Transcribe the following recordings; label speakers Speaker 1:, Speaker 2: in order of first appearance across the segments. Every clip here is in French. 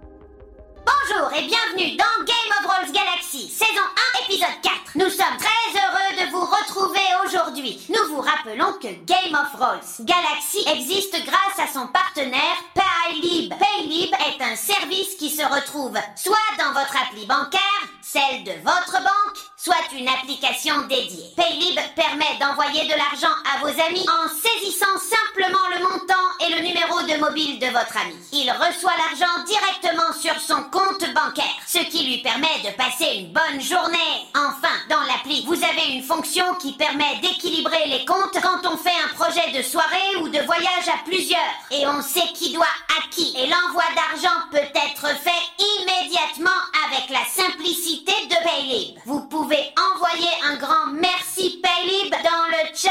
Speaker 1: Bonjour et bienvenue dans Game of Rolls Galaxy, saison 1, épisode 4. Nous sommes très heureux de vous retrouver aujourd'hui. Nous vous rappelons que Game of Rolls Galaxy existe grâce à son partenaire Paylib. Paylib est un service qui se retrouve soit dans votre appli bancaire, celle de votre banque, soit une application dédiée. Paylib permet d'envoyer de l'argent à vos amis en saisissant simplement le montant et le numéro de mobile de votre ami. Il reçoit l'argent directement sur son compte bancaire, ce qui lui permet de passer une bonne journée. Enfin, dans l'appli, vous avez une fonction qui permet d'équilibrer les comptes quand on fait un projet de soirée ou de voyage à plusieurs. Et on sait qui doit à qui. Et l'envoi d'argent peut être fait immédiatement avec la simplicité de Paylib. Vous pouvez envoyer un grand merci Paylib dans le chat.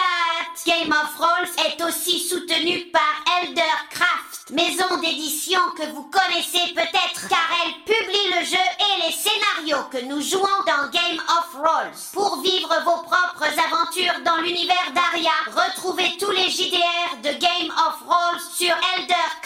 Speaker 1: Game of Rolls est aussi soutenu par Eldercraft, maison d'édition que vous connaissez peut-être car elle publie le jeu et les scénarios que nous jouons dans Game of Rolls. Pour vivre vos propres aventures dans l'univers d'Aria, retrouvez tous les JDR de Game of Rolls sur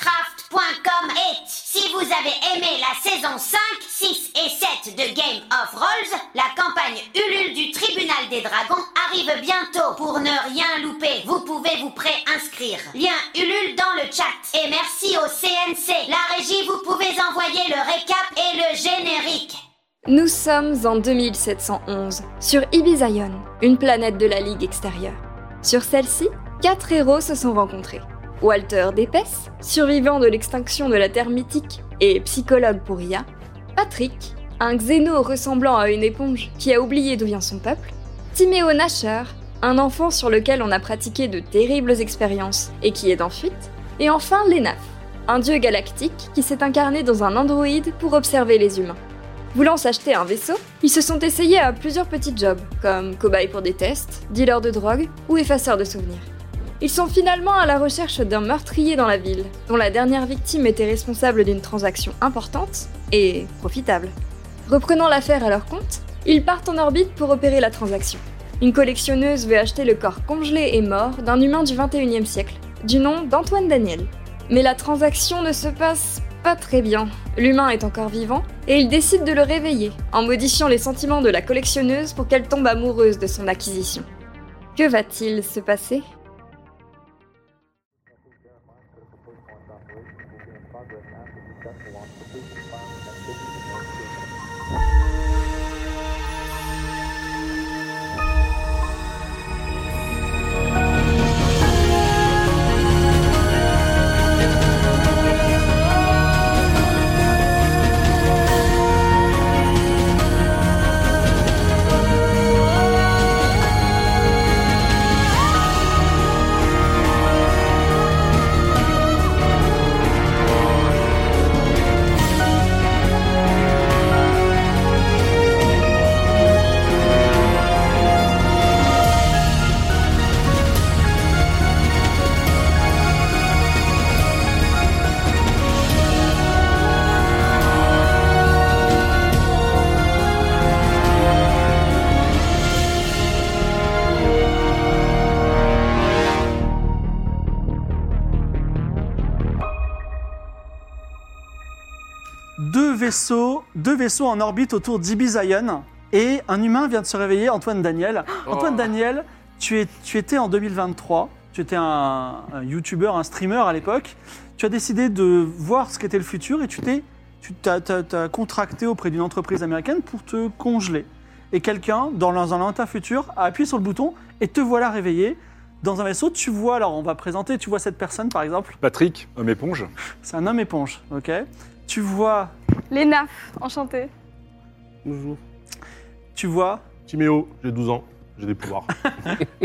Speaker 1: eldercraft.com et si vous avez aimé la saison 5, 6 et 7 de Game of Rolls, la campagne Ulule du Tribunal des Dragons arrive bientôt. Pour ne rien louper, vous pouvez vous préinscrire. Lien Ulule dans le chat. Et merci au CNC. La régie, vous pouvez envoyer le récap et le générique.
Speaker 2: Nous sommes en 2711, sur Ibizaïon, une planète de la Ligue extérieure. Sur celle-ci, quatre héros se sont rencontrés. Walter Dépès, survivant de l'extinction de la Terre mythique et psychologue pour IA. Patrick, un xéno ressemblant à une éponge qui a oublié d'où vient son peuple. Timéo Nasher, un enfant sur lequel on a pratiqué de terribles expériences et qui est en fuite. Et enfin Lenaf, un dieu galactique qui s'est incarné dans un androïde pour observer les humains. Voulant s'acheter un vaisseau, ils se sont essayés à plusieurs petits jobs, comme cobaye pour des tests, dealer de drogue ou effaceur de souvenirs. Ils sont finalement à la recherche d'un meurtrier dans la ville, dont la dernière victime était responsable d'une transaction importante et profitable. Reprenant l'affaire à leur compte, ils partent en orbite pour opérer la transaction. Une collectionneuse veut acheter le corps congelé et mort d'un humain du 21e siècle, du nom d'Antoine Daniel. Mais la transaction ne se passe pas très bien. L'humain est encore vivant et il décide de le réveiller en modifiant les sentiments de la collectionneuse pour qu'elle tombe amoureuse de son acquisition. Que va-t-il se passer
Speaker 3: Ah,
Speaker 4: deux vaisseaux, deux vaisseaux en orbite autour d'Ibizaïon et un humain vient de se réveiller, Antoine Daniel. Antoine Daniel, tu, es- tu étais en 2023, tu étais un, un youtubeur, un streamer à l'époque. Tu as décidé de voir ce qu'était le futur et tu t'es tu t'as- t'as- t'as contracté auprès d'une entreprise américaine pour te congeler. Et quelqu'un, dans un lointain futur, a appuyé sur le bouton et te voilà réveillé dans un vaisseau. Tu vois, alors on va présenter, tu vois cette personne par exemple,
Speaker 5: Patrick, homme éponge.
Speaker 4: c'est un homme éponge, ok Tu vois
Speaker 5: Les nafs, enchantée.
Speaker 6: Bonjour.
Speaker 4: Tu vois,
Speaker 7: Timéo, j'ai 12 ans, j'ai des pouvoirs.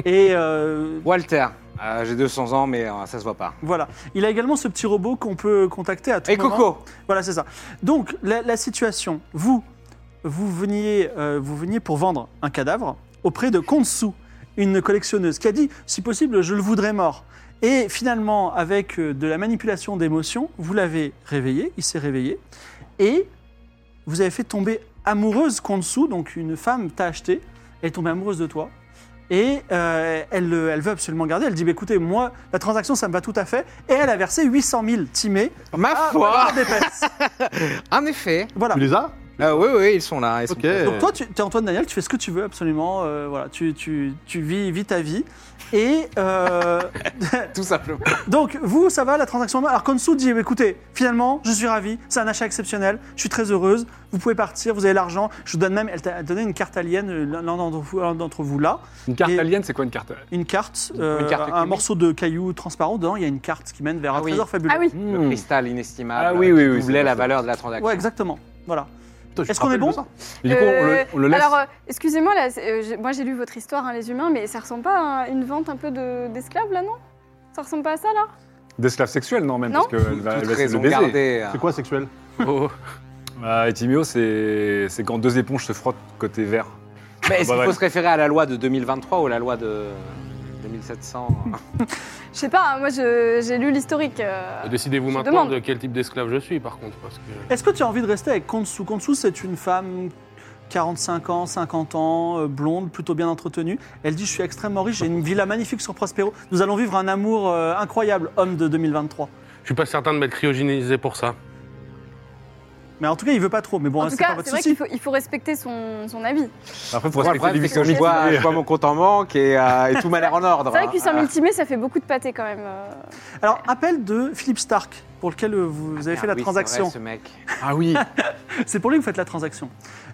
Speaker 4: et euh,
Speaker 6: Walter, euh, j'ai 200 ans, mais euh, ça se voit pas.
Speaker 4: voilà. Il a également ce petit robot qu'on peut contacter à tout
Speaker 6: Et
Speaker 4: moment.
Speaker 6: Coco
Speaker 4: Voilà, c'est ça. Donc, la, la situation, vous, vous veniez, euh, vous veniez pour vendre un cadavre auprès de Konsu, une collectionneuse, qui a dit, si possible, je le voudrais mort. Et finalement, avec euh, de la manipulation d'émotions, vous l'avez réveillé, il s'est réveillé, et vous avez fait tomber amoureuse Konsu, donc une femme t'a acheté, elle est tombée amoureuse de toi. Et euh, elle, euh, elle veut absolument garder. Elle dit bah, écoutez, moi, la transaction, ça me va tout à fait. Et elle a versé 800 000 timés
Speaker 6: Ma
Speaker 4: à
Speaker 6: foi
Speaker 4: Walter Dépès.
Speaker 6: En effet
Speaker 4: Voilà.
Speaker 7: Tu les as
Speaker 6: Euh, Oui, oui, ils sont là. Ils sont
Speaker 7: Ok.
Speaker 6: là.
Speaker 4: Donc toi, tu es Antoine Daniel, tu fais ce que tu veux absolument. euh, voilà, tu, tu, tu vis, vis ta vie. Et euh,
Speaker 6: Tout simplement.
Speaker 4: donc vous, ça va, la transaction. Alors Konsu dit, écoutez, finalement, je suis ravi, c'est un achat exceptionnel, je suis très heureuse, vous pouvez partir, vous avez l'argent. Je vous donne même, elle t'a donné une carte alien, euh, l'un d'entre vous, l'un d'entre vous là,
Speaker 3: Une carte
Speaker 4: Et-
Speaker 3: alien, c'est quoi une carte
Speaker 4: une carte, euh,
Speaker 6: Une carte
Speaker 4: un
Speaker 6: Kumi.
Speaker 4: morceau de caillou transparent, dedans il y a une carte qui mène vers un
Speaker 6: Ah oui.
Speaker 4: trésor fabuleux.
Speaker 5: Ah oui,
Speaker 6: Le
Speaker 7: Hmm.
Speaker 6: cristal inestimable
Speaker 3: Ah oui,
Speaker 6: qui
Speaker 3: oui, oui,
Speaker 6: doublait
Speaker 3: c'est
Speaker 6: la
Speaker 3: ça.
Speaker 6: valeur de la transaction.
Speaker 4: Ouais, exactement. Voilà.
Speaker 7: Putain, je
Speaker 4: Est-ce
Speaker 7: me
Speaker 4: qu'on est
Speaker 7: rappelle
Speaker 4: bon
Speaker 7: de ça. Et du coup, on le,
Speaker 5: Euh,
Speaker 7: on le laisse.
Speaker 5: Alors, euh, excusez-moi, là, c'est- euh, j'ai- moi j'ai lu votre histoire, hein, les humains, mais ça ressemble pas à une vente un peu de- d'esclaves, là, non Ça ressemble pas à ça, là
Speaker 3: D'esclave sexuel, non, même,
Speaker 5: Non.
Speaker 3: parce qu'elle va, elle
Speaker 6: Toute
Speaker 3: va essayer de
Speaker 6: raison
Speaker 3: le baiser.
Speaker 6: gardée. hein.
Speaker 7: C'est quoi sexuel
Speaker 3: Oh. Bah, Timéo, c'est c'est quand deux éponges se frottent côté vert.
Speaker 6: Mais Est-ce
Speaker 3: Bah,
Speaker 6: qu'il
Speaker 3: ouais.
Speaker 6: faut se référer à la loi de 2023 ou la loi de euh, 2700
Speaker 7: Bah,
Speaker 5: Je sais pas, hein, moi je- j'ai lu l'historique. euh,
Speaker 8: Ah, Décidez-vous
Speaker 5: Je
Speaker 8: maintenant
Speaker 5: demande.
Speaker 8: de quel type d'esclave je suis, par contre. Parce que...
Speaker 4: Est-ce que tu as envie de rester avec Konsu Konsu, c'est une femme 45 ans, 50 ans, euh, blonde, plutôt bien entretenue. Elle dit Je suis extrêmement riche, j'ai une villa magnifique sur Prospero. Nous allons vivre un amour euh, incroyable, homme de 2023.
Speaker 8: Je suis pas certain de m'être cryogénisé pour ça.
Speaker 4: Mais en tout cas, il veut pas trop. Mais bon, hein,
Speaker 5: En
Speaker 4: c'est
Speaker 5: tout
Speaker 4: pas
Speaker 5: cas,
Speaker 4: votre
Speaker 5: c'est vrai
Speaker 4: souci.
Speaker 5: qu'il faut, il faut respecter son, son avis.
Speaker 3: Après, faut
Speaker 6: Moi, le
Speaker 3: respecter les
Speaker 6: problème, c'est que
Speaker 3: victimes.
Speaker 6: je vois, je vois mon compte en banque et, euh, et tout m'a l'air en ordre.
Speaker 5: C'est vrai que 800
Speaker 6: hein.
Speaker 5: 000 timés, ça fait beaucoup de pâté quand même. euh.
Speaker 4: Alors, appel de Philippe Stark, pour lequel euh, vous avez
Speaker 6: Ah,
Speaker 4: fait la
Speaker 6: oui, c'est
Speaker 4: transaction.
Speaker 6: vrai, ce mec.
Speaker 3: Ah oui
Speaker 4: C'est pour lui que vous faites la transaction.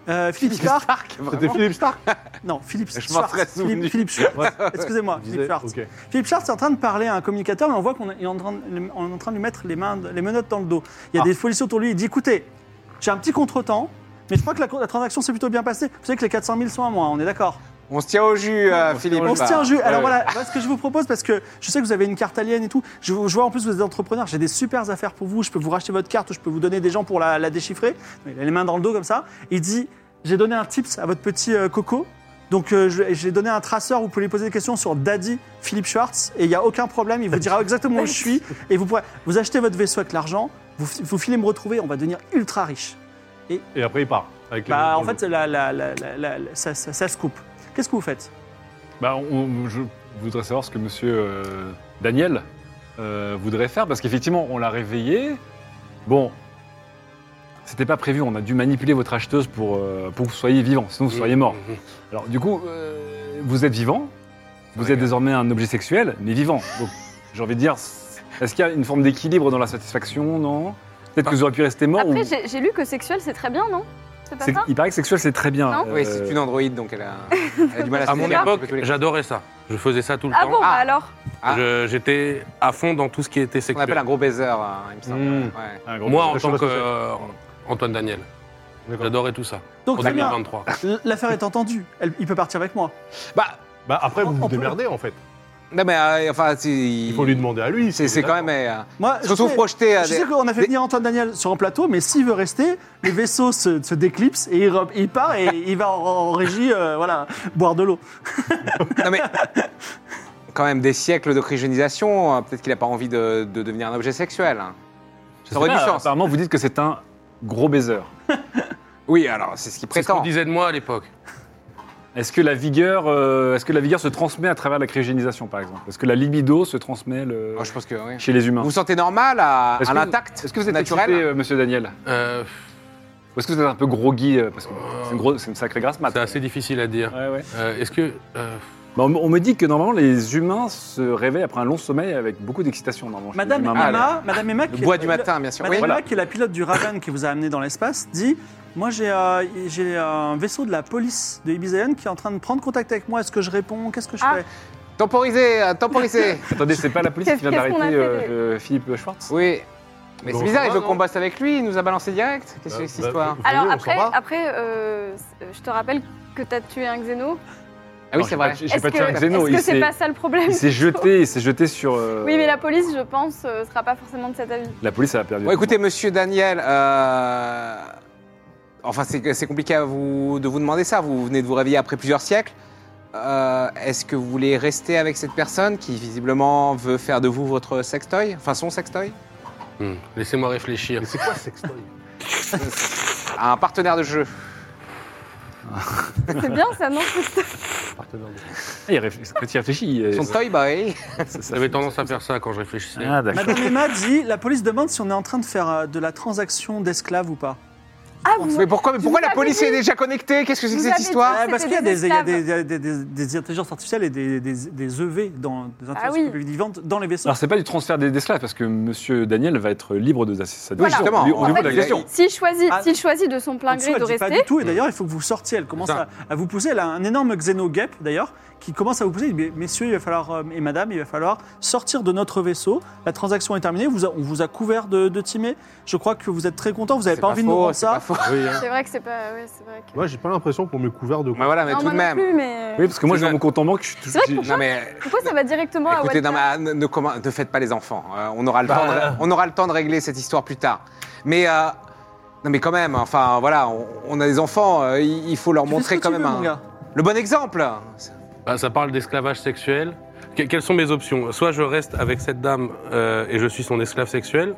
Speaker 4: Euh, Philippe Stark
Speaker 6: Stark,
Speaker 7: C'était
Speaker 6: vraiment.
Speaker 7: Philippe Stark
Speaker 4: Non, Philippe
Speaker 6: Je m'en
Speaker 4: Schwartz.
Speaker 6: serais souvenu.
Speaker 4: Philippe, Philippe Schwartz. Excusez-moi,
Speaker 7: Je disais,
Speaker 4: Philippe Schwartz.
Speaker 7: ok.
Speaker 4: Philippe Schwartz est en train de parler à un communicateur, mais on voit qu'on est en train, de- on est en train de lui mettre les, mains, les menottes dans le dos. Il y a
Speaker 6: Ah.
Speaker 4: des policiers autour de lui. Il dit écoutez, j'ai un petit contretemps, mais je crois que la, la transaction s'est plutôt bien passée. Vous savez que les 400 000 sont à moi, on est d'accord
Speaker 6: On se tient au jus, euh, Philippe. bah,
Speaker 4: On se tient un jus. Alors
Speaker 7: Ouais.
Speaker 4: voilà, voilà ce que je vous propose, parce que je sais que vous avez une carte alien et tout. Je, vous- je vois en plus que vous êtes entrepreneur, j'ai des super affaires pour vous. Je peux vous racheter votre carte ou je peux vous donner des gens pour la, la déchiffrer. Il a les mains dans le dos comme ça. Il dit j'ai donné un tips à votre petit euh, coco. Donc euh, je- j'ai donné un traceur, vous pouvez lui poser des questions sur Daddy Philippe Schwartz et il n'y a aucun problème, il vous dira exactement où je suis et vous pourrez vous achetez votre vaisseau avec l'argent, vous, fi- vous filez me retrouver, on va devenir ultra riche.
Speaker 7: Et après, il part. Avec les
Speaker 4: Bah
Speaker 7: mains
Speaker 4: en
Speaker 7: dans le
Speaker 4: fait la- la- la- la- la- la- ça, ça- ça se coupe. Qu'est-ce que vous faites
Speaker 3: Bah, on- je voudrais savoir ce que monsieur euh, Daniel euh, voudrait faire, parce qu'effectivement, on l'a réveillé. Bon, c'était pas prévu, on a dû manipuler votre acheteuse pour, euh, pour que vous soyez vivant, sinon vous seriez mort.
Speaker 8: Mhm.
Speaker 3: Alors, du coup, euh, vous êtes vivant, vous êtes
Speaker 8: Regarde.
Speaker 3: désormais un objet sexuel, mais vivant. Donc, j'ai envie de dire, est-ce qu'il y a une forme d'équilibre dans la satisfaction Non Peut-être que vous auriez pu rester mort
Speaker 5: Après,
Speaker 3: ou-
Speaker 5: j'ai j'ai lu que sexuel, c'est très bien, non C'est pas
Speaker 3: C'est-
Speaker 5: ça
Speaker 3: Il paraît que sexuel, c'est très bien.
Speaker 5: Non
Speaker 3: Euh,
Speaker 6: Oui, c'est une androïde, donc elle a, elle a du mal à se
Speaker 8: À mon
Speaker 6: tenir.
Speaker 8: époque, j'adorais ça. Je faisais ça tout le
Speaker 5: Ah
Speaker 8: temps.
Speaker 5: bon, bah alors
Speaker 6: Ah.
Speaker 8: Je- J'étais à fond dans tout ce qui était
Speaker 6: On appelle
Speaker 8: sexuel.
Speaker 6: un gros baiser, hein, il me semble. Ouais.
Speaker 7: Mmh. dos. Un gros-
Speaker 8: Moi, en
Speaker 7: Je
Speaker 8: tant
Speaker 7: sais pas
Speaker 8: que
Speaker 7: ce c'est.
Speaker 8: euh, Antoine Daniel,
Speaker 7: D'accord.
Speaker 8: j'adorais tout ça.
Speaker 4: Donc
Speaker 8: en
Speaker 4: très bien,
Speaker 8: 2023.
Speaker 4: l'affaire est entendue, Elle- il peut partir avec moi.
Speaker 6: Bah,
Speaker 7: Bah, après,
Speaker 4: On-
Speaker 7: vous
Speaker 4: on
Speaker 7: vous
Speaker 4: peut-
Speaker 7: démerdez, en fait.
Speaker 6: non, mais euh, enfin, si.
Speaker 7: Il faut lui demander à lui.
Speaker 6: C'est c'est quand même. euh,
Speaker 4: Moi,
Speaker 6: se retrouve
Speaker 4: sais-
Speaker 6: projeté à
Speaker 4: Je
Speaker 6: des-
Speaker 4: sais qu'on a fait
Speaker 6: des-
Speaker 4: venir Antoine Daniel sur un plateau, mais s'il veut rester, le vaisseau se, se déclipse et il, re- il part et il va en, en régie, euh, voilà, boire de l'eau.
Speaker 6: Non mais quand même des siècles de cryogénisation, euh, peut-être qu'il n'a pas envie de, de devenir un objet sexuel. hein.
Speaker 3: je
Speaker 6: Ça
Speaker 3: sais
Speaker 6: aurait
Speaker 3: pas,
Speaker 6: du sens.
Speaker 3: Apparemment, vous dites que c'est un gros baiser.
Speaker 6: Oui, alors c'est ce qu'il
Speaker 8: C'est ce qu'on
Speaker 6: prétend.
Speaker 8: disait de moi à l'époque.
Speaker 3: Est-ce que la vigueur, euh, est-ce que la vigueur se transmet à travers la cryogénisation, par exemple Est-ce que la libido se transmet le-
Speaker 6: Oh, je pense que oui.
Speaker 3: chez les humains
Speaker 6: Vous vous sentez normal à,
Speaker 3: Est-ce
Speaker 6: à
Speaker 3: que-
Speaker 6: l'intact
Speaker 3: Est-ce que vous êtes
Speaker 6: naturel
Speaker 3: excité, euh, Monsieur Daniel
Speaker 8: Euh,
Speaker 3: Ou est-ce que vous êtes un peu groggy euh, Parce que c'est une, grosse- c'est une sacrée grasse mat.
Speaker 8: c'est assez difficile à dire.
Speaker 3: Ouais, ouais.
Speaker 8: Euh, Est-ce que. euh,
Speaker 3: Bah, on, on me dit que normalement les humains se réveillent après un long sommeil avec beaucoup d'excitation. Normalement, chez les
Speaker 4: Madame
Speaker 3: humains
Speaker 4: Emma,
Speaker 3: mâles.
Speaker 6: Ah,
Speaker 4: Madame Emma,
Speaker 6: Le
Speaker 4: qui
Speaker 6: bois
Speaker 4: est,
Speaker 6: du
Speaker 4: la-
Speaker 6: matin, bien sûr.
Speaker 4: Madame
Speaker 6: Oui.
Speaker 4: Emma, qui est la pilote du Raven qui vous a amené dans l'espace, dit Moi, j'ai euh, j'ai un vaisseau de la police de Ibizaïon qui est en train de prendre contact avec moi. Est-ce que je réponds Qu'est-ce que je
Speaker 5: Ah.
Speaker 4: fais
Speaker 6: Temporisez, euh, temporisez.
Speaker 3: Attendez, c'est pas la police qui vient
Speaker 5: Qu'est-ce qu'on a
Speaker 3: d'arrêter
Speaker 5: fait
Speaker 3: euh, euh, Philippe Schwartz
Speaker 6: oui. Mais
Speaker 7: Bon,
Speaker 6: c'est bizarre,
Speaker 7: ça
Speaker 6: il
Speaker 7: va,
Speaker 6: veut
Speaker 7: non
Speaker 6: qu'on bosse avec lui, il nous a balancé direct. Qu'est-ce
Speaker 7: Bah,
Speaker 6: que c'est que cette
Speaker 7: bah,
Speaker 6: histoire Ah
Speaker 7: vous voyez,
Speaker 5: Alors
Speaker 7: on s'en
Speaker 5: après,
Speaker 7: va
Speaker 5: après euh, je te rappelle que t'as tué un xéno.
Speaker 6: Ah oui,
Speaker 3: Non,
Speaker 6: c'est
Speaker 3: j'ai
Speaker 6: vrai.
Speaker 3: pas- j'ai
Speaker 5: Est-ce
Speaker 3: pas
Speaker 5: que-
Speaker 3: tué un xéno.
Speaker 5: Est-ce
Speaker 3: Il
Speaker 5: que c'est
Speaker 3: s'est
Speaker 5: pas ça le problème
Speaker 3: il s'est jeté, il s'est jeté sur. euh,
Speaker 5: Oui, mais la police, je pense, euh, sera pas forcément de cet avis.
Speaker 3: La police, elle a perdu.
Speaker 6: Bon, écoutez, monsieur Daniel, euh, enfin, c'est c'est compliqué à vous, de vous demander ça. Vous venez de vous réveiller après plusieurs siècles. Euh, Est-ce que vous voulez rester avec cette personne qui, visiblement, veut faire de vous votre sextoy Enfin, son sextoy
Speaker 8: Hmm, Laissez-moi réfléchir.
Speaker 7: Mais c'est quoi sextoy
Speaker 6: Un partenaire de jeu.
Speaker 5: C'est bien ça, non Christophe
Speaker 7: Partenaire de-
Speaker 3: Ah, il réfl- Quand il réfléchit, il-
Speaker 6: Son toy boy.
Speaker 3: ça- ça-
Speaker 8: J'avais tendance à faire ça quand je réfléchissais.
Speaker 3: Ah, d'accord.
Speaker 4: Madame Emma dit la police demande si on est en train de faire euh, de la transaction d'esclaves ou pas.
Speaker 5: Ah, vous,
Speaker 6: Mais pourquoi, mais
Speaker 5: Je
Speaker 6: pourquoi
Speaker 5: vous
Speaker 6: la
Speaker 5: avais
Speaker 6: police
Speaker 5: dit.
Speaker 6: est déjà connectée Qu'est-ce que c'est que
Speaker 5: Vous
Speaker 6: cette
Speaker 5: avez dit.
Speaker 6: histoire
Speaker 4: Ouais, parce qu'il y
Speaker 5: c'était
Speaker 4: a,
Speaker 5: des
Speaker 4: des, il y a des, des- des- des intelligences artificielles et des, des, des EV, dans, des
Speaker 6: Ah
Speaker 4: intelligences
Speaker 5: oui.
Speaker 4: vivantes, dans les vaisseaux.
Speaker 3: Alors, c'est pas du transfert des d'esclaves, parce que monsieur Daniel va être libre de sa
Speaker 6: Oui, justement.
Speaker 3: On lui- on lui
Speaker 6: En
Speaker 3: pose
Speaker 6: fait,
Speaker 3: la question.
Speaker 5: S'il choisit,
Speaker 4: Ah.
Speaker 5: s'il choisit de son plein
Speaker 4: En dessous,
Speaker 5: gré
Speaker 4: elle
Speaker 5: de
Speaker 4: dit pas du
Speaker 5: rester,
Speaker 6: Mm.
Speaker 4: tout, et d'ailleurs, il faut que vous sortiez. Elle commence à,
Speaker 8: Ça.
Speaker 4: à vous pousser. Elle a un énorme xénoguep, d'ailleurs, qui commence à vous pousser. Elle dit, Mais- Messieurs il va falloir, euh, et madame, il va falloir sortir de notre vaisseau. La transaction est terminée. Vous a- on vous a couvert de, de Timé. Je crois que vous êtes très contents. Vous n'avez
Speaker 6: C'est
Speaker 4: pas, envie de nous
Speaker 6: faux,
Speaker 4: rendre
Speaker 6: c'est
Speaker 4: ça.
Speaker 6: pas faux.
Speaker 8: Oui, hein.
Speaker 5: c'est vrai que c'est pas. Ouais, c'est vrai que.
Speaker 7: Moi, j'ai pas l'impression qu'on m'ait couvert de.
Speaker 6: Bah voilà, mais
Speaker 5: non,
Speaker 6: tout
Speaker 5: moi
Speaker 6: de
Speaker 5: non
Speaker 6: même.
Speaker 5: plus, mais.
Speaker 3: Oui, parce que moi,
Speaker 6: C'est
Speaker 3: j'ai
Speaker 6: vrai.
Speaker 3: mon compte en banque, je suis tout-
Speaker 5: C'est vrai que
Speaker 3: j'ai-
Speaker 6: Non, mais
Speaker 5: Pourquoi ça va directement à
Speaker 6: Écoutez, non,
Speaker 5: Ah, Walter
Speaker 6: mais, euh, ne, ne commen- ne faites pas les enfants. Euh, on, aura le temps de, on aura le temps de régler cette histoire plus tard. Mais, euh, non, mais quand même, enfin voilà, on, on a des enfants, euh, il, il faut leur
Speaker 4: Tu fais ce
Speaker 6: montrer
Speaker 4: que
Speaker 6: quand
Speaker 4: tu
Speaker 6: même
Speaker 4: veux,
Speaker 6: un-
Speaker 4: mon gars.
Speaker 6: le bon exemple. Ah,
Speaker 8: Bah, ça parle d'esclavage sexuel. Que- quelles sont mes options Soit je reste avec cette dame euh, et je suis son esclave sexuel,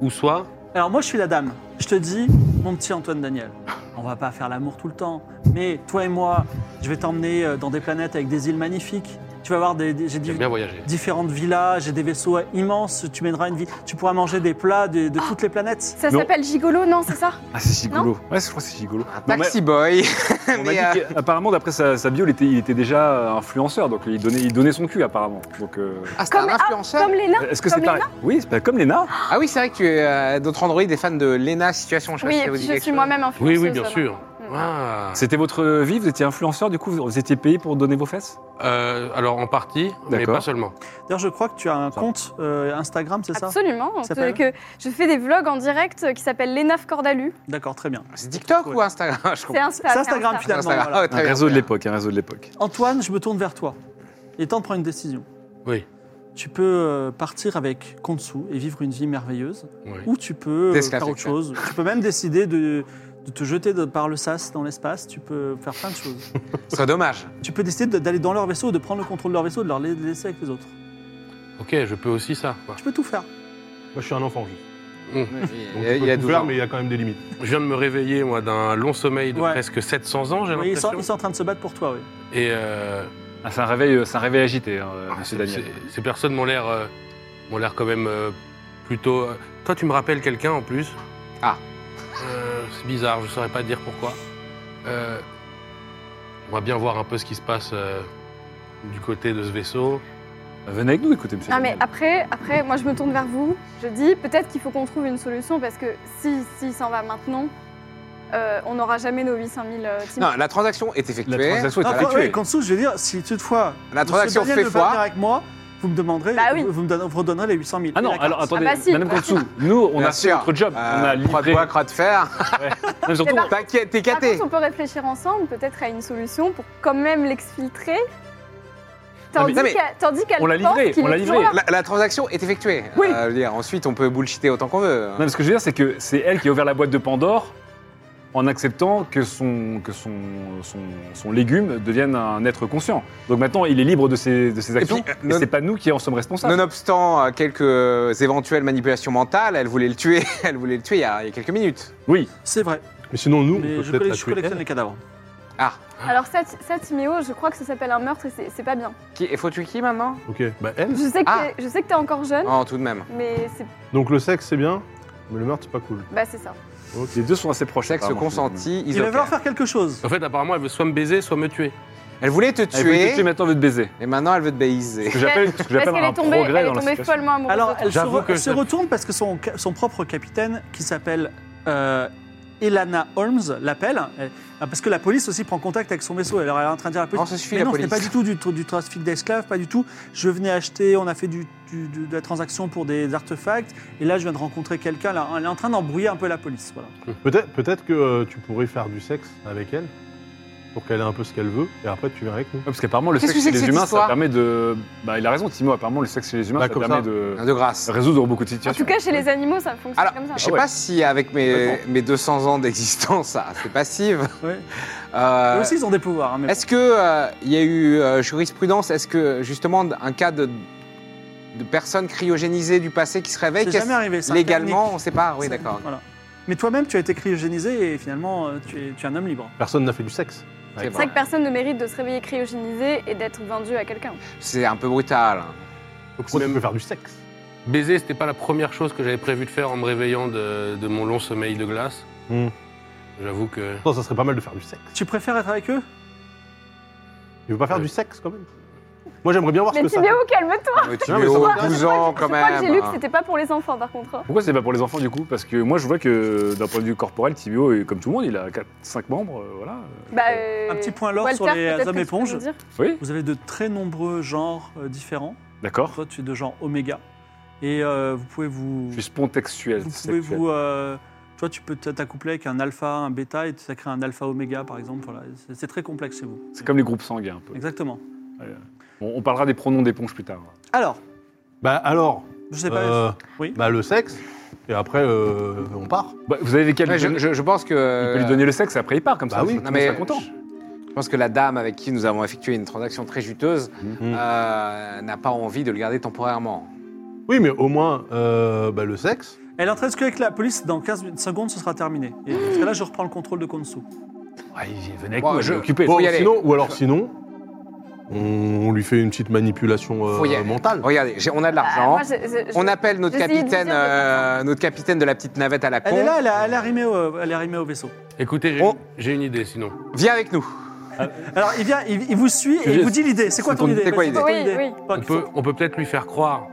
Speaker 8: ou soit.
Speaker 4: Alors moi je suis la dame. Je te dis, mon petit Antoine Daniel, on va pas faire l'amour tout le temps, mais toi et moi, je vais t'emmener euh, dans des planètes avec des îles magnifiques. Tu vas voir des, des- j'ai
Speaker 8: J'aime
Speaker 4: dit-
Speaker 8: bien voyager.
Speaker 4: différentes villas, j'ai des vaisseaux euh, immenses. Tu mèneras une vie, tu pourras manger des plats de, de toutes les planètes.
Speaker 5: Ça
Speaker 3: Non.
Speaker 5: s'appelle Gigolo, non, c'est ça
Speaker 3: Ah, c'est gigolo. Ouais, je crois que c'est gigolo.
Speaker 6: Un
Speaker 3: Non, mais-
Speaker 6: taxi boy.
Speaker 3: On
Speaker 6: Mais, euh,
Speaker 3: m'a dit qu'apparemment, d'après sa, sa bio, il était, il était déjà euh, influenceur, donc il donnait, il donnait son cul apparemment. Donc, euh,
Speaker 6: Ah, c'est un
Speaker 5: Comme- ah,
Speaker 6: influenceur.
Speaker 5: Comme les nains
Speaker 3: est-ce que
Speaker 5: comme
Speaker 3: c'est pareil Oui, c'est pas comme les nains.
Speaker 6: Ah oui, c'est vrai que tu es euh, d'autres androïdes des fans de Lena Situation. sais pas
Speaker 5: Oui,
Speaker 6: si ça vous dit
Speaker 5: je
Speaker 6: quelque
Speaker 5: suis
Speaker 6: chose.
Speaker 5: moi-même
Speaker 8: Oui,
Speaker 5: influenceuse.
Speaker 8: oui, bien
Speaker 5: alors.
Speaker 8: sûr.
Speaker 5: Mm.
Speaker 8: Ah.
Speaker 3: C'était votre vie, vous étiez influenceur, du coup, vous vous étiez payé pour donner vos fesses
Speaker 8: Euh, alors en partie, mais
Speaker 3: D'accord.
Speaker 8: pas seulement.
Speaker 4: D'ailleurs, je crois que tu as un compte euh, Instagram, c'est ça
Speaker 5: Absolument.
Speaker 4: Ça
Speaker 5: de- que je fais des vlogs en direct euh, qui s'appellent Lénaf Cordalu.
Speaker 4: D'accord, très bien.
Speaker 6: C'est TikTok ou Instagram Je
Speaker 5: C'est
Speaker 6: comprends.
Speaker 5: Insta.
Speaker 4: C'est Instagram
Speaker 5: Insta.
Speaker 4: finalement.
Speaker 6: Instagram.
Speaker 4: voilà.
Speaker 6: Ah,
Speaker 3: Un
Speaker 6: très bien,
Speaker 3: réseau de
Speaker 6: très bien.
Speaker 3: l'époque, un réseau de l'époque.
Speaker 4: Antoine, je me tourne vers toi. Il est temps de prendre une décision.
Speaker 8: Oui.
Speaker 4: Tu peux euh, partir avec Konsu et vivre une vie merveilleuse,
Speaker 8: Oui.
Speaker 4: ou tu peux euh,
Speaker 6: D'esclave
Speaker 4: faire autre
Speaker 6: sexuel.
Speaker 4: chose. Tu peux même décider de, de te jeter de- par le sas dans l'espace. Tu peux faire plein de choses.
Speaker 6: Ce serait dommage.
Speaker 4: tu peux décider de- d'aller dans leur vaisseau, de prendre le contrôle de leur vaisseau, de leur la- laisser avec les autres.
Speaker 8: Ok, je peux aussi ça. quoi.
Speaker 4: Tu peux tout faire.
Speaker 7: Moi, je suis un enfant juste.
Speaker 6: Il
Speaker 7: Donc,
Speaker 6: y a-
Speaker 7: je
Speaker 6: il y a
Speaker 7: peux tout
Speaker 6: 12
Speaker 7: faire,
Speaker 6: ans.
Speaker 7: mais il y a quand même des limites.
Speaker 8: Je viens de me réveiller moi d'un long sommeil de
Speaker 4: Ouais.
Speaker 8: presque 700 ans, j'ai
Speaker 4: Oui, ils, sont,
Speaker 8: l'impression.
Speaker 4: ils sont en train de se battre pour toi. Oui.
Speaker 8: Et euh, Ah,
Speaker 3: Ah, c'est un réveil, euh, c'est un réveil agité, hein, euh, monsieur
Speaker 8: c'est-
Speaker 3: Daniel.
Speaker 8: c'est- ces personnes m'ont l'air, euh, m'ont l'air quand même euh, plutôt. euh, Toi, tu me rappelles quelqu'un en plus.
Speaker 6: Ah.
Speaker 8: Euh, c'est bizarre, je saurais pas dire pourquoi. Euh, on va bien voir un peu ce qui se passe euh, du côté de ce vaisseau.
Speaker 3: Euh, Venez avec nous, écoutez, monsieur.
Speaker 4: Ah,
Speaker 5: Non mais
Speaker 3: Daniel.
Speaker 5: après, après, moi je me tourne vers vous. Je dis peut-être qu'il faut qu'on trouve une solution parce que si si s'en va maintenant, euh, on n'aura jamais nos 800 000 euh, teams.
Speaker 6: Non, la transaction est effectuée. Ah,
Speaker 3: La transaction est
Speaker 4: Non,
Speaker 3: effectuée.
Speaker 4: toi,
Speaker 3: tuer.
Speaker 4: ouais, Konsu, je veux dire, si toutefois
Speaker 6: La
Speaker 4: monsieur
Speaker 6: transaction
Speaker 4: Daniel
Speaker 6: fait
Speaker 4: ne veut pas
Speaker 6: foi.
Speaker 4: venir avec moi, vous me demanderez,
Speaker 5: Bah oui.
Speaker 4: vous, vous me donnerez, vous redonnerez les 800 000.
Speaker 3: Ah non,
Speaker 4: Et la carte.
Speaker 3: alors attendez,
Speaker 5: Ah bah si.
Speaker 3: Madame Kotsou, nous, on
Speaker 6: Bien
Speaker 3: a fait
Speaker 6: sûr.
Speaker 3: notre job, on a
Speaker 6: Euh, Croix de
Speaker 3: livré.
Speaker 6: bois, croix de fer.
Speaker 3: Non, mais surtout,
Speaker 5: Eh ben,
Speaker 6: T'inquiète, t'es
Speaker 5: Par
Speaker 6: caté.
Speaker 5: contre, on peut réfléchir ensemble peut-être à une solution pour quand même l'exfiltrer.
Speaker 3: Non, mais-
Speaker 5: Tandis
Speaker 6: Non, mais-
Speaker 5: qu'à- tandis qu'elle
Speaker 3: On l'a
Speaker 5: pense
Speaker 3: livré,
Speaker 5: qu'il
Speaker 3: on l'a
Speaker 5: est toujours
Speaker 3: livré.
Speaker 5: là.
Speaker 6: La, la transaction est effectuée.
Speaker 5: Oui.
Speaker 6: Euh, je veux dire, ensuite, on peut bullshiter autant qu'on veut.
Speaker 3: Non, mais ce que je veux dire, c'est que c'est elle qui a ouvert la boîte de Pandore en acceptant que son, que son, son, son légume devienne un être conscient. Donc maintenant, il est libre de ses, de ses actions, et,
Speaker 6: puis, euh, non-
Speaker 3: c'est pas nous qui en sommes responsables.
Speaker 6: Nonobstant euh, quelques euh, éventuelles manipulations mentales, elle voulait le tuer. Elle voulait le tuer il y a, il y a quelques minutes.
Speaker 3: Oui,
Speaker 4: C'est vrai,
Speaker 7: Mais sinon, nous, on
Speaker 4: mais
Speaker 7: peut
Speaker 4: je,
Speaker 7: peut-être
Speaker 4: colle-
Speaker 7: la
Speaker 4: je
Speaker 7: tuer.
Speaker 4: collectionne les cadavres.
Speaker 6: Ah,
Speaker 5: Alors ça, ça Timéo, je crois que ça s'appelle un meurtre et c'est- c'est pas bien.
Speaker 6: qui, et faut tuer qui maintenant
Speaker 7: Ok.
Speaker 8: Bah, elle.
Speaker 5: Je sais que
Speaker 6: Ah.
Speaker 5: t'es- je sais que t'es encore jeune,
Speaker 6: Oh, tout de même.
Speaker 5: mais c'est
Speaker 7: Donc, le sexe, c'est bien, mais le meurtre, c'est pas cool.
Speaker 5: bah c'est ça.
Speaker 7: Ok.
Speaker 3: les deux sont assez proches.
Speaker 6: Sexe
Speaker 3: apparemment.
Speaker 6: consenti,
Speaker 4: Il va
Speaker 6: isocère.
Speaker 4: falloir faire quelque chose.
Speaker 8: En fait, apparemment, elle veut soit me baiser, soit me tuer.
Speaker 6: Elle voulait te
Speaker 3: Elle voulait te
Speaker 6: tuer,
Speaker 3: tuer, maintenant elle veut te baiser.
Speaker 6: et maintenant elle veut te
Speaker 3: Ce
Speaker 6: baiser.
Speaker 3: que j'appelle ce que
Speaker 5: Parce
Speaker 3: j'appelle
Speaker 5: qu'elle
Speaker 3: un
Speaker 5: est tombée,
Speaker 3: progrès
Speaker 5: elle
Speaker 3: dans
Speaker 5: est
Speaker 3: la
Speaker 5: tombée
Speaker 3: situation.
Speaker 5: follement amoureuse.
Speaker 4: Alors,
Speaker 5: de toi.
Speaker 4: elle se,
Speaker 8: J'avoue
Speaker 4: re-
Speaker 8: que
Speaker 4: elle se
Speaker 8: je-
Speaker 4: retourne parce que son, ca- son propre capitaine, qui s'appelle euh, Elana Holmes l'appelle, elle- ah, parce que la police aussi prend contact avec son vaisseau. Alors elle est en train de dire à la police,
Speaker 6: Non, ça suffit, la
Speaker 4: mais non, ce n'est pas
Speaker 6: police.
Speaker 4: du tout du, du trafic d'esclaves, pas du tout. Je venais acheter, on a fait du, du- du- de la transaction pour des artefacts, et là je viens de rencontrer quelqu'un. Là, Elle est en train d'embrouiller un peu la police. Voilà.
Speaker 7: Peut-être peut-être que euh, tu pourrais faire du sexe avec elle pour qu'elle ait un peu ce qu'elle veut et après tu viens avec nous.
Speaker 3: parce qu'apparemment, le
Speaker 6: Qu'est-ce
Speaker 3: sexe
Speaker 6: que c'est
Speaker 3: chez
Speaker 6: que cette
Speaker 3: les humains, ça
Speaker 6: histoire
Speaker 3: permet de. Bah, il a raison, Timo, apparemment, le sexe chez les humains,
Speaker 7: Bah,
Speaker 3: ça
Speaker 7: comme
Speaker 3: permet
Speaker 7: ça.
Speaker 3: de
Speaker 6: De grâce.
Speaker 3: résoudre beaucoup de
Speaker 5: En
Speaker 3: situations.
Speaker 5: tout cas, chez les animaux, ça fonctionne
Speaker 6: Alors,
Speaker 5: comme ça.
Speaker 6: je sais
Speaker 3: Ah ouais.
Speaker 6: pas si avec mes,
Speaker 3: D'accord.
Speaker 6: mes 200 ans d'existence, ça, c'est passive.
Speaker 4: Ouais.
Speaker 6: Euh,
Speaker 4: Eux aussi ils ont des pouvoirs. hein, mais-
Speaker 6: Est-ce que euh, il y a eu euh, jurisprudence Est-ce que justement un cas de, de personnes cryogénisées du passé qui se réveillent,
Speaker 4: C'est
Speaker 6: qu'est-ce-
Speaker 4: jamais arrivé. ça.
Speaker 6: légalement, on ne sait pas. Oui,
Speaker 4: C'est-
Speaker 6: d'accord.
Speaker 4: voilà. Mais toi-même, tu as été cryogénisé et finalement, euh, tu es, tu es un homme libre.
Speaker 7: Personne n'a fait du sexe.
Speaker 6: C'est
Speaker 5: C'est vrai
Speaker 6: vrai.
Speaker 5: que personne ne mérite de se réveiller cryogénisé et d'être vendu à quelqu'un.
Speaker 6: C'est un peu brutal.
Speaker 7: Pourquoi tu peux faire du sexe
Speaker 8: Baiser, c'était pas la première chose que j'avais prévu de faire en me réveillant de, de mon long sommeil de glace.
Speaker 7: Hmm.
Speaker 8: J'avoue que.
Speaker 7: Non, ça serait pas mal de faire du sexe.
Speaker 4: Tu préfères être avec eux
Speaker 7: Tu veux
Speaker 3: Euh.
Speaker 7: pas faire
Speaker 8: Ouais.
Speaker 7: du sexe quand même Moi j'aimerais bien voir
Speaker 5: Mais
Speaker 7: ce que ça
Speaker 5: Timéo, calme-toi
Speaker 6: Mais tu
Speaker 7: Non, mais
Speaker 6: es
Speaker 7: ça
Speaker 6: au
Speaker 7: va.
Speaker 6: 12 ans
Speaker 5: Je
Speaker 6: quand
Speaker 5: crois que j'ai
Speaker 6: même.
Speaker 5: lu que c'était pas pour les enfants, par contre. hein.
Speaker 3: Pourquoi c'est pas pour les enfants du coup Parce que moi je vois que d'un point de vue corporel, Tibio, est comme tout le monde, il a 4-5 membres, euh, voilà.
Speaker 5: Bah, euh,
Speaker 4: Un petit point lore
Speaker 5: Walter,
Speaker 4: sur les
Speaker 5: peut-être
Speaker 4: hommes
Speaker 5: que tu peux
Speaker 4: éponges.
Speaker 5: nous dire.
Speaker 3: Oui,
Speaker 4: Vous avez de très nombreux genres euh, différents.
Speaker 3: d'accord.
Speaker 4: Toi, tu es de genre oméga. Et euh, vous pouvez vous.
Speaker 3: Je suis spontexuel.
Speaker 4: Vous pouvez
Speaker 3: sexuel.
Speaker 4: vous. euh, toi, tu peux t- t'accoupler avec un alpha, un bêta, et ça crée un alpha oméga, par exemple. Voilà. C'est- C'est très complexe chez vous.
Speaker 3: C'est comme les groupes sanguins un peu.
Speaker 4: Exactement.
Speaker 3: Bon, on parlera des pronoms d'éponge plus tard.
Speaker 4: Alors,
Speaker 7: Bah alors,
Speaker 4: je sais pas.
Speaker 7: euh,
Speaker 4: oui.
Speaker 7: bah, le sexe, et après euh, on part.
Speaker 3: Bah, vous avez lesquels
Speaker 6: Ouais,
Speaker 3: lui
Speaker 6: je,
Speaker 3: donner-
Speaker 6: je- je pense
Speaker 3: Il
Speaker 6: que. euh,
Speaker 3: peut lui donner le sexe et après il part, comme
Speaker 7: Bah
Speaker 3: ça, tout
Speaker 7: oui.
Speaker 3: le
Speaker 6: Non,
Speaker 3: monde
Speaker 6: mais-
Speaker 3: sera content.
Speaker 6: Je pense que la dame avec qui nous avons effectué une transaction très juteuse
Speaker 7: Mhm.
Speaker 6: euh, n'a pas envie de le garder temporairement.
Speaker 7: Oui, mais au moins euh, bah, le sexe.
Speaker 4: Elle est en train de discuter avec la police. Dans 15 secondes, ce sera terminé. Et parce que là, je reprends le contrôle de Konsu.
Speaker 3: Ouais, il venait avec
Speaker 6: Bon,
Speaker 3: moi,
Speaker 6: je-
Speaker 3: je occupé.
Speaker 6: Faut
Speaker 7: Bon,
Speaker 6: y aller.
Speaker 7: sinon, ou alors sinon, on, on lui fait une petite manipulation euh,
Speaker 6: Faut y aller.
Speaker 7: mentale.
Speaker 6: Regardez, j'ai- on a de
Speaker 5: Ah,
Speaker 6: l'argent.
Speaker 5: moi, je- je- je-
Speaker 6: on appelle notre
Speaker 5: j'essayais de vous
Speaker 6: capitaine,
Speaker 5: dire de faire
Speaker 6: euh, notre capitaine de la petite navette à la
Speaker 4: Elle est
Speaker 6: con.
Speaker 4: là, elle, a- elle est arrimée au, elle est arrimée au vaisseau.
Speaker 8: Écoutez, j'ai-
Speaker 6: On-
Speaker 8: j'ai une idée sinon.
Speaker 6: Viens avec nous.
Speaker 3: Ah.
Speaker 4: Alors, il vient, il, il vous suit et il
Speaker 3: Juste,
Speaker 4: vous dit l'idée. C'est quoi
Speaker 3: c'est
Speaker 4: ton
Speaker 3: ton-
Speaker 4: idée
Speaker 6: c'est quoi
Speaker 4: Vas-y,
Speaker 6: l'idée
Speaker 4: ton
Speaker 5: Oui,
Speaker 4: idée
Speaker 5: oui.
Speaker 4: Pas
Speaker 8: On
Speaker 4: qu'il
Speaker 8: peut,
Speaker 4: faut-
Speaker 8: on peut peut-être lui faire croire.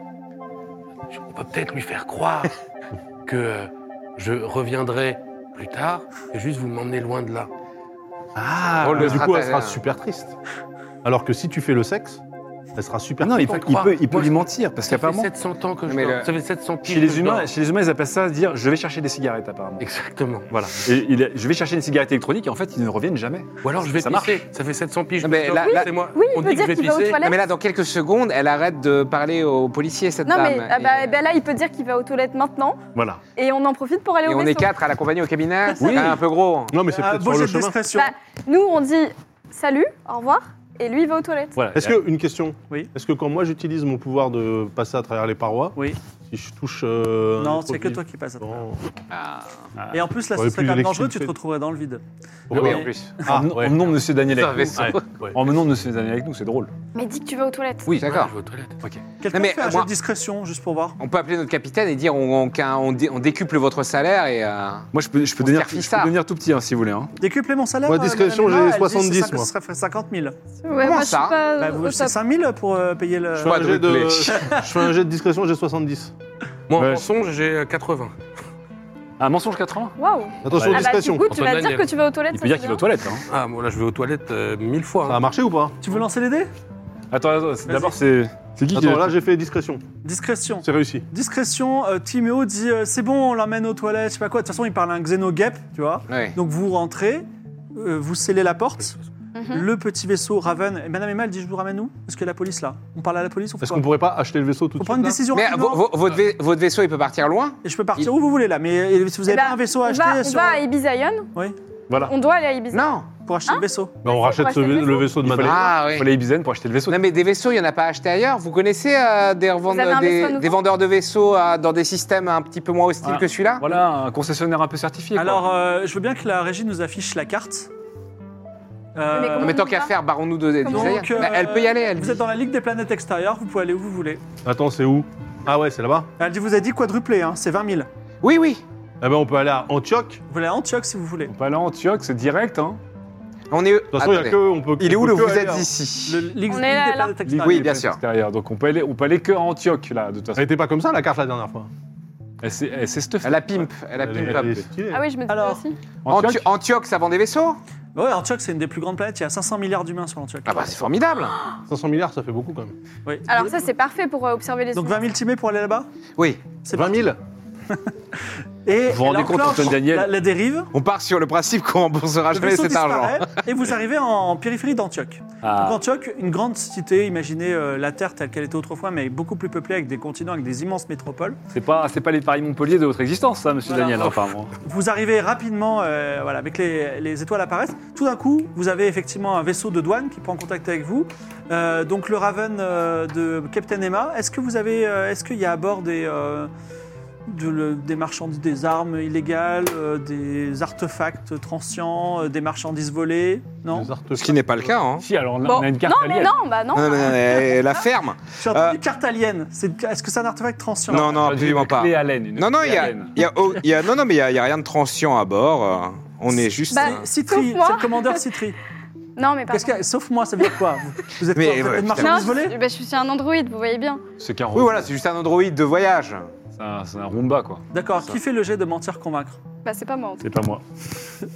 Speaker 8: On peut peut-être lui faire croire que je reviendrai plus tard et juste vous m'emmener loin de là.
Speaker 7: Ah,
Speaker 3: Oh,
Speaker 6: Drôle de
Speaker 7: du coup, elle
Speaker 6: stratagème.
Speaker 7: sera super triste. Alors que si tu fais le sexe, elle sera super
Speaker 3: Non, il
Speaker 7: contente.
Speaker 3: peut,
Speaker 8: faut
Speaker 3: il
Speaker 8: croire.
Speaker 3: peut, il peut
Speaker 8: Ah, Moi,
Speaker 3: lui
Speaker 8: je-
Speaker 3: mentir, parce
Speaker 8: Ça fait
Speaker 3: qu'apparemment,
Speaker 8: 700 ans que je
Speaker 6: Mais
Speaker 8: dors.
Speaker 6: le-
Speaker 8: Ça fait 700 piges
Speaker 3: chez
Speaker 8: que
Speaker 3: les,
Speaker 8: je
Speaker 3: humains,
Speaker 8: dors.
Speaker 3: chez les humains, ils appellent ça dire je vais chercher des cigarettes, apparemment.
Speaker 8: Exactement.
Speaker 3: Voilà. Et il est- je vais chercher une cigarette électronique et en fait, ils ne reviennent jamais.
Speaker 8: Ou alors je vais
Speaker 3: Ça marche.
Speaker 8: pisser. Ça fait 700 piges.
Speaker 6: Non,
Speaker 8: que je
Speaker 6: Ah, mais
Speaker 8: dors.
Speaker 6: là- là-
Speaker 8: C'est moi.
Speaker 5: Oui, il
Speaker 8: on
Speaker 5: veut
Speaker 8: dit que je
Speaker 5: dire
Speaker 8: vais
Speaker 5: qu'il va aux
Speaker 8: pisser.
Speaker 6: Non, mais
Speaker 5: toilettes.
Speaker 6: là, dans quelques secondes, elle arrête de parler aux policiers, cette
Speaker 5: Non,
Speaker 6: dame.
Speaker 5: mais ah bah,
Speaker 6: Et-
Speaker 5: eh ben là, il peut dire qu'il va aux toilettes maintenant
Speaker 3: Voilà.
Speaker 5: et on en profite pour aller
Speaker 6: Et
Speaker 5: au
Speaker 6: on est
Speaker 5: vaisseau.
Speaker 6: quatre à l'accompagner au cabinet, c'est
Speaker 3: Oui.
Speaker 6: quand même un peu gros.
Speaker 7: Non, mais c'est
Speaker 4: Ah,
Speaker 7: peut-être
Speaker 4: beau
Speaker 7: sur
Speaker 4: jet
Speaker 7: le
Speaker 4: de
Speaker 7: chemin.
Speaker 4: discrétion.
Speaker 5: Bah, Nous, on dit salut, au revoir, et lui, il va aux toilettes.
Speaker 3: voilà.
Speaker 7: Est-ce que, une question
Speaker 4: Oui.
Speaker 7: Est-ce que quand moi j'utilise mon pouvoir de passer à travers les parois,
Speaker 4: Oui.
Speaker 7: si je touche. euh, un
Speaker 4: Non,
Speaker 7: autre
Speaker 4: c'est que
Speaker 7: vif-
Speaker 4: toi qui passes. à travers.
Speaker 7: Non.
Speaker 6: Ah,
Speaker 4: Et en plus, là,
Speaker 7: Ouais,
Speaker 4: ce
Speaker 7: et
Speaker 4: serait
Speaker 7: puis
Speaker 4: quand même
Speaker 7: l'électricité.
Speaker 4: dangereux, tu te retrouverais dans le vide.
Speaker 6: oui,
Speaker 7: Pourquoi
Speaker 6: en plus.
Speaker 7: Ah,
Speaker 3: Emmenons-
Speaker 7: ouais.
Speaker 3: Emmenons Monsieur Daniel
Speaker 6: C'est un
Speaker 3: avec nous.
Speaker 6: vaisseau.
Speaker 3: Ouais. Emmenons Monsieur Daniel avec nous, c'est drôle.
Speaker 5: Mais dis que tu vas aux toilettes.
Speaker 6: Oui,
Speaker 8: Ouais,
Speaker 6: d'accord.
Speaker 8: je vais aux toilettes.
Speaker 4: Quelqu'un
Speaker 6: Non, mais,
Speaker 4: fait un
Speaker 6: euh,
Speaker 4: jeu
Speaker 6: moi-
Speaker 4: de discrétion, juste pour voir.
Speaker 6: On peut appeler notre capitaine et dire on, on- qu'un- on dé- on décuple votre salaire et. euh,
Speaker 3: Moi, je peux, je peux,
Speaker 6: On
Speaker 3: devenir,
Speaker 6: se fait
Speaker 3: je peux
Speaker 6: ça.
Speaker 3: devenir tout petit hein, si vous voulez. hein.
Speaker 4: Décupler mon salaire.
Speaker 7: Moi,
Speaker 4: euh, madame
Speaker 7: discrétion,
Speaker 4: Emma,
Speaker 7: j'ai
Speaker 4: elle dit
Speaker 7: 70,
Speaker 4: c'est cinq-
Speaker 7: moi.
Speaker 4: Ça ferait 50 000.
Speaker 5: Ouais,
Speaker 6: Comment
Speaker 5: moi, je
Speaker 6: ça
Speaker 5: suis pas
Speaker 4: Bah,
Speaker 5: au
Speaker 4: vous-
Speaker 5: top.
Speaker 4: c'est 5 000 pour euh, payer le.
Speaker 7: Je fais, un jet de,
Speaker 6: Quadruplé.
Speaker 7: je fais un jet de discrétion, j'ai 70.
Speaker 8: Moi, en
Speaker 3: Ouais.
Speaker 8: mensonge, j'ai 80.
Speaker 3: Un mensonge 4 ans
Speaker 5: Waouh Ah bah,
Speaker 3: Ouais.
Speaker 7: Attention,
Speaker 5: du
Speaker 7: discrétion.
Speaker 5: coup, tu
Speaker 8: Antoine
Speaker 5: vas dire
Speaker 8: Daniel.
Speaker 5: que tu vas aux toilettes.
Speaker 3: Il
Speaker 5: ça,
Speaker 3: peut dire
Speaker 5: c'est
Speaker 3: qu'il va aux
Speaker 5: bien.
Speaker 3: toiles. Hein.
Speaker 8: Ah, moi, là, je vais aux toilettes euh, mille fois.
Speaker 7: Ça a
Speaker 8: hein.
Speaker 7: marché ou pas
Speaker 4: Tu veux lancer les dés
Speaker 3: Attends, attends, c'est- d'abord, c'est. C'est qui qui
Speaker 7: Attends, là j'ai fait discrétion.
Speaker 4: Discrétion.
Speaker 7: C'est réussi.
Speaker 4: Discrétion, euh, Timéo dit euh, c'est bon, on l'emmène aux toilettes, je sais pas quoi. De toute façon, il parle à un xénogep, tu vois.
Speaker 6: ouais.
Speaker 4: Donc vous rentrez, euh, vous scellez la porte.
Speaker 5: Mhm.
Speaker 4: Le petit vaisseau Raven. Et Madame Emma, elle dit je vous ramène où Parce que la police là. On parle à la police, on fait
Speaker 7: Est-ce
Speaker 4: quoi
Speaker 7: qu'on pourrait pas acheter le vaisseau tout
Speaker 4: Faut
Speaker 7: de
Speaker 4: prendre une
Speaker 7: suite là
Speaker 4: décision
Speaker 6: Mais euh,
Speaker 4: rapidement.
Speaker 6: vo- vo- votre, vais- votre vaisseau, il peut partir loin
Speaker 4: Et je peux partir où vous voulez là. Mais euh, si vous avez
Speaker 5: Eh
Speaker 4: pas
Speaker 5: ben,
Speaker 4: un vaisseau
Speaker 5: On va,
Speaker 4: à acheter
Speaker 5: on
Speaker 4: sur-
Speaker 5: va à Ibizaïon.
Speaker 4: Oui,
Speaker 3: Voilà. Bah,
Speaker 5: On doit aller à Ibizaïon.
Speaker 6: Non
Speaker 4: pour acheter le vaisseau.
Speaker 7: Bah, on
Speaker 5: Ouais, c'est
Speaker 7: rachète
Speaker 5: pour
Speaker 7: ce-
Speaker 5: acheter le
Speaker 7: le
Speaker 5: vaisseau.
Speaker 7: vaisseau de madame.
Speaker 6: Ah
Speaker 3: Il
Speaker 6: oui.
Speaker 3: fallait Ibizen pour acheter le vaisseau.
Speaker 6: Non, mais des vaisseaux, il n'y en a pas acheté ailleurs. Vous connaissez euh, des, revend-
Speaker 5: Vous avez un vaisseau à
Speaker 6: des,
Speaker 5: nous
Speaker 6: des vendeurs de vaisseaux euh, dans des systèmes un petit peu moins hostiles
Speaker 3: Voilà.
Speaker 6: que celui-là
Speaker 3: Voilà, un concessionnaire un peu certifié. quoi.
Speaker 4: Alors, euh, je veux bien que la régie nous affiche la carte. Euh,
Speaker 5: Mais comment-
Speaker 6: Non, mais tant qu'à faire, barrons-nous de, de- de-
Speaker 4: Donc, euh,
Speaker 6: Bah, Elle peut y aller, elle
Speaker 4: vous
Speaker 6: dit.
Speaker 4: êtes dans la Ligue des planètes extérieures, vous pouvez aller où vous voulez.
Speaker 7: Attends, c'est où Ah ouais, c'est là-bas.
Speaker 4: Elle dit, vous avez dit quadruplé, hein, c'est 20 000.
Speaker 6: Oui, oui.
Speaker 7: Eh ben on peut aller à Antioche.
Speaker 4: Vous voulez à Antioche si vous voulez.
Speaker 3: On peut aller à Antioche, c'est direct. Hein.
Speaker 6: On est.
Speaker 7: De toute façon, il y a
Speaker 6: Ah, Attendez.
Speaker 7: que on peut.
Speaker 6: Il est
Speaker 7: on
Speaker 6: où
Speaker 7: peut
Speaker 6: le
Speaker 7: que
Speaker 6: vous
Speaker 7: aller hein.
Speaker 6: êtes
Speaker 7: à-
Speaker 6: ici
Speaker 4: Le, Ligue,
Speaker 5: On est
Speaker 4: Ligue
Speaker 5: là,
Speaker 4: des
Speaker 5: là.
Speaker 4: planètes
Speaker 3: Ligue
Speaker 4: extérieures.
Speaker 6: Oui,
Speaker 3: des
Speaker 6: bien
Speaker 3: places
Speaker 6: sûr.
Speaker 3: extérieures. Donc on peut aller, on peut aller que à Antioche là, de toute
Speaker 7: Elle
Speaker 3: façon.
Speaker 7: était pas comme ça la carte la dernière fois.
Speaker 3: Elle s'est elle s'est stuffée.
Speaker 6: Elle a pimp, elle a
Speaker 7: Elle est-
Speaker 6: pimp
Speaker 7: elle est
Speaker 6: up.
Speaker 7: stylée.
Speaker 5: Ah oui, je me disais
Speaker 4: Alors,
Speaker 5: aussi.
Speaker 3: Antioche,
Speaker 6: Antio- Antioche, ça vend des vaisseaux
Speaker 4: Bah Ouais, Antioch, c'est une des plus grandes planètes. Il y a 500 milliards d'humains sur Antioch.
Speaker 6: Ah bah c'est formidable
Speaker 7: 500 milliards, ça fait beaucoup quand même.
Speaker 4: Oui.
Speaker 5: Alors ça, c'est parfait pour euh, observer les
Speaker 4: Donc
Speaker 5: humains.
Speaker 4: 20 000 timés pour aller là-bas
Speaker 6: Oui,
Speaker 4: C'est
Speaker 7: 20 000
Speaker 4: Et
Speaker 3: Vous vous rendez
Speaker 4: elle
Speaker 3: compte,
Speaker 4: enclenche
Speaker 3: Antoine Daniel
Speaker 4: la, la dérive,
Speaker 6: on part sur le principe qu'on remboursera
Speaker 4: le
Speaker 6: jamais
Speaker 4: vaisseau
Speaker 6: cet argent.
Speaker 4: disparaît, et vous arrivez en, en périphérie d'Antioche. Donc
Speaker 3: ah,
Speaker 4: Antioche, une grande cité, imaginez euh, la Terre telle qu'elle était autrefois, mais beaucoup plus peuplée avec des continents, avec des immenses métropoles.
Speaker 3: c'est pas, c'est pas les Paris-Montpellier de votre existence, ça, monsieur
Speaker 4: Voilà.
Speaker 3: Daniel, apparemment.
Speaker 4: Vous arrivez rapidement, euh, voilà, avec les, les étoiles apparaissent. Tout d'un coup, vous avez effectivement un vaisseau de douane qui prend contact avec vous. Euh, donc le Raven euh, de Captain Emma. Est-ce que vous avez, euh, est-ce qu'il y a à bord des euh, de le- des marchandises, des armes illégales, euh, des artefacts transients, euh, des marchandises volées Non.
Speaker 7: Des artefacts.
Speaker 6: Ce qui n'est pas le cas, hein.
Speaker 3: Si, alors on a,
Speaker 5: Bon.
Speaker 3: on a une carte
Speaker 5: non, mais
Speaker 3: alien.
Speaker 5: non, bah non.
Speaker 6: Non, non, non, mais la ferme
Speaker 4: J'ai entendu
Speaker 6: Euh,
Speaker 4: carte alien. C'est- Est-ce que c'est un artefact transient
Speaker 6: Non, non,
Speaker 3: Moi, j'ai
Speaker 6: absolument
Speaker 3: une
Speaker 6: pas.
Speaker 3: Clé Allen, une
Speaker 6: Non, non,
Speaker 3: clé
Speaker 6: il y a,
Speaker 3: Allen.
Speaker 6: il y a- oh, il y a- non, non, mais il y a, il y a rien de transient à bord. euh, On est juste.
Speaker 5: Bah,
Speaker 6: euh,
Speaker 4: Citri,
Speaker 5: Sauf moi.
Speaker 4: c'est le commandeur Citri.
Speaker 5: Non, mais
Speaker 4: Qu'est-ce
Speaker 5: pardon.
Speaker 4: que, sauf moi, ça veut dire quoi Vous, vous êtes,
Speaker 6: Mais,
Speaker 4: quoi Vous êtes
Speaker 6: ouais, putain.
Speaker 4: une
Speaker 5: Non,
Speaker 4: marchandise volée
Speaker 5: je, bah, je suis un androïde, vous voyez bien.
Speaker 3: C'est qu'un
Speaker 6: Oui,
Speaker 3: Roomba.
Speaker 6: voilà, c'est juste un androïde de voyage.
Speaker 3: C'est un, c'est un Roomba, quoi.
Speaker 4: D'accord. Qui fait le jet de mentir convaincre
Speaker 5: Bah c'est pas moi. en tout
Speaker 7: C'est pas moi.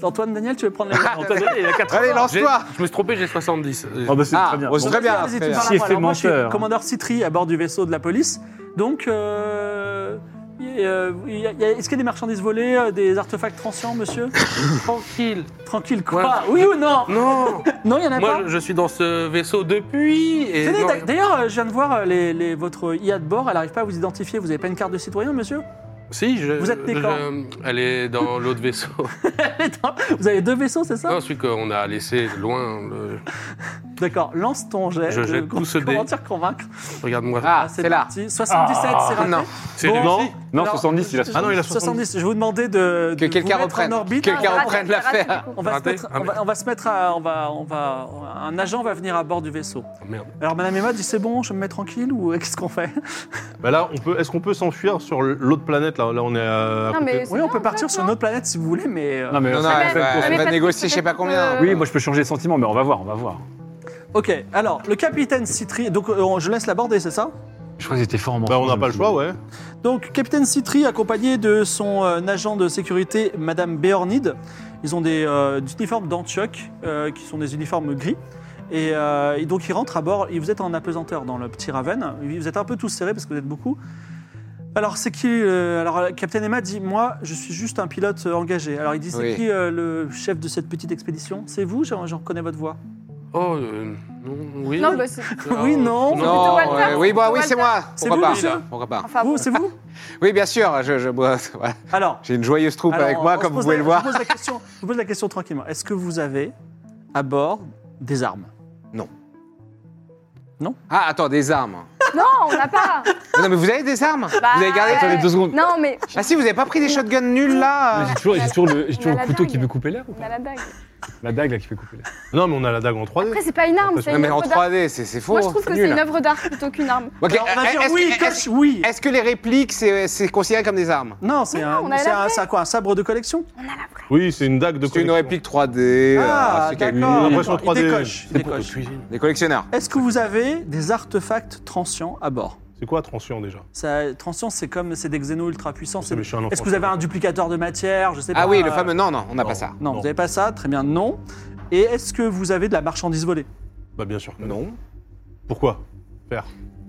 Speaker 4: Antoine Daniel, tu veux prendre les
Speaker 3: Antoine Daniel, il a 80.
Speaker 6: Allez, lance-toi
Speaker 8: Je me suis trompé, j'ai 70. Euh,
Speaker 7: Ah bah c'est
Speaker 6: Ah,
Speaker 7: très bien.
Speaker 6: oh, c'est très bien.
Speaker 4: Vas-y,
Speaker 6: très
Speaker 4: tu
Speaker 3: hein.
Speaker 6: bien.
Speaker 4: parles à
Speaker 7: Si
Speaker 4: moi.
Speaker 7: il fait
Speaker 4: Alors, moi, je suis
Speaker 7: menteur.
Speaker 4: commandeur Citri à bord du vaisseau de la police. Donc, euh, et, euh, il y a- il y a- est-ce qu'il y a des marchandises volées, euh, des artefacts transients, monsieur
Speaker 8: Tranquille.
Speaker 4: Tranquille, quoi Oui ou non
Speaker 8: Non
Speaker 4: Non, il n'y en a
Speaker 8: Moi,
Speaker 4: pas.
Speaker 8: je- je suis dans ce vaisseau depuis. Et
Speaker 4: Tenez,
Speaker 8: non,
Speaker 4: d'a- D'ailleurs, euh, je viens de voir euh, les, les- votre IA de bord, elle n'arrive pas à vous identifier. Vous n'avez pas une carte de citoyen, monsieur
Speaker 8: Si, je.
Speaker 4: Vous êtes né
Speaker 8: je-
Speaker 4: quand
Speaker 8: Elle est dans l'autre vaisseau.
Speaker 4: Attends, Vous avez deux vaisseaux, c'est ça
Speaker 8: Non, celui qu'on a laissé loin. le-
Speaker 4: D'accord, lance ton jet.
Speaker 8: Je
Speaker 4: de
Speaker 8: jette tout ce dé.
Speaker 4: Mentir, convaincre.
Speaker 8: Regarde-moi.
Speaker 6: Ah, c'est là.
Speaker 4: parti. 77, c'est raté.
Speaker 6: Ah, Non.
Speaker 8: c'est
Speaker 4: bon. Ah
Speaker 8: réussi.
Speaker 3: Non,
Speaker 4: Alors,
Speaker 3: 70, il a
Speaker 4: je-
Speaker 3: 70.
Speaker 7: non, il a
Speaker 4: 70. Je vais vous demander euh, de.
Speaker 6: Que
Speaker 4: de
Speaker 6: quelqu'un
Speaker 4: vous mettre
Speaker 6: reprenne.
Speaker 4: En orbite. Ah,
Speaker 6: Quelqu'un
Speaker 5: cas.
Speaker 6: reprenne
Speaker 5: Raté, raté,
Speaker 6: l'affaire.
Speaker 5: du coup.
Speaker 4: On va, se
Speaker 8: Raté.
Speaker 4: mettre,
Speaker 8: Ah,
Speaker 4: on, va, on va se mettre à, on va, on va, un agent va venir à bord du vaisseau.
Speaker 8: Oh, merde.
Speaker 4: Alors Madame Emma dit c'est bon, je me mets tranquille ou euh, qu'est-ce qu'on fait
Speaker 7: Bah là, on peut, est-ce qu'on peut s'enfuir sur l'autre planète là, là, on est à. à
Speaker 5: Non,
Speaker 7: côté.
Speaker 5: mais
Speaker 4: Oui, on peut partir sur une autre planète si vous voulez, mais euh,
Speaker 3: Non, mais,
Speaker 6: Non, non,
Speaker 3: ça,
Speaker 6: elle
Speaker 3: ça,
Speaker 6: va-
Speaker 3: ça,
Speaker 6: elle
Speaker 5: mais
Speaker 6: va
Speaker 5: parce que
Speaker 6: négocier,
Speaker 5: c'est
Speaker 6: je sais pas
Speaker 5: peut-être,
Speaker 6: combien.
Speaker 5: euh,
Speaker 3: Oui, moi je peux changer de sentiment, mais on va voir, on va voir.
Speaker 4: ok. Alors le capitaine Citri, donc euh, on- je laisse l'aborder, c'est ça
Speaker 3: Je crois qu'ils étaient forts en
Speaker 7: Bah, on n'a
Speaker 3: mensonge,
Speaker 7: pas le
Speaker 3: je
Speaker 7: choix,
Speaker 3: me
Speaker 7: ouais.
Speaker 4: Donc capitaine Citri accompagné de son euh, agent de sécurité Madame Béornide. Ils ont des, euh, des uniformes d'Antioch euh, qui sont des uniformes gris. Et, euh, et donc ils rentrent à bord. Et vous êtes en apesanteur dans le petit Raven. Vous êtes un peu tous serrés parce que vous êtes beaucoup. Alors c'est qui euh, Alors euh, Captain Emma dit moi je suis juste un pilote euh, engagé. Alors il dit c'est
Speaker 6: Oui.
Speaker 4: qui euh, le chef de cette petite expédition C'est vous J'en j'en reconnais votre voix.
Speaker 8: Oh, euh, non, oui.
Speaker 5: Non, bah, c'est-
Speaker 8: Ah,
Speaker 4: oui, non.
Speaker 6: Non,
Speaker 5: Plutôt Walter.
Speaker 6: euh, oui, bah, oui,
Speaker 5: Walter.
Speaker 6: c'est moi.
Speaker 4: C'est
Speaker 6: Pourquoi
Speaker 4: vous,
Speaker 6: pas
Speaker 4: monsieur
Speaker 6: Pourquoi pas
Speaker 5: enfin, bon.
Speaker 4: Vous c'est vous
Speaker 6: Oui, bien sûr. Je, je- voilà.
Speaker 4: Alors
Speaker 6: J'ai une joyeuse troupe
Speaker 4: Alors,
Speaker 6: avec moi,
Speaker 4: on
Speaker 6: comme
Speaker 4: se
Speaker 6: vous
Speaker 4: pose
Speaker 6: pouvez
Speaker 4: la-
Speaker 6: le voir.
Speaker 4: Je vous pose la question, je vous pose la question tranquillement. Est-ce que vous avez à bord des armes
Speaker 6: Ah, attends, des armes.
Speaker 5: Non, on n'a pas.
Speaker 6: non, mais vous avez des armes
Speaker 5: Bah,
Speaker 6: Vous avez
Speaker 4: euh,
Speaker 6: gardé
Speaker 3: Attendez deux secondes.
Speaker 5: Non, mais
Speaker 6: Ah si, vous avez pas pris des shotguns nuls là euh
Speaker 3: Mais J'ai toujours, j'ai toujours le,
Speaker 5: On
Speaker 3: j'ai
Speaker 5: a
Speaker 3: toujours le
Speaker 5: la
Speaker 3: couteau
Speaker 5: dague.
Speaker 3: qui peut couper l'air ou
Speaker 5: on a
Speaker 3: pas
Speaker 5: la dague.
Speaker 3: La dague là qui peut couper l'air.
Speaker 7: Non, mais on a la dague en 3D.
Speaker 5: Après, c'est pas une arme, c'est
Speaker 6: Non,
Speaker 5: une
Speaker 6: mais en
Speaker 5: œuvre d'art.
Speaker 6: 3D, c'est c'est faux.
Speaker 5: Moi, je trouve que c'est
Speaker 6: nul.
Speaker 5: une œuvre d'art plutôt qu'une arme.
Speaker 6: Ok,
Speaker 4: Alors, on va dire
Speaker 6: est-ce que-
Speaker 4: oui,
Speaker 6: est-ce-
Speaker 4: coach, oui.
Speaker 6: Est-ce que les répliques, c'est c'est considéré comme des armes
Speaker 4: Non, c'est
Speaker 5: Mais
Speaker 4: un,
Speaker 5: non, on a
Speaker 4: c'est
Speaker 5: la
Speaker 4: un-
Speaker 5: vraie.
Speaker 4: c'est un quoi, un sabre de collection
Speaker 7: Oui, c'est une dague de
Speaker 6: C'est une
Speaker 7: collection.
Speaker 6: réplique 3D. euh,
Speaker 4: Ah,
Speaker 6: c'est quelque-
Speaker 4: d'accord.
Speaker 7: une impression
Speaker 4: d'accord, Il
Speaker 7: 3D.
Speaker 4: décoche, il décoche.
Speaker 6: Des collectionneurs.
Speaker 4: Est-ce que vous avez des artefacts transients à bord
Speaker 7: C'est quoi transient déjà
Speaker 4: ça, Transient, c'est comme c'est des xénos ultra puissants.
Speaker 7: Ça,
Speaker 4: c'est-
Speaker 7: mais je suis un enfant.
Speaker 4: Est-ce que vous avez un duplicateur de matière Je sais
Speaker 6: Ah
Speaker 4: pas,
Speaker 6: oui, le
Speaker 4: euh,
Speaker 6: fameux. Non, non, on n'a pas ça.
Speaker 7: Non.
Speaker 4: Non, vous n'avez pas ça. Très bien, non. Et est-ce que vous avez de la marchandise volée
Speaker 7: Bah, bien sûr que non.
Speaker 6: Non.
Speaker 7: Pourquoi Faire.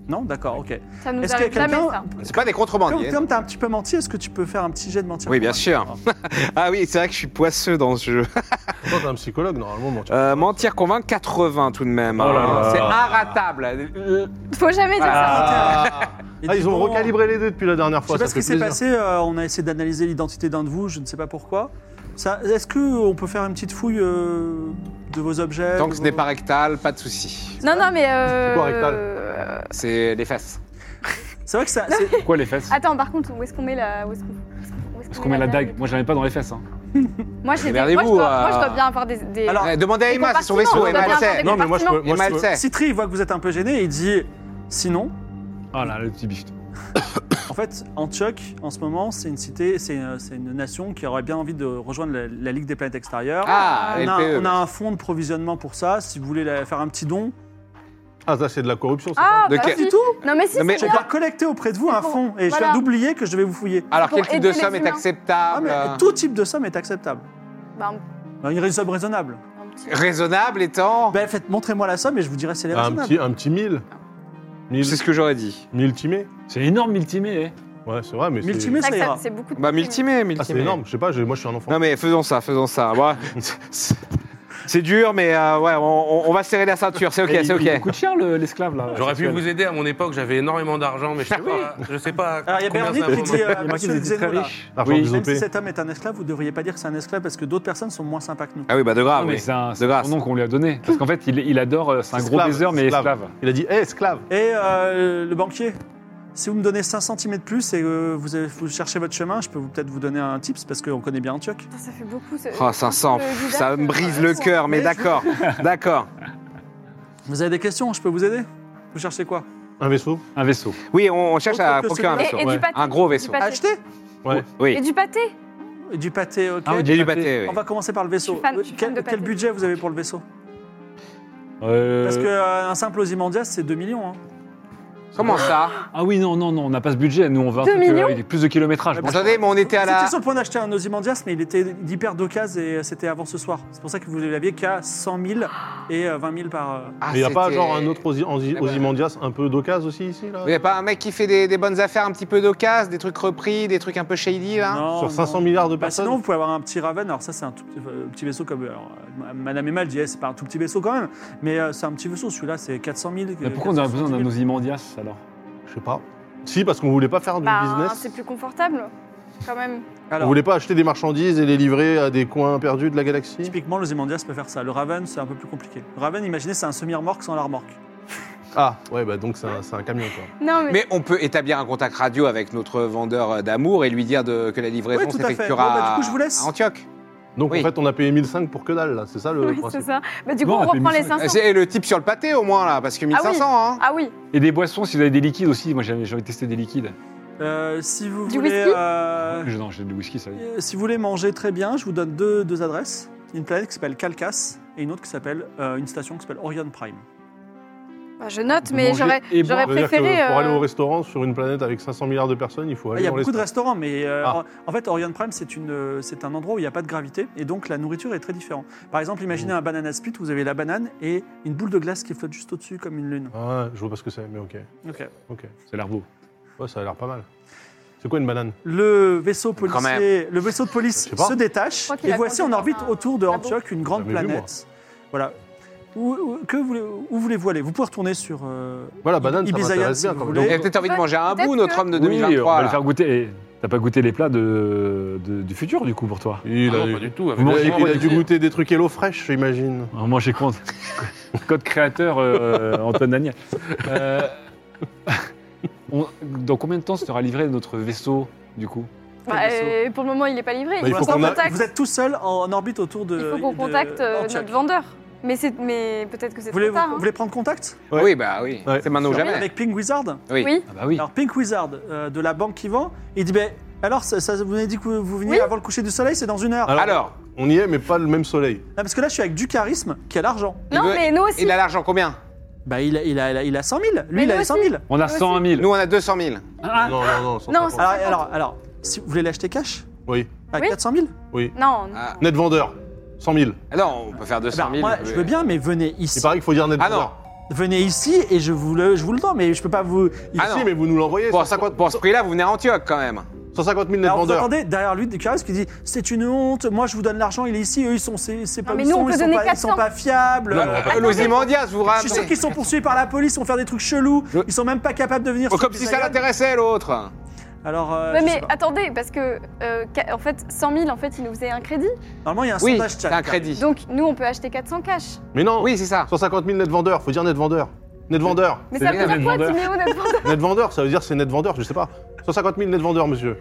Speaker 4: Non, d'accord, ok.
Speaker 5: Ça nous
Speaker 4: Est-ce que
Speaker 5: arrive jamais, ça.
Speaker 4: quelqu'un
Speaker 6: C'est pas des
Speaker 4: Comme,
Speaker 6: contrebandiers.
Speaker 4: comme t'as un petit peu menti, est-ce que tu peux faire un petit jet de mentir
Speaker 6: Oui, bien
Speaker 4: convaincre
Speaker 6: sûr. Ah oui, c'est vrai que je suis poisseux dans ce jeu.
Speaker 7: Toi, t'es un psychologue normalement, mon tiens.
Speaker 6: Euh, mentir, convaincre, 80 tout de même. hein.
Speaker 7: Oh là là.
Speaker 6: C'est inratable.
Speaker 5: Faut jamais dire ça.
Speaker 7: Ah,
Speaker 4: Et
Speaker 7: Ah, ils
Speaker 4: dis
Speaker 7: ont
Speaker 4: donc,
Speaker 7: recalibré les deux depuis la dernière
Speaker 4: Je
Speaker 7: fois.
Speaker 4: sais pas
Speaker 7: ça
Speaker 4: ce qui
Speaker 7: fait
Speaker 4: s'est
Speaker 7: plaisir.
Speaker 4: passé, euh, on a essayé d'analyser l'identité d'un de vous, je ne sais pas pourquoi. Ça, Est-ce qu'on peut faire une petite fouille euh, de vos objets
Speaker 6: Tant
Speaker 4: de
Speaker 6: que ce
Speaker 4: vos-
Speaker 6: n'est pas rectal, pas de souci.
Speaker 5: Non, non, mais.
Speaker 7: C'est
Speaker 5: Euh...
Speaker 7: quoi, rectal
Speaker 5: euh,
Speaker 6: C'est les fesses.
Speaker 4: C'est vrai que ça. c'est-
Speaker 3: Quoi les fesses
Speaker 5: Attends, par contre, où est-ce qu'on met la. Où est-ce qu'on où est-ce
Speaker 3: Parce qu'on met la dague. Moi je la mets pas dans les fesses. Hein.
Speaker 5: Moi, j'ai des- moi, je
Speaker 6: Regardez-vous,
Speaker 5: dois, moi, je dois
Speaker 6: euh,
Speaker 5: bien avoir des. des...
Speaker 4: Alors,
Speaker 6: Eh, demandez à
Speaker 5: les
Speaker 6: Emma, c'est son
Speaker 5: compartiments,
Speaker 6: vaisseau.
Speaker 5: on
Speaker 6: Emma,
Speaker 5: doit
Speaker 6: elle
Speaker 5: bien
Speaker 6: sait.
Speaker 5: regarder.
Speaker 7: Non, mais moi je peux. moi,
Speaker 6: Emma,
Speaker 7: je
Speaker 6: elle
Speaker 7: peux-
Speaker 6: sait.
Speaker 4: Citri, il voit que vous êtes un peu gêné et il dit Sinon,
Speaker 7: Oh
Speaker 3: Ah là, le petit bift.
Speaker 4: en fait, Antioch, en ce moment, c'est une cité, c'est euh, c'est une nation qui aurait bien envie de rejoindre la, la Ligue des planètes extérieures.
Speaker 6: Ah,
Speaker 4: on, a,
Speaker 6: LPE.
Speaker 4: on a un fonds de provisionnement pour ça. Si vous voulez la- faire un petit don,
Speaker 7: Ah, ça, c'est de la corruption, c'est
Speaker 5: Ah,
Speaker 6: De
Speaker 5: bah
Speaker 6: quel-
Speaker 5: si.
Speaker 4: C'est tout
Speaker 5: Non, mais si,
Speaker 6: Non, mais-
Speaker 4: J'ai
Speaker 5: c'est
Speaker 4: bien
Speaker 5: bien.
Speaker 4: collecté auprès de vous
Speaker 5: C'est
Speaker 4: un
Speaker 5: pour-
Speaker 4: fonds et je
Speaker 5: voilà.
Speaker 4: viens d'oublier que je vais vous fouiller.
Speaker 6: Alors,
Speaker 5: Pour
Speaker 6: quel type de
Speaker 5: aider les
Speaker 6: somme est
Speaker 5: humains.
Speaker 4: Ah,
Speaker 6: acceptable
Speaker 4: mais
Speaker 6: euh,
Speaker 4: tout type de somme est acceptable.
Speaker 5: Bah, un-
Speaker 4: Une somme raisonnable.
Speaker 5: un petit-
Speaker 6: Raisonnable étant
Speaker 4: Ben, faites, montrez-moi la somme et je vous dirai si elle est
Speaker 7: ça Ah, Un
Speaker 4: raisonnable.
Speaker 7: petit, un petit mille. Mille,
Speaker 6: C'est ce que j'aurais dit.
Speaker 7: mille timés.
Speaker 3: C'est énorme, Miltimé.
Speaker 7: Ouais, c'est vrai, mais c'est...
Speaker 4: Mille timés,
Speaker 5: C'est
Speaker 4: ça
Speaker 5: vrai que ça,
Speaker 4: ira.
Speaker 5: C'est beaucoup de
Speaker 6: Bah, mille timés, mille
Speaker 7: Ah, c'est
Speaker 6: timés.
Speaker 7: énorme, je sais pas, j'ai- moi, je suis un enfant.
Speaker 6: Non, mais faisons ça, faisons ça. Bon, c'est- c'est dur, mais euh, ouais, on, on- on va serrer la ceinture, c'est ok, c'est
Speaker 3: Il
Speaker 6: ok.
Speaker 3: coûte cher
Speaker 7: euh,
Speaker 3: le- l'esclave là.
Speaker 8: J'aurais pu
Speaker 3: sexuel.
Speaker 8: vous aider à mon époque, j'avais énormément d'argent, mais je sais
Speaker 6: Ah
Speaker 8: pas. Je sais pas
Speaker 4: Alors, il y a
Speaker 8: combien
Speaker 4: Bernie
Speaker 8: ça vaut
Speaker 4: qui
Speaker 8: maintenant.
Speaker 4: dit euh,
Speaker 3: Il y a marqué
Speaker 4: monsieur
Speaker 3: que vous étiez très
Speaker 4: Xenola,
Speaker 3: riche.
Speaker 7: L'argent
Speaker 3: Oui.
Speaker 7: des
Speaker 4: Même
Speaker 7: OP.
Speaker 4: si cet homme est un esclave, vous ne devriez pas dire que c'est un esclave parce que d'autres personnes sont moins sympas que nous.
Speaker 6: Ah oui, bah de grave,
Speaker 3: Non, mais
Speaker 6: oui.
Speaker 3: c'est un,
Speaker 6: De grâce.
Speaker 3: c'est un nom qu'on lui a donné. Parce qu'en fait, il, il adore, euh, c'est un gros
Speaker 7: Esclave,
Speaker 3: baiser, mais
Speaker 7: esclave.
Speaker 3: esclave.
Speaker 7: Il a dit,
Speaker 6: eh,
Speaker 7: hé, esclave
Speaker 4: Et euh, le banquier, si vous me donnez 5 centimes de plus et que vous, avez- vous cherchez votre chemin, je peux vous- peut-être vous donner un tips parce qu'on connaît bien Antioche.
Speaker 5: Putain, ça fait beaucoup. ce-
Speaker 6: Oh, 500,
Speaker 5: Le
Speaker 6: pff,
Speaker 5: visage,
Speaker 6: ça me
Speaker 5: euh,
Speaker 6: brise le cœur, mais
Speaker 4: Ouais, je-
Speaker 6: d'accord, d'accord.
Speaker 4: Vous avez des questions Je peux vous aider Vous cherchez quoi
Speaker 7: Un vaisseau
Speaker 3: Un vaisseau.
Speaker 6: Oui, on, on cherche
Speaker 4: Autre
Speaker 6: à
Speaker 4: que
Speaker 6: procurer un
Speaker 4: celui-là.
Speaker 5: Et,
Speaker 6: Ah,
Speaker 5: et
Speaker 6: vaisseau.
Speaker 7: Ouais.
Speaker 5: du pâté.
Speaker 6: Un gros
Speaker 5: du
Speaker 6: vaisseau.
Speaker 5: pâté.
Speaker 4: Acheter
Speaker 7: Ouais.
Speaker 5: Et
Speaker 6: Oui,
Speaker 5: du pâté.
Speaker 4: Du pâté, ok.
Speaker 3: Ah, oui,
Speaker 6: j'ai du pâté,
Speaker 4: On
Speaker 6: oui.
Speaker 4: va commencer par le vaisseau.
Speaker 5: Je suis fan- je suis fan
Speaker 4: quel,
Speaker 5: de
Speaker 4: quel
Speaker 5: pâté.
Speaker 4: budget vous avez pour le vaisseau
Speaker 3: Euh,
Speaker 4: Parce qu'un simple Ozymandias, c'est 2 millions. hein.
Speaker 6: Comment ça
Speaker 3: Ah oui, non, non, non, on n'a pas ce budget. Nous, on veut un
Speaker 5: Deux
Speaker 3: truc, euh,
Speaker 5: millions
Speaker 3: avec plus de kilométrage.
Speaker 4: Bon,
Speaker 6: Attendez, mais on était à
Speaker 4: Vous étiez
Speaker 6: la...
Speaker 4: sur le point d'acheter un Ozymandias, mais il était hyper d'occasion et euh, c'était avant ce soir. C'est pour ça que vous l'aviez qu'à 100 000 et euh, 20 000 par. euh,
Speaker 6: Ah,
Speaker 7: mais y a pas
Speaker 6: c'était-
Speaker 7: genre un autre Ozy- Ozy-
Speaker 6: Eh ben-
Speaker 7: Ozymandias un peu d'occasion aussi, ici, là
Speaker 6: Il n'y a pas un mec qui fait des, des bonnes affaires, un petit peu d'occasion, des trucs repris, des trucs un peu shady là
Speaker 4: non,
Speaker 7: Sur
Speaker 4: non.
Speaker 7: 500 milliards de
Speaker 4: Bah,
Speaker 7: personnes
Speaker 4: sinon, vous pouvez avoir un petit Raven. Alors, ça, c'est un tout petit, euh, petit vaisseau comme. alors, euh, Madame Emal dit, eh, c'est pas un tout petit vaisseau quand même, mais euh, c'est un petit vaisseau. Celui-là, c'est 400 000.
Speaker 3: Mais pourquoi on a besoin d'un Ozymandias alors
Speaker 7: Je sais pas. Si, parce qu'on voulait pas faire du
Speaker 5: Bah,
Speaker 7: business.
Speaker 5: c'est plus confortable, quand même.
Speaker 7: On
Speaker 4: Alors,
Speaker 7: voulait pas acheter des marchandises et les livrer à des coins perdus de la galaxie.
Speaker 4: typiquement, l'Ozymandias peut faire ça. Le Raven, c'est un peu plus compliqué. Le Raven, imaginez, c'est un semi-remorque sans la remorque.
Speaker 7: Ah, ouais, bah donc c'est un, c'est un camion, quoi.
Speaker 5: Non,
Speaker 4: Ah
Speaker 5: mais,
Speaker 6: Mais on peut établir un contact radio avec notre vendeur d'amour et lui dire de- que la livraison
Speaker 4: Oui, tout à fait.
Speaker 6: s'effectuera
Speaker 4: Bon, bah, du coup, je vous laisse.
Speaker 6: à Antioche.
Speaker 7: Donc
Speaker 6: Oui.
Speaker 7: en fait, on a payé 1005 pour que dalle, là, c'est ça le
Speaker 5: oui, c'est
Speaker 7: principe
Speaker 5: ça. Bah, du coup,
Speaker 3: Non,
Speaker 5: on
Speaker 3: elle fait
Speaker 5: reprend les
Speaker 3: 1500.
Speaker 6: Et
Speaker 5: 500.
Speaker 6: c'est- et le type sur le pâté au moins là, parce que 1500 hein.
Speaker 5: Ah oui,
Speaker 3: Et des boissons, si vous avez des liquides aussi. Moi, j'ai j'ai envie de tester des liquides.
Speaker 4: Euh, si vous
Speaker 5: Du
Speaker 4: voulez.
Speaker 5: whisky
Speaker 4: euh,
Speaker 3: Je- Non, j'ai du whisky, ça y est.
Speaker 4: Euh, Si vous voulez manger très bien, je vous donne deux, deux adresses. Une planète qui s'appelle Calcas et une autre qui s'appelle euh, une station qui s'appelle Orion Prime.
Speaker 5: Bah, je note,
Speaker 3: De
Speaker 5: mais
Speaker 3: manger
Speaker 5: j'aurais
Speaker 3: et
Speaker 5: j'aurais
Speaker 3: boire.
Speaker 7: Ça veut dire que
Speaker 5: préféré.
Speaker 7: pour
Speaker 5: euh,
Speaker 7: aller au restaurant sur une planète avec 500 milliards de personnes, il faut
Speaker 4: Ah,
Speaker 7: aller
Speaker 4: Il y a
Speaker 7: dans
Speaker 4: beaucoup de
Speaker 7: l'espace.
Speaker 4: restaurants, mais euh,
Speaker 7: Ah.
Speaker 4: en fait, Orion Prime, c'est une, euh, c'est un endroit où il n'y a pas de gravité et donc la nourriture est très différente. Par exemple, imaginez
Speaker 7: Mmh.
Speaker 4: un banana split où vous avez la banane et une boule de glace qui flotte juste au-dessus comme une lune.
Speaker 7: Ah, je vois pas ce que c'est, mais ok. Ok.
Speaker 3: Ça a l'air beau.
Speaker 7: Ouais, ça a l'air pas mal. C'est quoi une banane
Speaker 4: Le vaisseau
Speaker 6: Quand
Speaker 4: policier, le vaisseau de
Speaker 7: Je
Speaker 4: police
Speaker 7: sais pas.
Speaker 4: se détache
Speaker 5: crois qu'il
Speaker 4: et
Speaker 5: a
Speaker 4: voici
Speaker 5: grandi
Speaker 4: en
Speaker 5: dans
Speaker 4: orbite
Speaker 5: un
Speaker 4: autour de
Speaker 5: labo.
Speaker 4: Antioche une grande
Speaker 7: Jamais vu, moi.
Speaker 4: planète. voilà. Où, où- que voulez- où voulez-vous aller Vous pouvez retourner sur euh,
Speaker 7: Voilà, banane, ça
Speaker 4: Ibizaïen,
Speaker 7: m'intéresse
Speaker 4: si
Speaker 7: bien,
Speaker 4: vous
Speaker 7: comme
Speaker 4: voulez.
Speaker 7: nom.
Speaker 6: Il a peut-être envie de manger
Speaker 4: Bah,
Speaker 6: un
Speaker 5: Peut-être
Speaker 6: bout, notre
Speaker 5: que-
Speaker 6: homme de
Speaker 3: Oui, on
Speaker 6: 2023.
Speaker 3: va
Speaker 6: là.
Speaker 3: le faire goûter. Et T'as pas goûté les plats de, de- du futur, du coup, pour toi
Speaker 7: Il
Speaker 8: Ah
Speaker 7: a,
Speaker 8: non, pas du tout.
Speaker 7: il a-
Speaker 8: avec-
Speaker 7: il a dû goûter des trucs Hello Fresh, j'imagine.
Speaker 3: Ah, Moi, j'ai compte. Code créateur, euh, Antoine Daniel. Euh, on- dans combien de temps sera livré notre vaisseau, du coup
Speaker 5: bah,
Speaker 4: quel vaisseau
Speaker 5: euh, pour le moment, il n'est pas livré.
Speaker 7: Bah, il
Speaker 5: faut
Speaker 7: faut
Speaker 5: qu'on
Speaker 7: qu'on a-
Speaker 5: contacte,
Speaker 4: Vous êtes tout seul en, en orbite autour de.
Speaker 5: il faut qu'on
Speaker 4: de-
Speaker 5: contacte euh,
Speaker 4: Antioch.
Speaker 5: notre vendeur. Mais, c'est- mais peut-être que c'est
Speaker 4: Vous voulez,
Speaker 5: trop tard.
Speaker 4: vous
Speaker 5: hein.
Speaker 4: voulez prendre contact
Speaker 7: Ouais.
Speaker 6: Oui, bah oui,
Speaker 7: Ouais.
Speaker 6: c'est maintenant ou jamais.
Speaker 4: avec Pink Wizard
Speaker 6: Oui.
Speaker 5: Oui.
Speaker 3: Ah bah oui.
Speaker 4: Alors Pink Wizard euh, de la banque qui vend, il dit ben alors ça, ça- vous m'avez dit que vous, vous veniez
Speaker 5: Oui.
Speaker 4: avant le coucher du soleil, c'est dans une heure.
Speaker 7: Alors,
Speaker 6: Alors,
Speaker 7: on y est, mais pas le même soleil.
Speaker 4: Non, parce que là je suis avec du charisme qui a l'argent.
Speaker 6: il
Speaker 5: Non,
Speaker 6: veut-
Speaker 5: mais nous aussi.
Speaker 6: il a l'argent combien
Speaker 4: Bah il a, il a, il a, il a 100 000, lui
Speaker 5: Mais
Speaker 4: il a
Speaker 5: nous
Speaker 4: les 100
Speaker 5: aussi.
Speaker 4: 000.
Speaker 3: On a
Speaker 5: Moi
Speaker 3: 101 000.
Speaker 6: Nous, on a 200 000.
Speaker 3: Ah,
Speaker 7: Non, non, non, sans
Speaker 5: Non,
Speaker 7: ça,
Speaker 4: Alors alors, alors si vous voulez l'acheter cash
Speaker 7: Oui,
Speaker 4: à
Speaker 5: Oui.
Speaker 4: 400 000
Speaker 7: oui.
Speaker 5: Non, non.
Speaker 6: Ah,
Speaker 7: Net vendeur, 100 000.
Speaker 6: Eh non, on peut faire 200
Speaker 4: Ben,
Speaker 6: 000.
Speaker 4: moi je veux bien mais venez
Speaker 7: Il
Speaker 4: ici.
Speaker 7: paraît qu'il faut dire net
Speaker 6: Ah non,
Speaker 7: vendeur.
Speaker 4: Venez ici et je vous le je vous le donne mais je peux pas vous
Speaker 6: Ah
Speaker 7: si,
Speaker 6: non.
Speaker 7: mais vous nous l'envoyez.
Speaker 6: pour,
Speaker 7: 150
Speaker 6: pour ce prix-là, vous venez à Antioche quand même.
Speaker 7: 150 000 net
Speaker 4: alors, vous
Speaker 7: vendeur.
Speaker 4: entendez derrière lui du charisme qui dit c'est une honte moi je vous donne l'argent il est ici eux ils sont c'est c'est pas
Speaker 5: mais
Speaker 4: ils
Speaker 5: nous, on
Speaker 4: sont-
Speaker 5: peut
Speaker 4: ils sont
Speaker 5: donner Ah,
Speaker 4: pas- ils sont
Speaker 5: 400.
Speaker 4: pas fiables
Speaker 7: Non, mais on va pas-
Speaker 6: L'Ozymandias, Euh, vous
Speaker 4: Je suis sûr
Speaker 6: rappelez.
Speaker 4: qu'ils sont poursuivis par la police, ils vont faire des trucs chelous,
Speaker 6: Je-
Speaker 4: ils sont même pas capables de venir.
Speaker 6: Oh,
Speaker 4: sur
Speaker 6: Comme si ça
Speaker 4: Bisaïon.
Speaker 6: l'intéressait l'autre.
Speaker 4: Alors, euh,
Speaker 5: Ouais,
Speaker 4: je
Speaker 5: mais
Speaker 4: sais pas.
Speaker 5: attendez, parce que euh, ca- en fait, 100 000, en fait, il nous faisait un crédit.
Speaker 4: normalement il y a un
Speaker 6: Oui,
Speaker 4: sondage chat.
Speaker 6: c'est un crédit.
Speaker 5: Donc nous, on peut acheter 400 cash.
Speaker 7: Mais non,
Speaker 6: Oui, c'est ça.
Speaker 7: 150 000 net vendeur, faut dire net vendeur. Net vendeur,
Speaker 5: Mais
Speaker 3: C'est
Speaker 5: ça
Speaker 3: bien,
Speaker 5: veut dire
Speaker 3: mais
Speaker 5: quoi,
Speaker 3: vendeur.
Speaker 5: Timéo, notre vendeur
Speaker 7: net vendeur, ça veut dire c'est net vendeur, je sais pas. 150 000 net vendeur, monsieur.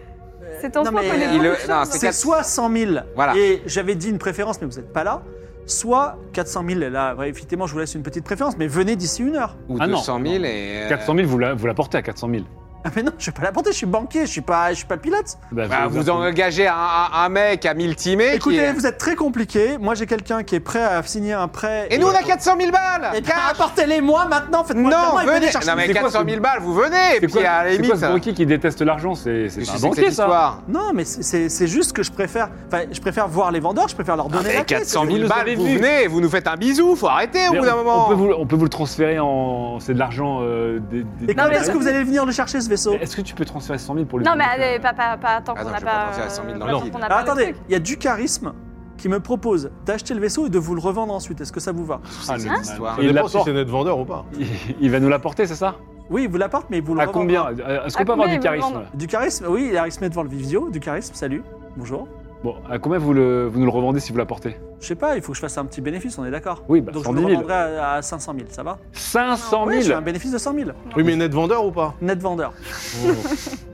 Speaker 5: Cet enfant
Speaker 4: Non, mais
Speaker 5: connaît
Speaker 4: il
Speaker 5: beaucoup
Speaker 6: le-
Speaker 5: de choses.
Speaker 6: non,
Speaker 5: hein.
Speaker 6: Ah, c'est
Speaker 4: C'est
Speaker 6: quatre-
Speaker 4: soit 100 000,
Speaker 6: Voilà.
Speaker 4: et j'avais dit une préférence, mais vous n'êtes pas là, soit 400 000, et là, ouais, effectivement, je vous laisse une petite préférence, mais venez d'ici une heure.
Speaker 6: Ou
Speaker 3: Ah non.
Speaker 6: 200 000 et... euh,
Speaker 3: 400 000, vous la, vous la portez à 400 000.
Speaker 4: Ah, mais non, je suis pas la porter, je suis banquier, je suis pas, je suis pas pilote.
Speaker 3: Bah,
Speaker 6: Bah,
Speaker 3: je vais
Speaker 6: vous engagez un, un- un mec à 1000 timés.
Speaker 4: Écoutez,
Speaker 6: qui est-
Speaker 4: vous êtes très compliqué. Moi, j'ai quelqu'un qui est prêt à signer un prêt.
Speaker 6: Et nous, on a 400 000 balles
Speaker 4: Eh bien,
Speaker 6: Cash
Speaker 4: apportez-les moi maintenant, faites-moi le
Speaker 6: Non,
Speaker 4: paiement et venez
Speaker 6: venez
Speaker 4: chercher.
Speaker 6: Non, mais
Speaker 3: C'est quoi
Speaker 6: 400
Speaker 3: ce-
Speaker 6: 000 balles, vous venez Et
Speaker 3: C'est
Speaker 6: puis
Speaker 3: quoi,
Speaker 6: à la
Speaker 3: c'est
Speaker 6: limite.
Speaker 3: quoi ce banquier qui déteste l'argent C'est c'est
Speaker 6: Qu'est-ce que
Speaker 3: pas un
Speaker 6: c'est que
Speaker 3: banquier,
Speaker 6: cette
Speaker 3: ça.
Speaker 6: histoire
Speaker 4: Non, mais c'est- c'est c'est juste que je préfère, enfin, je préfère voir les vendeurs, je préfère leur donner
Speaker 6: Ah, Mais
Speaker 4: la clé.
Speaker 6: 400
Speaker 3: vous
Speaker 6: 000
Speaker 3: nous
Speaker 6: balles,
Speaker 3: avez
Speaker 6: vous
Speaker 3: vus.
Speaker 6: venez, vous nous faites un bisou, faut arrêter au
Speaker 3: Mais
Speaker 6: bout d'un
Speaker 3: on-
Speaker 6: moment
Speaker 3: On peut, vous, on peut vous le transférer en. C'est de l'argent. euh, des, des-
Speaker 4: Et quand
Speaker 3: des-
Speaker 4: est-ce que vous allez venir le chercher ce vaisseau
Speaker 3: Est-ce que tu peux transférer 100 000 pour lui
Speaker 5: Non, mais
Speaker 3: donner, euh,
Speaker 5: allez, pas, pas, pas tant
Speaker 6: Ah
Speaker 5: qu'on
Speaker 6: non,
Speaker 5: n'a
Speaker 6: je vais pas
Speaker 5: pas.
Speaker 6: penser à
Speaker 5: euh,
Speaker 6: 100 000
Speaker 5: pas
Speaker 6: dans le
Speaker 5: tant
Speaker 6: vide.
Speaker 5: qu'on n'a
Speaker 4: Alors
Speaker 5: pas le
Speaker 4: Ah, attendez,
Speaker 5: truc.
Speaker 4: il y a du charisme qui me propose d'acheter le vaisseau et de vous le revendre ensuite. Est-ce que ça vous va
Speaker 3: Ah,
Speaker 6: C'est
Speaker 3: le-
Speaker 6: cette histoire.
Speaker 7: Ça
Speaker 3: Il
Speaker 7: dépend si
Speaker 3: l'apporte.
Speaker 7: c'est notre vendeur ou pas.
Speaker 3: Il- Il va nous l'apporter, c'est ça
Speaker 4: Oui, il vous l'apporte, mais il vous le
Speaker 3: À
Speaker 4: revendra.
Speaker 3: combien Euh, Est-ce
Speaker 5: À
Speaker 3: qu'on peut
Speaker 5: combien
Speaker 3: avoir du
Speaker 5: il veut
Speaker 3: charisme
Speaker 5: vendre
Speaker 4: Du charisme Oui, il est arrivé devant le visio. Du charisme, salut. Bonjour.
Speaker 3: Bon, à combien vous, le, vous nous le revendez si vous l'apportez
Speaker 4: Je sais pas, il faut que je fasse un petit bénéfice, on est d'accord
Speaker 3: Oui, bah,
Speaker 4: Donc je
Speaker 3: 110
Speaker 4: vous le
Speaker 3: 000.
Speaker 4: revendrai à, à 500 000, ça va
Speaker 3: 500
Speaker 4: Oui, j'ai
Speaker 3: 000
Speaker 4: un bénéfice de 100 000.
Speaker 7: Oui, mais net vendeur ou pas Oh,
Speaker 4: Net vendeur.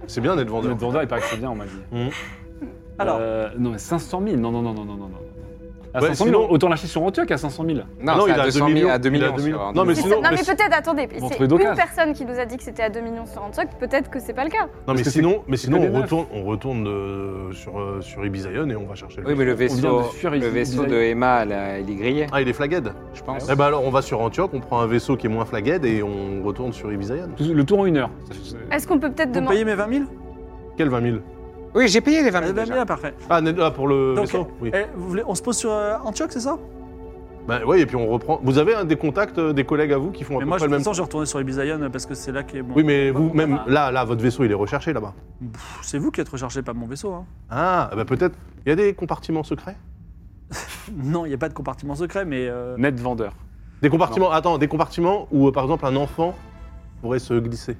Speaker 7: C'est bien net vendeur. Hum.
Speaker 3: Notre vendeur, il paraît que c'est bien, on m'a dit.
Speaker 4: Alors,
Speaker 3: Euh, non, mais 500 000 Non, non, non, non, non, non. non. À
Speaker 7: Ouais,
Speaker 3: 500 000,
Speaker 7: sinon-
Speaker 3: autant lâcher sur Antioch à 500 000.
Speaker 7: Ah
Speaker 6: Non, c'est à 200 000, à 2
Speaker 7: il
Speaker 6: millions.
Speaker 7: a 2
Speaker 6: ça va,
Speaker 7: millions.
Speaker 6: en
Speaker 7: Non, mais
Speaker 6: deux
Speaker 5: C'est-
Speaker 7: sinon,
Speaker 5: non, mais,
Speaker 7: mais-
Speaker 5: peut-être, attendez,
Speaker 3: Bon,
Speaker 5: c'est
Speaker 3: truc d'occasion.
Speaker 5: une personne qui nous a dit que c'était à 2 millions sur Antoc, peut-être que c'est pas le cas.
Speaker 7: Non mais
Speaker 3: Parce que
Speaker 7: sinon, mais sinon
Speaker 3: que des
Speaker 7: on
Speaker 3: neufs.
Speaker 7: retourne, on retourne euh, sur, euh, sur Ibizaïon et on va chercher le
Speaker 6: Oui, mais le
Speaker 3: On vient de
Speaker 6: vaisseau,
Speaker 3: fuir
Speaker 6: le
Speaker 3: ici,
Speaker 6: vaisseau de
Speaker 3: design.
Speaker 6: Emma, là, il est grillé,
Speaker 7: Ah, il est flagued
Speaker 6: je pense.
Speaker 7: Eh ben alors, on va sur Antioche, on prend un vaisseau qui est moins flagued et on retourne sur Ibizaïon.
Speaker 3: Tout- Le tour en une heure. Ça fait- c'est-
Speaker 5: Est-ce qu'on peut peut-être
Speaker 4: vous me
Speaker 5: demander.
Speaker 4: payez mes 20 000
Speaker 7: Quel 20 000
Speaker 6: Oui, j'ai payé les 20
Speaker 4: Ah,
Speaker 6: 000
Speaker 4: 20
Speaker 6: déjà.
Speaker 4: 000, parfait.
Speaker 7: Ah, net- ah, pour le
Speaker 4: Donc,
Speaker 7: vaisseau Oui.
Speaker 4: Eh, vous voulez- on se pose sur euh, Antioch, c'est ça
Speaker 7: Bah, ouais, et puis on reprend. Vous avez hein, des contacts, euh, des collègues à vous qui font à
Speaker 4: Mais
Speaker 7: peu
Speaker 4: moi,
Speaker 7: près
Speaker 4: je
Speaker 7: le même.
Speaker 4: sens, je vais retourner sur Ibizaïon parce que c'est là qui est bon.
Speaker 7: Oui, mais vous,
Speaker 4: on
Speaker 7: même
Speaker 4: verra.
Speaker 7: là, là, votre vaisseau, il est recherché là-bas.
Speaker 4: Pff, C'est vous qui êtes recherché, pas mon vaisseau. hein.
Speaker 7: Ah, eh ben peut-être. Il y a des compartiments secrets
Speaker 4: Non, il n'y a pas de compartiment secret, mais. euh,
Speaker 3: Net vendeur.
Speaker 7: Des compartiments. Attends, des compartiments où, euh, par exemple, un enfant pourrait se glisser.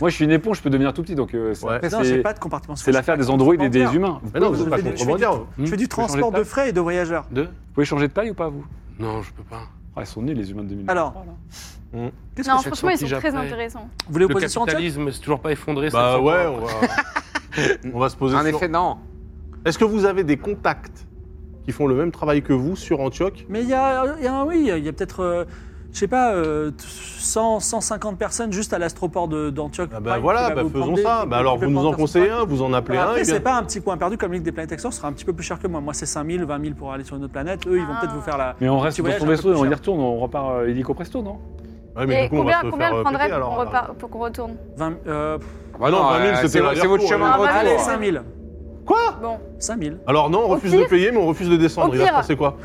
Speaker 3: Moi, je suis une éponge, je peux devenir tout petit, donc euh, c'est-
Speaker 7: Ouais.
Speaker 3: après,
Speaker 4: Non, j'ai
Speaker 3: c'est
Speaker 4: pas de compartiment secret.
Speaker 3: c'est l'affaire des androïdes et des
Speaker 4: Vendeur.
Speaker 3: humains. Vous
Speaker 7: Mais non,
Speaker 4: Oui,
Speaker 7: vous
Speaker 4: je
Speaker 7: êtes pas
Speaker 4: fais du- je fais
Speaker 7: contrebandière.
Speaker 4: du- Je fais
Speaker 3: Hmm
Speaker 4: du
Speaker 3: Vous pouvez changer
Speaker 4: transport
Speaker 3: de
Speaker 4: de
Speaker 3: table
Speaker 4: frais et de voyageurs.
Speaker 8: Deux
Speaker 3: pouvez changer de taille ou pas, vous
Speaker 8: Non, je peux pas.
Speaker 3: Ah, Ils sont nus, les humains de 2000.
Speaker 4: Alors,
Speaker 7: Hum.
Speaker 4: Qu'est-ce que
Speaker 5: Non,
Speaker 4: vous faites
Speaker 5: franchement, ils sont
Speaker 8: petits
Speaker 5: très
Speaker 8: Japonais.
Speaker 5: intéressants.
Speaker 4: Vous voulez vous
Speaker 8: Le
Speaker 4: poser sur Antioch
Speaker 8: capitalisme, c'est hein. toujours pas effondré.
Speaker 7: Bah
Speaker 8: ça,
Speaker 7: ouais,
Speaker 8: ça,
Speaker 7: on va. on va se poser
Speaker 6: En
Speaker 7: sur-
Speaker 6: effet, non.
Speaker 7: Est-ce que vous avez des contacts qui font le même travail que vous sur Antioche
Speaker 4: Mais il y a, il y a un- Ah oui, il y a peut-être, euh, je sais pas, euh, 100, 150 personnes juste à l'astroport de- d'Antioche.
Speaker 7: Ah
Speaker 4: Prime
Speaker 7: bah
Speaker 4: qui
Speaker 7: voilà,
Speaker 4: va
Speaker 7: bah
Speaker 4: vous
Speaker 7: faisons
Speaker 4: prendre des-
Speaker 7: ça.
Speaker 4: qui
Speaker 7: Bah
Speaker 4: va-
Speaker 7: alors
Speaker 4: qui va
Speaker 7: vous nous
Speaker 4: prendre
Speaker 7: en
Speaker 4: personne.
Speaker 7: conseillez un, vous en appelez
Speaker 4: Alors
Speaker 7: un.
Speaker 4: Après,
Speaker 7: et bien-
Speaker 4: c'est pas un petit coin perdu comme Ligue des Planètes Exor, ce sera un petit peu plus cher que moi. Moi, c'est 5000, 20 000 pour aller sur une autre planète. Eux, ils vont
Speaker 5: Ah.
Speaker 4: peut-être vous faire la.
Speaker 3: Mais on reste
Speaker 4: Tu
Speaker 3: dans
Speaker 4: voyages
Speaker 3: son
Speaker 4: un peu
Speaker 3: vaisseau et
Speaker 4: plus
Speaker 3: on y
Speaker 4: cher.
Speaker 3: retourne, on repart euh, hélico presto, non
Speaker 7: Ouais, Ah, mais
Speaker 5: Et
Speaker 7: du coup, on va
Speaker 5: combien,
Speaker 7: se
Speaker 5: combien
Speaker 7: faire,
Speaker 5: le
Speaker 7: euh,
Speaker 5: prendrait
Speaker 7: péter,
Speaker 5: pour qu'on
Speaker 7: alors, là.
Speaker 5: repart- pour qu'on retourne
Speaker 4: 20, euh,
Speaker 7: Bah non,
Speaker 6: Non,
Speaker 7: 20 000,
Speaker 6: euh,
Speaker 7: c'était
Speaker 6: c'est-
Speaker 7: l'aller-retour,
Speaker 6: c'est votre chemin
Speaker 7: ouais.
Speaker 6: de retour.
Speaker 4: allez,
Speaker 5: ouais.
Speaker 4: 5000.
Speaker 7: Quoi
Speaker 5: Bon.
Speaker 4: 5000.
Speaker 7: Alors non, on
Speaker 5: Au
Speaker 7: refuse
Speaker 5: pire-
Speaker 7: de payer, mais on refuse de descendre.
Speaker 5: au
Speaker 7: Il va se
Speaker 5: pire-
Speaker 7: passer quoi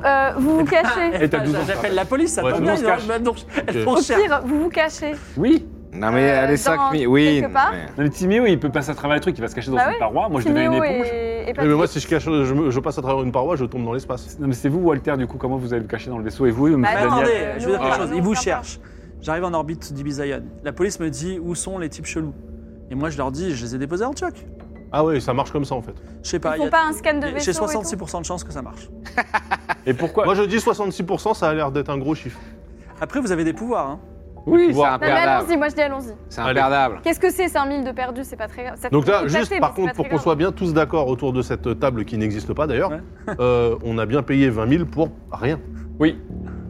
Speaker 5: Euh, Vous
Speaker 7: Ah,
Speaker 5: vous cachez.
Speaker 3: Et t'as 12 ans.
Speaker 4: Eh, bah, J'appelle la police, ça
Speaker 7: Ouais,
Speaker 4: tombe
Speaker 7: nous, on
Speaker 4: bien,
Speaker 3: se
Speaker 4: ils vont-
Speaker 3: cache.
Speaker 4: bah, donc, elles
Speaker 7: Ok.
Speaker 4: font
Speaker 5: Au
Speaker 4: cher.
Speaker 5: pire, vous vous cachez.
Speaker 3: Oui
Speaker 6: Non, mais
Speaker 5: Euh,
Speaker 6: allez,
Speaker 5: dans
Speaker 6: 5 000. Oui.
Speaker 5: quelque part.
Speaker 6: mais-
Speaker 3: Non, mais Timéo, il peut passer à travers les trucs, il va se cacher dans
Speaker 5: Bah
Speaker 3: une
Speaker 5: ouais.
Speaker 3: paroi. Moi, je deviens une
Speaker 5: Timéo
Speaker 3: éponge.
Speaker 5: et, et
Speaker 7: Oui, mais moi,
Speaker 5: Patrick.
Speaker 7: si je, cache, je, me- je passe à travers une paroi, je tombe dans l'espace.
Speaker 3: Non, mais c'est vous, Walter, du coup, comment vous allez vous cacher dans le vaisseau Et vous,
Speaker 4: Mais
Speaker 3: monsieur
Speaker 5: Bah non,
Speaker 3: Daniel
Speaker 4: attendez,
Speaker 5: Daniel.
Speaker 4: je veux dire quelque
Speaker 5: Ah.
Speaker 4: chose. Ils vous
Speaker 5: Non,
Speaker 4: cherchent. J'arrive en orbite d'Ibizaïon. La police me dit où sont les types chelous. Et moi, je leur dis, je les ai déposés à Antioch.
Speaker 7: Ah ouais, ça marche comme ça en fait.
Speaker 4: Je sais pas.
Speaker 5: Ils
Speaker 4: il y
Speaker 5: font
Speaker 4: a-
Speaker 5: pas un scan de
Speaker 4: J'ai
Speaker 5: vaisseau.
Speaker 4: j'ai
Speaker 5: et tout
Speaker 4: 66% de chance que ça marche.
Speaker 3: Et pourquoi
Speaker 7: Moi, je dis 66%, ça a l'air d'être un gros chiffre.
Speaker 4: Après, vous avez des pouvoirs. Hein.
Speaker 3: Oui,
Speaker 6: C'est
Speaker 3: ça-
Speaker 5: Non, mais
Speaker 6: imperdable.
Speaker 5: allons-y, moi je dis allons-y.
Speaker 6: C'est
Speaker 7: Allez.
Speaker 6: imperdable.
Speaker 5: Qu'est-ce que c'est 5000 de perdu C'est pas très grave. Ça
Speaker 7: Donc
Speaker 5: fait
Speaker 7: là,
Speaker 5: beaucoup
Speaker 7: juste
Speaker 5: tâter,
Speaker 7: par
Speaker 5: mais c'est
Speaker 7: contre,
Speaker 5: pas
Speaker 7: pour
Speaker 5: très
Speaker 7: qu'on
Speaker 5: grave.
Speaker 7: soit bien tous d'accord autour de cette table qui n'existe pas d'ailleurs,
Speaker 4: Ouais.
Speaker 7: euh, on a bien payé 20 000 pour rien.
Speaker 3: oui.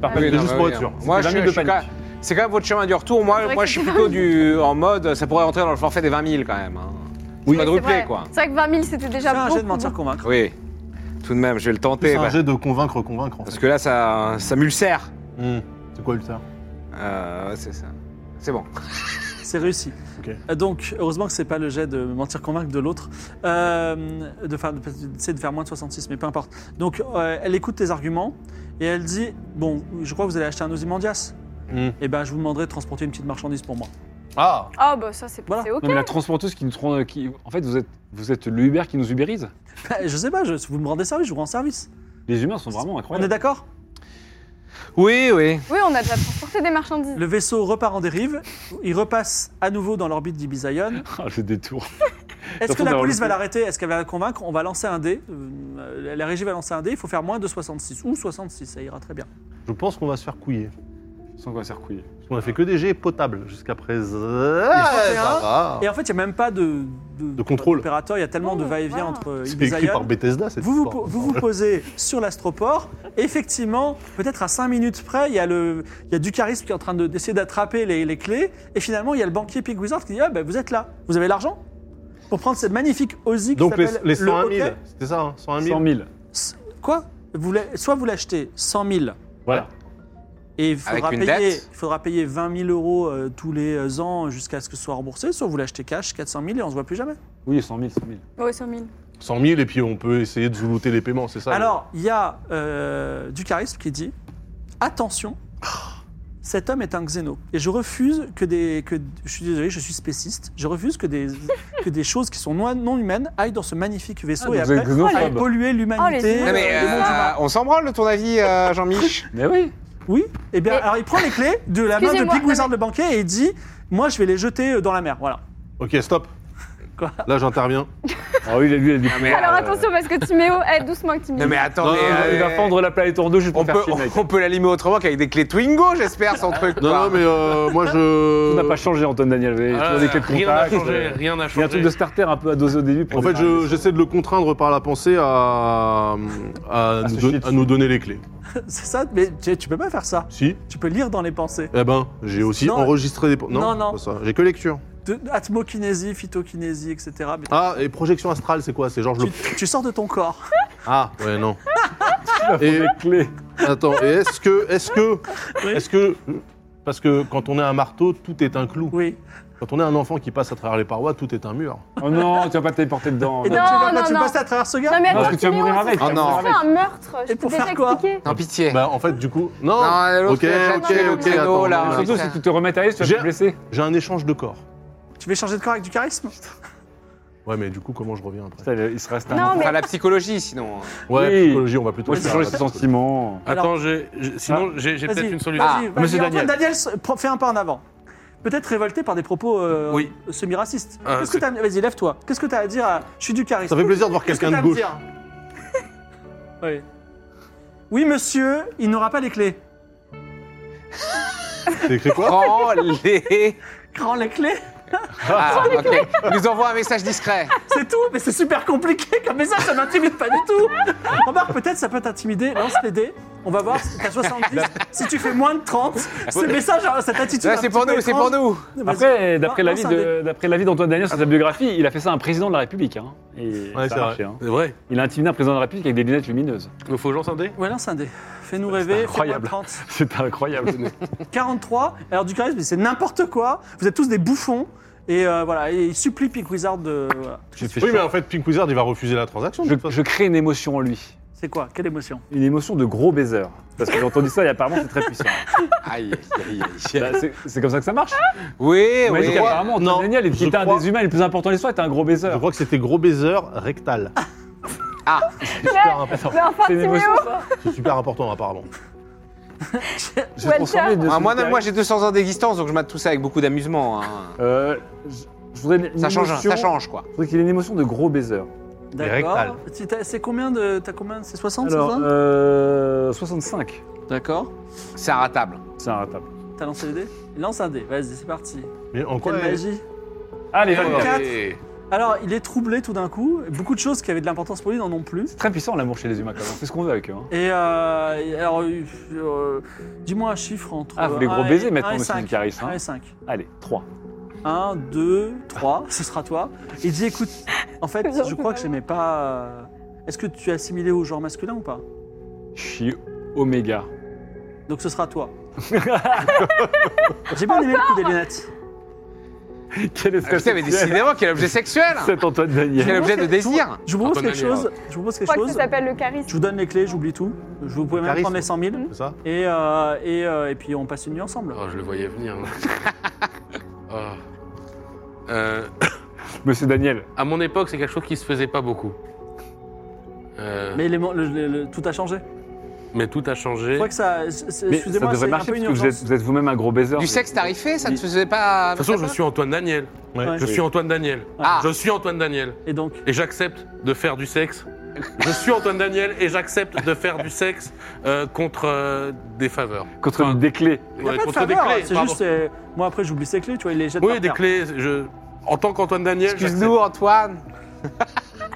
Speaker 5: Ah,
Speaker 7: C'était
Speaker 6: non,
Speaker 7: juste
Speaker 6: mais
Speaker 7: pour
Speaker 6: oui,
Speaker 7: être
Speaker 6: non.
Speaker 7: sûr.
Speaker 6: Moi, je,
Speaker 3: C'était 20 000
Speaker 6: je
Speaker 3: de
Speaker 6: suis
Speaker 3: panique.
Speaker 6: quand- C'est quand même votre chemin du retour.
Speaker 5: C'est
Speaker 6: Moi,
Speaker 5: vrai
Speaker 6: moi
Speaker 5: que
Speaker 6: je suis
Speaker 5: c'est
Speaker 6: plutôt
Speaker 5: 20
Speaker 6: du, en mode, ça pourrait rentrer dans le forfait des 20 000 quand même. Hein. Oui.
Speaker 5: Oui, c'est
Speaker 6: Quadruplé,
Speaker 5: vrai.
Speaker 6: quoi.
Speaker 5: C'est vrai que 20 000 c'était
Speaker 4: Fais
Speaker 5: déjà
Speaker 6: Ah,
Speaker 4: un jet de
Speaker 5: beaucoup. hein.
Speaker 4: mentir convaincre.
Speaker 6: Oui. Tout de même, je vais le tenter.
Speaker 7: C'est un
Speaker 6: bah,
Speaker 7: jet de convaincre, convaincre en
Speaker 6: Parce
Speaker 7: fait.
Speaker 6: que là, ça, ça m'ulcère.
Speaker 7: Hmm. C'est quoi le ça
Speaker 6: Euh, ouais, c'est ça. C'est bon.
Speaker 4: C'est réussi.
Speaker 7: Ok.
Speaker 4: Euh, Donc, heureusement que c'est pas le jet de mentir convaincre de l'autre. Euh, de faire, c'est de faire moins de 66, mais peu importe. Donc, euh, elle écoute tes arguments et elle dit Bon, je crois que vous allez acheter un Ozymandias.
Speaker 7: Hmm.
Speaker 4: Et ben, je vous demanderai de transporter une petite marchandise pour moi.
Speaker 7: Ah
Speaker 5: Ah bah ça c'est
Speaker 4: Voilà.
Speaker 5: c'est ok.
Speaker 3: Non, mais la transporteuse qui nous. trans- Qui... En fait, vous êtes, vous êtes le Uber qui nous ubérise.
Speaker 4: Bah, je sais pas, je, vous me rendez service, je vous rends service.
Speaker 3: Les humains sont vraiment
Speaker 4: On est
Speaker 3: incroyables.
Speaker 4: d'accord
Speaker 6: Oui, oui.
Speaker 5: Oui, on a déjà transporté des marchandises.
Speaker 4: Le vaisseau repart en dérive, il repasse à nouveau dans l'orbite d'Ibizaïon.
Speaker 3: Ah, le détour. Par
Speaker 4: Est-ce que
Speaker 3: contre,
Speaker 4: la
Speaker 3: on
Speaker 4: police
Speaker 3: a
Speaker 4: va
Speaker 3: relevé.
Speaker 4: l'arrêter Est-ce qu'elle va la convaincre On va lancer un dé. Euh, La régie va lancer un dé, il faut faire moins de 66. Ou 66, ça ira très bien.
Speaker 7: Je pense qu'on va se faire couiller.
Speaker 3: Sans quoi s'arcouiller.
Speaker 7: Parce qu'on a fait que des jets potables jusqu'à présent. Ah,
Speaker 4: ça
Speaker 7: va.
Speaker 4: Et en fait, il n'y a même pas de,
Speaker 7: De contrôle.
Speaker 4: opérateur, il y a tellement de
Speaker 5: Oh,
Speaker 4: va-et-vient
Speaker 5: wow.
Speaker 4: entre euh,
Speaker 7: C'est écrit
Speaker 4: Ibizaïon.
Speaker 7: par Bethesda cette
Speaker 4: Vous vous,
Speaker 7: histoire.
Speaker 4: vous vous posez sur l'astroport Effectivement, peut-être à 5 minutes près, il y a, le, il y a du charisme qui est en train de- d'essayer d'attraper les, les clés. Et finalement, il y a le banquier Pig Wizard qui dit Ah, ben vous êtes là, vous avez l'argent Pour prendre cette magnifique Ozzy qui
Speaker 7: Donc les,
Speaker 4: s'appelle
Speaker 7: les
Speaker 4: le
Speaker 7: 101 000,
Speaker 4: hockey.
Speaker 7: c'était ça, hein, 101 000
Speaker 3: 100 000.
Speaker 4: S- Quoi vous la- Soit vous l'achetez 100 000
Speaker 3: Voilà.
Speaker 4: et il faudra,
Speaker 6: Avec une
Speaker 4: payer,
Speaker 6: dette
Speaker 4: il faudra payer 20 000 euros euh, tous les ans jusqu'à ce que ce soit remboursé, soit vous l'achetez cash 400 000 et on se voit plus jamais.
Speaker 3: Oui, 100 000, 100 000.
Speaker 5: Ouais, 100 000.
Speaker 7: 100 000 et puis on peut essayer de zoulouter les paiements, c'est ça
Speaker 4: Alors, il y a euh, du charisme qui dit Attention, cet homme est un xéno. Et je refuse que des. Que, je suis désolé, je suis spéciste. Je refuse que des, que des choses qui sont non, non humaines aillent dans ce magnifique vaisseau
Speaker 3: Ah,
Speaker 4: et
Speaker 3: donc vous
Speaker 4: après
Speaker 3: êtes xénophobe.
Speaker 4: aillent polluer l'humanité.
Speaker 5: Oh, les
Speaker 6: Non, mais,
Speaker 4: euh, les
Speaker 6: euh,
Speaker 4: mondes humains.
Speaker 6: on s'en branle de ton avis, euh, Jean-Mich
Speaker 3: Mais oui.
Speaker 4: Oui, et bien,
Speaker 5: Mais-
Speaker 4: alors il prend les clés de la main de
Speaker 5: Excusez-moi,
Speaker 4: Big Wizard
Speaker 5: non,
Speaker 4: le banquier et il dit Moi, je vais les jeter euh, dans la mer. Voilà.
Speaker 7: Ok, stop.
Speaker 4: Quoi
Speaker 7: Là, j'interviens.
Speaker 3: Ah oui, lui, il a dit.
Speaker 6: Non, mais,
Speaker 5: Alors
Speaker 6: euh,
Speaker 5: attention, parce que Timéo, eh, doucement avec Timéo.
Speaker 6: Non, mais
Speaker 3: Non,
Speaker 6: attendez.
Speaker 3: non, non, il va
Speaker 6: euh,
Speaker 3: fendre la planète en deux juste pour
Speaker 6: On
Speaker 3: faire
Speaker 6: peut,
Speaker 3: chier, mec.
Speaker 6: on peut l'allumer autrement qu'avec des clés Twingo, j'espère, son truc.
Speaker 7: Non,
Speaker 6: quoi.
Speaker 7: non, mais euh, moi
Speaker 3: On
Speaker 7: je.
Speaker 3: n'a pas changé, Antoine Daniel. Vous avez
Speaker 8: Ah,
Speaker 3: toujours des clés de
Speaker 8: rien n'a
Speaker 3: contact,
Speaker 8: changé,
Speaker 3: euh,
Speaker 8: rien n'a changé.
Speaker 3: Il y a un truc de starter un peu adosé au début. pour
Speaker 7: En fait,
Speaker 3: démarrer.
Speaker 7: je- j'essaie de le contraindre par la pensée à, à,
Speaker 3: À se
Speaker 7: nous,
Speaker 3: Ah, chier
Speaker 7: don-
Speaker 3: dessus.
Speaker 7: à nous donner les clés.
Speaker 4: C'est ça, mais tu, tu peux pas faire ça.
Speaker 7: Si
Speaker 4: Tu peux lire dans les pensées.
Speaker 7: Eh ben, j'ai aussi
Speaker 4: Non.
Speaker 7: enregistré des. po-
Speaker 4: Non,
Speaker 7: Non,
Speaker 4: non.
Speaker 7: pas ça. J'ai que lecture.
Speaker 4: De, atmokinésie, phytokinésie, etc. Mais
Speaker 7: Ah, et projection astrale, c'est quoi C'est Georges Le.
Speaker 4: tu, tu sors de ton corps.
Speaker 7: Ah, ouais, non.
Speaker 3: Pour
Speaker 7: Et
Speaker 3: les clés.
Speaker 7: attends, et est-ce que. Est-ce que.
Speaker 4: Oui.
Speaker 7: Est-ce que. Parce que quand on est un marteau, tout est un clou.
Speaker 4: Oui.
Speaker 7: Quand on est un enfant qui passe à travers les parois, tout est un mur.
Speaker 3: Oh non, tu vas pas te téléporter dedans.
Speaker 4: Et donc,
Speaker 5: Non,
Speaker 4: tu vas pas
Speaker 5: non,
Speaker 4: tu
Speaker 5: non.
Speaker 4: passer à travers ce gars
Speaker 5: Non, mais
Speaker 3: Non, parce
Speaker 5: attends,
Speaker 3: que tu vas
Speaker 5: Timéo,
Speaker 3: mourir
Speaker 5: c'est
Speaker 3: avec. tu vas
Speaker 6: Oh non.
Speaker 3: mourir
Speaker 5: c'est
Speaker 3: avec.
Speaker 5: un meurtre. Je
Speaker 4: Et pour
Speaker 5: peux déjà
Speaker 4: faire quoi
Speaker 5: expliquer.
Speaker 6: Non, pitié.
Speaker 7: Bah, en fait, du coup. Non
Speaker 6: Non, l'autre,
Speaker 7: Ok,
Speaker 6: il a
Speaker 7: ok,
Speaker 6: jeté le
Speaker 7: ok,
Speaker 6: créneau,
Speaker 7: attends,
Speaker 6: là.
Speaker 7: non,
Speaker 3: Surtout si tu te remets à l'aise, tu vas
Speaker 7: J'ai-
Speaker 3: te blesser.
Speaker 7: J'ai un échange de corps.
Speaker 4: Tu veux changer de corps avec du charisme
Speaker 7: Ouais, mais du coup, comment je reviens après
Speaker 3: Putain, Il se reste
Speaker 5: Non,
Speaker 3: un.
Speaker 6: Enfin,
Speaker 5: mais-
Speaker 6: la psychologie, sinon.
Speaker 7: Ouais,
Speaker 3: Oui.
Speaker 7: psychologie, on va plutôt.
Speaker 3: Toi, tu
Speaker 7: faire
Speaker 3: changes
Speaker 7: la
Speaker 3: tes
Speaker 7: psychologie.
Speaker 3: sentiments.
Speaker 8: Attends, j'ai- j'ai-
Speaker 4: Ah.
Speaker 8: sinon j'ai j'ai peut-être
Speaker 4: Vas-y,
Speaker 8: une solution.
Speaker 4: vas-y, vas-y.
Speaker 8: Monsieur
Speaker 4: Antoine,
Speaker 8: Daniel.
Speaker 4: Daniel, s- pro- fais un pas en avant. Peut-être révolté par des propos euh,
Speaker 8: Oui.
Speaker 4: semi-racistes.
Speaker 8: Ah,
Speaker 4: Qu'est-ce que
Speaker 8: c'est-
Speaker 4: t'as Vas-y, lève-toi. Qu'est-ce que t'as à dire à- Je suis du charisme.
Speaker 7: Ça fait plaisir de voir
Speaker 4: Qu'est-ce que
Speaker 7: quelqu'un
Speaker 4: t'as
Speaker 7: de
Speaker 4: à me
Speaker 7: gauche.
Speaker 4: dire oui. Oui, monsieur, il n'aura pas les clés.
Speaker 7: C'est écrit quoi
Speaker 6: Prends Oh, les.
Speaker 4: Grand les clés
Speaker 6: Ah, ok. Il nous envoie un message discret.
Speaker 4: C'est tout, mais c'est super compliqué comme message, ça m'intimide pas du tout. Remarque, peut-être ça peut t'intimider, lance les dés. On va voir si t'as 70. si tu fais moins de 30, ce message, euh, hein, cette attitude.
Speaker 6: Là,
Speaker 4: un
Speaker 6: c'est
Speaker 4: petit
Speaker 6: pour
Speaker 4: peu
Speaker 6: nous, c'est
Speaker 4: étrange.
Speaker 6: pour nous.
Speaker 4: Vas-y.
Speaker 3: Après, d'après
Speaker 4: Non,
Speaker 3: l'avis
Speaker 4: non, c'est un
Speaker 3: de- d'après l'avis d'Antoine Daniel sur sa biographie, il a fait ça à un président de la République. Hein. Et ça
Speaker 7: Ouais, c'est
Speaker 3: a marché. hein.
Speaker 8: C'est vrai.
Speaker 3: Il a intimidé un président de la République avec des lunettes lumineuses.
Speaker 8: Il faut lance un dé.
Speaker 4: Ouais, lance un dé. Fais-nous rêver.
Speaker 3: incroyable.
Speaker 4: Fais-moi 30.
Speaker 3: C'est incroyable.
Speaker 4: 43. Alors, du charisme, c'est n'importe quoi. Vous êtes tous des bouffons. Et euh, voilà, et il supplie Pink Wizard de. voilà.
Speaker 3: J'ai fait
Speaker 7: Oui, mais
Speaker 3: ça.
Speaker 7: en fait, Pink Wizard, il va refuser la transaction. de
Speaker 3: je,
Speaker 7: toute façon.
Speaker 3: je crée une émotion en lui.
Speaker 4: C'est quoi Quelle émotion
Speaker 3: Une émotion de gros baiser. Parce que j'ai entendu ça et apparemment c'est très puissant.
Speaker 6: Aïe, aïe, aïe,
Speaker 3: Bah,
Speaker 6: aïe.
Speaker 3: c'est- c'est comme ça que ça marche.
Speaker 6: Oui,
Speaker 3: Mais
Speaker 6: oui.
Speaker 3: apparemment, Antoine
Speaker 7: non,
Speaker 3: Daniel, il
Speaker 7: je
Speaker 3: était un
Speaker 7: crois-
Speaker 3: des humains les plus importants de l'histoire, était un gros baiser.
Speaker 7: Je crois que c'était gros baiser rectal.
Speaker 6: Ah.
Speaker 7: C'est super important.
Speaker 5: Mais enfin,
Speaker 3: C'est une
Speaker 5: Timéo,
Speaker 3: émotion, ça
Speaker 7: C'est super important, apparemment.
Speaker 3: J'ai
Speaker 5: Walter.
Speaker 3: transformé de
Speaker 6: Ah, moi, non,
Speaker 3: solitaire.
Speaker 6: moi, j'ai 200 ans d'existence, donc je mate tout ça avec beaucoup d'amusement. hein.
Speaker 3: Euh, je- je voudrais une
Speaker 6: Ça change,
Speaker 3: émotion-
Speaker 6: ça change, quoi.
Speaker 3: Je voudrais qu'il ait une émotion de gros baiser.
Speaker 4: D'accord.
Speaker 7: rectales.
Speaker 4: Tu t'as- C'est combien de. T'as combien C'est 60, c'est
Speaker 3: Alors,
Speaker 4: ça
Speaker 3: euh, 65.
Speaker 4: D'accord.
Speaker 6: C'est inratable.
Speaker 3: C'est un ratable.
Speaker 4: T'as lancé les dés Lance un dé. Vas-y, c'est parti.
Speaker 7: Mais en quoi
Speaker 4: Quelle magie
Speaker 3: Allez,
Speaker 4: Oh.
Speaker 3: Walter.
Speaker 8: Allez.
Speaker 4: Alors, il est troublé tout d'un coup. Beaucoup de choses qui avaient de l'importance pour lui n'en ont plus.
Speaker 3: C'est très puissant l'amour chez les humains, quand même. C'est ce qu'on veut avec eux. hein.
Speaker 4: Et euh, et alors, euh, euh, dis-moi un chiffre entre.
Speaker 3: Ah, vous voulez gros baiser maintenant, monsieur
Speaker 4: 5.
Speaker 3: Ducaris, hein.
Speaker 4: 1 et 5.
Speaker 3: Allez, 3.
Speaker 4: 1, 2, 3, ce sera toi. Il dit écoute, en fait, je crois que j'aimais pas. euh, Est-ce que tu es assimilé au genre masculin ou pas
Speaker 3: Je suis Oméga.
Speaker 4: Donc ce sera toi. J'ai bien aimé le coup des lunettes.
Speaker 3: Quel
Speaker 6: Ah, putain, mais
Speaker 3: sexuel.
Speaker 6: décidément, quel objet sexuel hein.
Speaker 3: Cet Antoine
Speaker 6: Quel
Speaker 3: Daniel.
Speaker 6: objet de désir
Speaker 4: Je vous propose
Speaker 8: Antoine
Speaker 4: quelque
Speaker 8: Daniel,
Speaker 4: chose. Je vous propose
Speaker 5: je
Speaker 4: quelque
Speaker 5: crois que ça
Speaker 4: chose.
Speaker 5: s'appelle le
Speaker 4: Je
Speaker 5: charisme.
Speaker 4: vous donne les clés, j'oublie tout. Je vous pouvez même
Speaker 7: Charisme.
Speaker 4: prendre les 100 000.
Speaker 7: C'est ça
Speaker 4: Et, euh, et, euh, et puis on passe une nuit ensemble.
Speaker 8: Oh, je le voyais venir. là. Ah. Euh,
Speaker 3: Monsieur Daniel.
Speaker 8: à mon époque, c'est quelque chose qui se faisait pas beaucoup. Euh, mais...
Speaker 4: Mais les mo- le- le- le- tout a changé.
Speaker 8: tout a
Speaker 4: Je
Speaker 8: changé.
Speaker 4: crois que ça. c'est- c'est-
Speaker 3: Mais ça
Speaker 4: Excusez-moi,
Speaker 3: devrait
Speaker 4: c'est un
Speaker 3: marcher
Speaker 4: peu
Speaker 3: parce
Speaker 4: une
Speaker 3: que vous êtes,
Speaker 4: urgence. Ah,
Speaker 3: vous êtes vous-même un gros baiser.
Speaker 6: Du sexe tarifé, ça ne se faisait pas.
Speaker 8: De toute façon, je suis Antoine Daniel.
Speaker 7: Ouais.
Speaker 8: Je suis Antoine Daniel.
Speaker 6: Ah.
Speaker 8: Je suis Antoine Daniel.
Speaker 4: Et donc,
Speaker 8: Et j'accepte de faire du sexe. Je suis Antoine Daniel et j'accepte de faire du sexe euh, contre euh, des faveurs.
Speaker 3: Contre une des clés.
Speaker 4: il n'y a
Speaker 8: Ouais,
Speaker 4: pas de
Speaker 8: contre des
Speaker 4: faveur.
Speaker 8: clés.
Speaker 4: C'est
Speaker 8: pardon.
Speaker 4: juste. euh, Moi après, j'oublie ces clés, tu vois, il les jette.
Speaker 8: Oui,
Speaker 4: par
Speaker 8: des
Speaker 4: terre.
Speaker 8: clés. Je... En tant qu'Antoine Daniel,
Speaker 6: Excuse-nous, Antoine.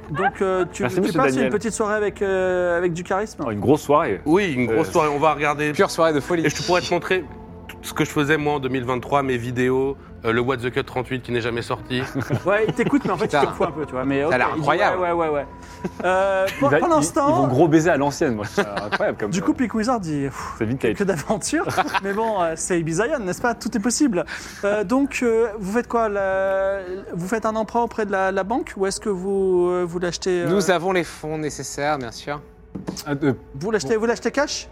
Speaker 4: Donc euh, tu,
Speaker 3: Merci,
Speaker 4: tu
Speaker 3: monsieur
Speaker 4: passes
Speaker 3: Daniel.
Speaker 4: une petite soirée avec, euh, avec du charisme.
Speaker 3: Oh, une grosse soirée.
Speaker 8: Oui, une grosse
Speaker 3: Euh,
Speaker 8: soirée. On va regarder.
Speaker 6: Pure soirée de folie.
Speaker 8: Et je pourrais te montrer tout ce que je faisais moi en 2023, mes vidéos, euh, le What the Cut 38 qui n'est jamais sorti.
Speaker 4: Ouais, il t'écoute, mais en fait, il
Speaker 6: Putain.
Speaker 4: te fout un peu, tu vois. Mais,
Speaker 6: Ça a
Speaker 4: ok,
Speaker 6: l'air
Speaker 4: il dit,
Speaker 6: incroyable.
Speaker 4: ouais, ouais, ouais. ouais. Euh,
Speaker 3: Il
Speaker 4: pour-
Speaker 3: va-
Speaker 4: pour
Speaker 3: ils- Ils vont
Speaker 4: l'instant,
Speaker 3: gros baiser à l'ancienne, moi. C'est incroyable comme.
Speaker 4: du coup, Pick Wizard dit pff,
Speaker 3: c'est vintage.
Speaker 4: que d'aventure. mais bon, euh, c'est Ibizaïon, n'est-ce pas Tout est possible. Euh, donc, euh, vous faites quoi la- Vous faites un emprunt auprès de la, la banque ou est-ce que vous, euh, vous l'achetez euh,
Speaker 6: Nous avons les fonds nécessaires, bien sûr.
Speaker 3: Ah, euh,
Speaker 4: Vous l'achetez, vous l'achetez cash